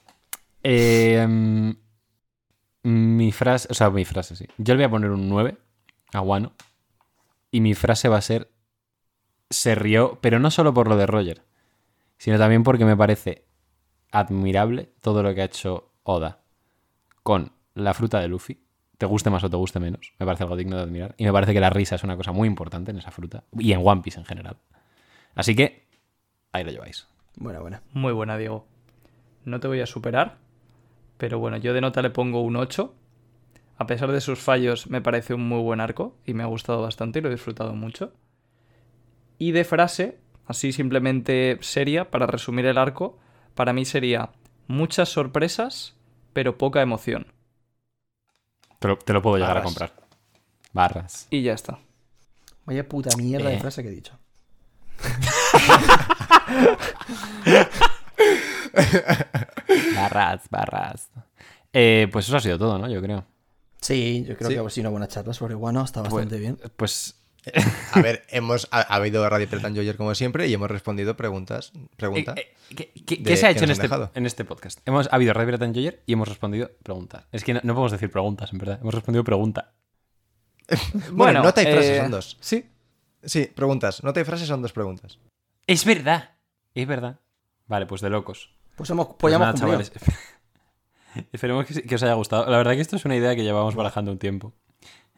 Eh, mm, mi frase, o sea, mi frase, sí. Yo le voy a poner un 9 a Guano. Y mi frase va a ser, se rió, pero no solo por lo de Roger, sino también porque me parece admirable todo lo que ha hecho Oda con la fruta de Luffy. Te guste más o te guste menos. Me parece algo digno de admirar. Y me parece que la risa es una cosa muy importante en esa fruta. Y en One Piece en general. Así que ahí lo lleváis. Buena, buena. Muy buena, Diego. No te voy a superar, pero bueno, yo de nota le pongo un 8. A pesar de sus fallos, me parece un muy buen arco y me ha gustado bastante y lo he disfrutado mucho. Y de frase, así simplemente seria, para resumir el arco, para mí sería muchas sorpresas, pero poca emoción. Te lo, te lo puedo llegar a Barras. comprar. Barras. Y ya está. Vaya puta mierda Eh. de frase que he dicho. Barras, barras. Eh, pues eso ha sido todo, ¿no? Yo creo. Sí, yo creo Sí. que ha sido una buena charla sobre Wano, está bastante pues, bien. Pues A ver, hemos ha, ha habido Radio Pretán Joyer como siempre y hemos respondido preguntas. Pregunta. Eh, eh, ¿Qué, qué- de- qué se ha que hecho en nos este, han dejado. en este podcast? Hemos ha habido Red Pirata en Joyer y hemos respondido preguntas. Es que no, no podemos decir preguntas, en verdad. Hemos respondido pregunta. bueno, bueno, nota y frases eh, son dos. Sí. Sí, preguntas. Nota y frases son dos preguntas. Es verdad. Es verdad. Vale, pues de locos. Pues hemos, pues Pues ya hemos nada, cumplido. chavales. Esperemos que, que os haya gustado. La verdad que esto es una idea que llevamos barajando un tiempo.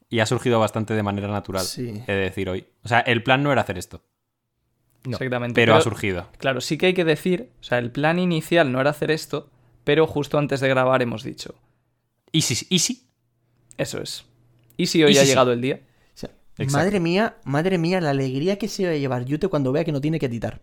Y ha surgido bastante de manera natural, Sí. he de decir hoy. O sea, el plan no era hacer esto, No, Exactamente. pero ha surgido. Claro, sí que hay que decir, o sea, el plan inicial no era hacer esto, pero justo antes de grabar hemos dicho, Y sí, y sí. eso es. Y si hoy Y si ha sí. llegado el día, O sea, Exacto. madre mía, madre mía, la alegría que se va a llevar Yute cuando vea que no tiene que editar.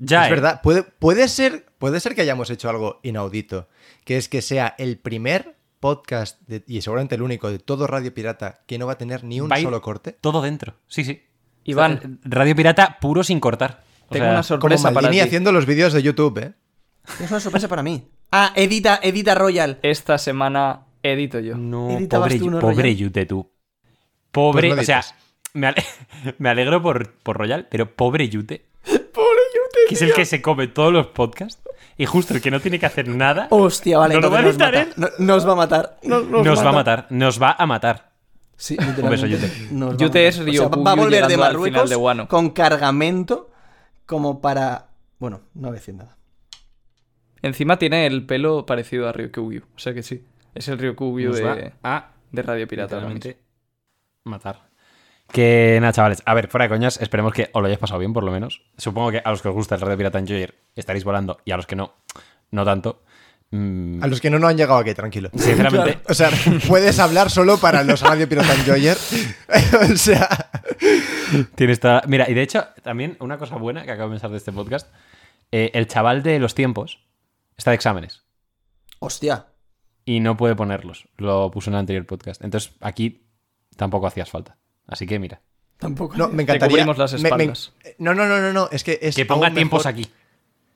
Ya, es eh. verdad, puede, puede, ser, puede ser que hayamos hecho algo inaudito, que es que sea el primer podcast de- y seguramente el único de todo Radio Pirata que no va a tener ni un Va a ir solo corte. Todo dentro. Sí, sí. Iván, Radio Pirata puro sin cortar. eh, O tengo sea, una Como sorpresa para ti. Maldini haciendo los vídeos de YouTube, ¿eh? Es una sorpresa para mí. Ah, edita, edita Royal. Esta semana edito yo. No, Editabas pobre, tú, ¿no, pobre Royal? Yute, tú. Pobre, Pues no o sea, editas. me, ale- me alegro por, por Royal, pero pobre Yute. Eh, Pobre Yute. Que es el que se come todos los podcasts y justo el que no tiene que hacer nada Hostia, vale. Nos lo entonces va a editar nos mata. No- Nos va a matar. Nos, nos nos va a matar. Nos va a matar. Sí, beso, literalmente. Yute. Nos va a Yute matar. es O sea, Ryokuyu va a volver de llegando al final Marruecos de Wano. con cargamento como para... Bueno, no voy a decir nada. Encima tiene el pelo parecido a Ryukyu, o sea que sí. Es el Ryukyu Nos va de, a de Radio Pirata. ahora literalmente matar. Que nada, chavales. A ver, fuera de coñas, esperemos que os lo hayáis pasado bien, por lo menos. Supongo que a los que os gusta el Radio Pirata Enjoyer estaréis volando y a los que no, no tanto. Mm, A los que no, no han llegado aquí, tranquilo. sinceramente, O sea, puedes hablar solo para los Radio Pirata Enjoyer. o sea, Tienes toda- Mira, y de hecho, también una cosa buena que acabo de pensar de este podcast. eh, el chaval de los tiempos está de exámenes Hostia. y no puede ponerlos. Lo puso en el anterior podcast. Entonces, aquí tampoco hacías falta. Así que mira. Tampoco. no, me Te encantaría. cubrimos las me- me- espaldas. no, no, no, no, no, es que es Que ponga aún mejor tiempos aquí.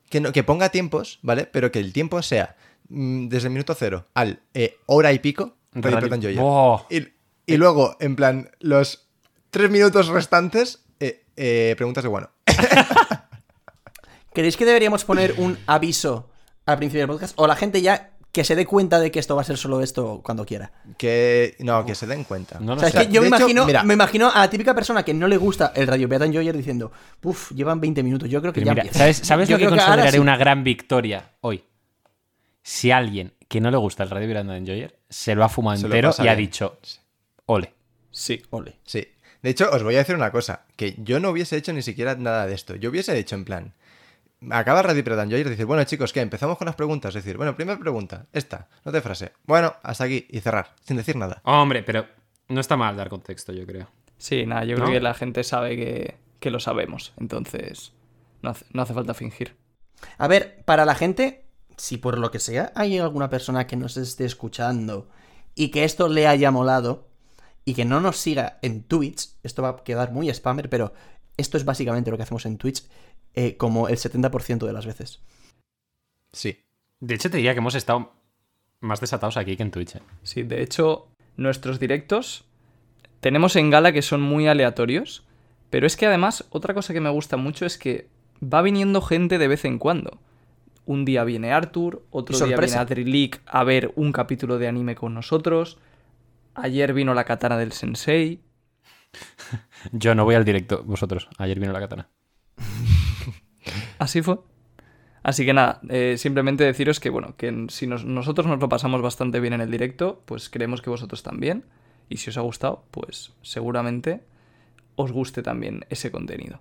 Que, no- que ponga tiempos, ¿vale? Pero que el tiempo sea mm, desde el minuto cero al eh, hora y pico Radio Radio- Pirata Enjoyer. ¡Wow! Y, y luego, en plan, los tres minutos restantes, eh, eh, preguntas de bueno. ¿Creéis que deberíamos poner un aviso al principio del podcast? O la gente ya que se dé cuenta de que esto va a ser solo esto cuando quiera. Que no, que se den cuenta. No O lo sea, sé. es que yo me de hecho, imagino, mira. me imagino a la típica persona que no le gusta el Radio Beat Enjoyer diciendo, uff, llevan 20 minutos, yo creo que Pero ya mira, empieza". ¿sabes, sabes Yo lo que creo ahora consideraré sí. una gran victoria hoy? Si alguien que no le gusta el Radio Pirata Enjoyer se lo ha fumado Se lo entero pasa y ha bien. dicho, ole. mismo. Sí. Ole. Sí. De hecho, os voy a decir una cosa, que yo no hubiese hecho ni siquiera nada de esto. Yo hubiese hecho en plan, acaba Radio Pirata Enjoyer y decir, bueno chicos, ¿qué? Empezamos con las preguntas. Es decir, bueno, primera pregunta, esta, no te frase. Bueno, hasta aquí y cerrar, sin decir nada. Hombre, pero no está mal dar contexto, yo creo. Sí, nada, yo ¿No? creo que la gente sabe que, que lo sabemos, entonces no hace, no hace falta fingir. A ver, para la gente, si por lo que sea hay alguna persona que nos esté escuchando y que esto le haya molado y que no nos siga en Twitch, esto va a quedar muy spammer, pero esto es básicamente lo que hacemos en Twitch eh, como el 70% de las veces. Sí. De hecho, te diría que hemos estado más desatados aquí que en Twitch. ¿eh? Sí, de hecho, nuestros directos tenemos en gala que son muy aleatorios, pero es que además otra cosa que me gusta mucho es que va viniendo gente de vez en cuando. Un día viene Arthur, otro día viene sorpresa. Adrilik a ver un capítulo de anime con nosotros. Ayer vino la katana del sensei. Yo no voy al directo, vosotros. Ayer vino la katana. Así fue. Así que nada, eh, simplemente deciros que, bueno, que si nos- nosotros nos lo pasamos bastante bien en el directo, pues creemos que vosotros también. Y si os ha gustado, pues seguramente os guste también ese contenido.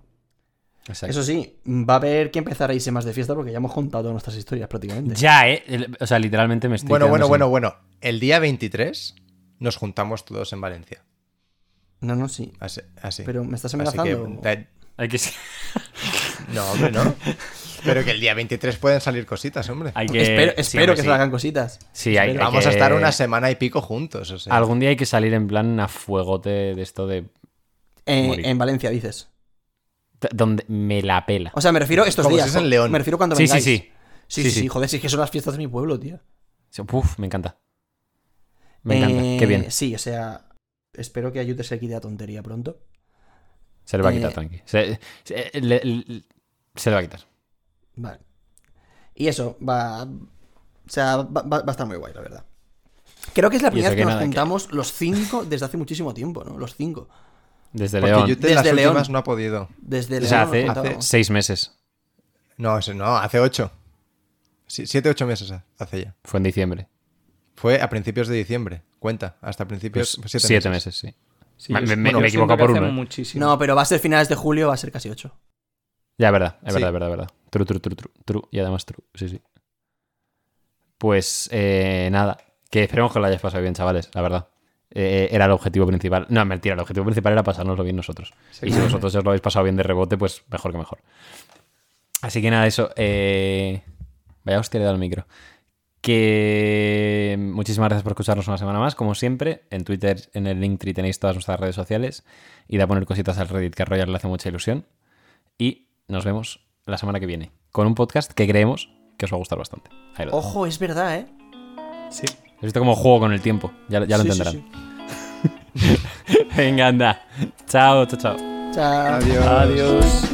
Eso sí, va a haber que empezar a irse más de fiesta porque ya hemos contado nuestras historias prácticamente. Ya, ¿eh? El- O sea, literalmente me estoy. Bueno, bueno, quedando bueno, sin- bueno. El día 23 nos juntamos todos en Valencia. No, no, sí. Así. así. Pero me estás Así que, amenazando. da- Hay que, no, hombre, no. Pero que el día 23 pueden salir cositas, hombre. hay que- espero sí, espero hombre, que sí. salgan cositas. Sí, hay, Espero. hay Vamos que- a estar una semana y pico juntos. O sea. Algún día hay que salir en plan a fuegote de esto de. Eh, Morir. en Valencia, dices. t- donde me la pela. O sea, me refiero a estos Como días. si es en jo- León. Me refiero cuando Sí, sí, vengáis. sí. Sí, Sí, sí, sí. sí, joder, si es que son las fiestas de mi pueblo, tío. Uf, me encanta. Me encanta, Eh, qué bien. Sí, o sea, espero que ayudes se quite la tontería pronto. Se le va a eh, quitar, tranqui. Se, se- le- le- se le va a quitar. Vale. Y eso, va. O sea, va, va- va a estar muy guay, la verdad. Creo que es la Y primera eso vez que que nos nada, que- juntamos los cinco desde hace muchísimo tiempo, ¿no? Los cinco. Desde Porque León. yo te- Desde las León. últimas no ha podido. Desde O sea, León nos hace, juntábamos. hace seis meses. No, ese- no, hace ocho. Sí, siete, ocho meses hace ya. Fue en diciembre. Fue a principios de diciembre. Cuenta, hasta principios. Pues siete, meses. sí. Sí, Me- yo- me- me yo he siento equivocado que por hace uno, ¿eh? muchísimo. No, pero va a ser finales de julio, va a ser casi ocho. Ya, es verdad, es Sí. verdad, es verdad, es verdad. True, true, true, true, true. Y además true, sí, sí. Pues eh, nada, que esperemos que lo hayáis pasado bien, chavales, la verdad. Eh, era el objetivo principal. No, mentira, el objetivo principal era pasárnoslo bien nosotros. y si vosotros os lo habéis pasado bien de rebote, pues mejor que mejor. Así que nada, eso. eh, Vaya hostia, le he dado el micro. Que muchísimas gracias por escucharnos una semana más, como siempre. En Twitter, en el Linktree tenéis todas nuestras redes sociales. Y a poner cositas al Reddit, que a Royal le hace mucha ilusión. Y nos vemos la semana que viene con un podcast que creemos que os va a gustar bastante. Ahí lo dejo. Ojo, es verdad, ¿eh? Sí. He visto como juego con el tiempo. Ya, ya lo Sí, sí, entenderán. Venga, anda. Chao, chao, chao. sí. Chao. Adiós. Adiós.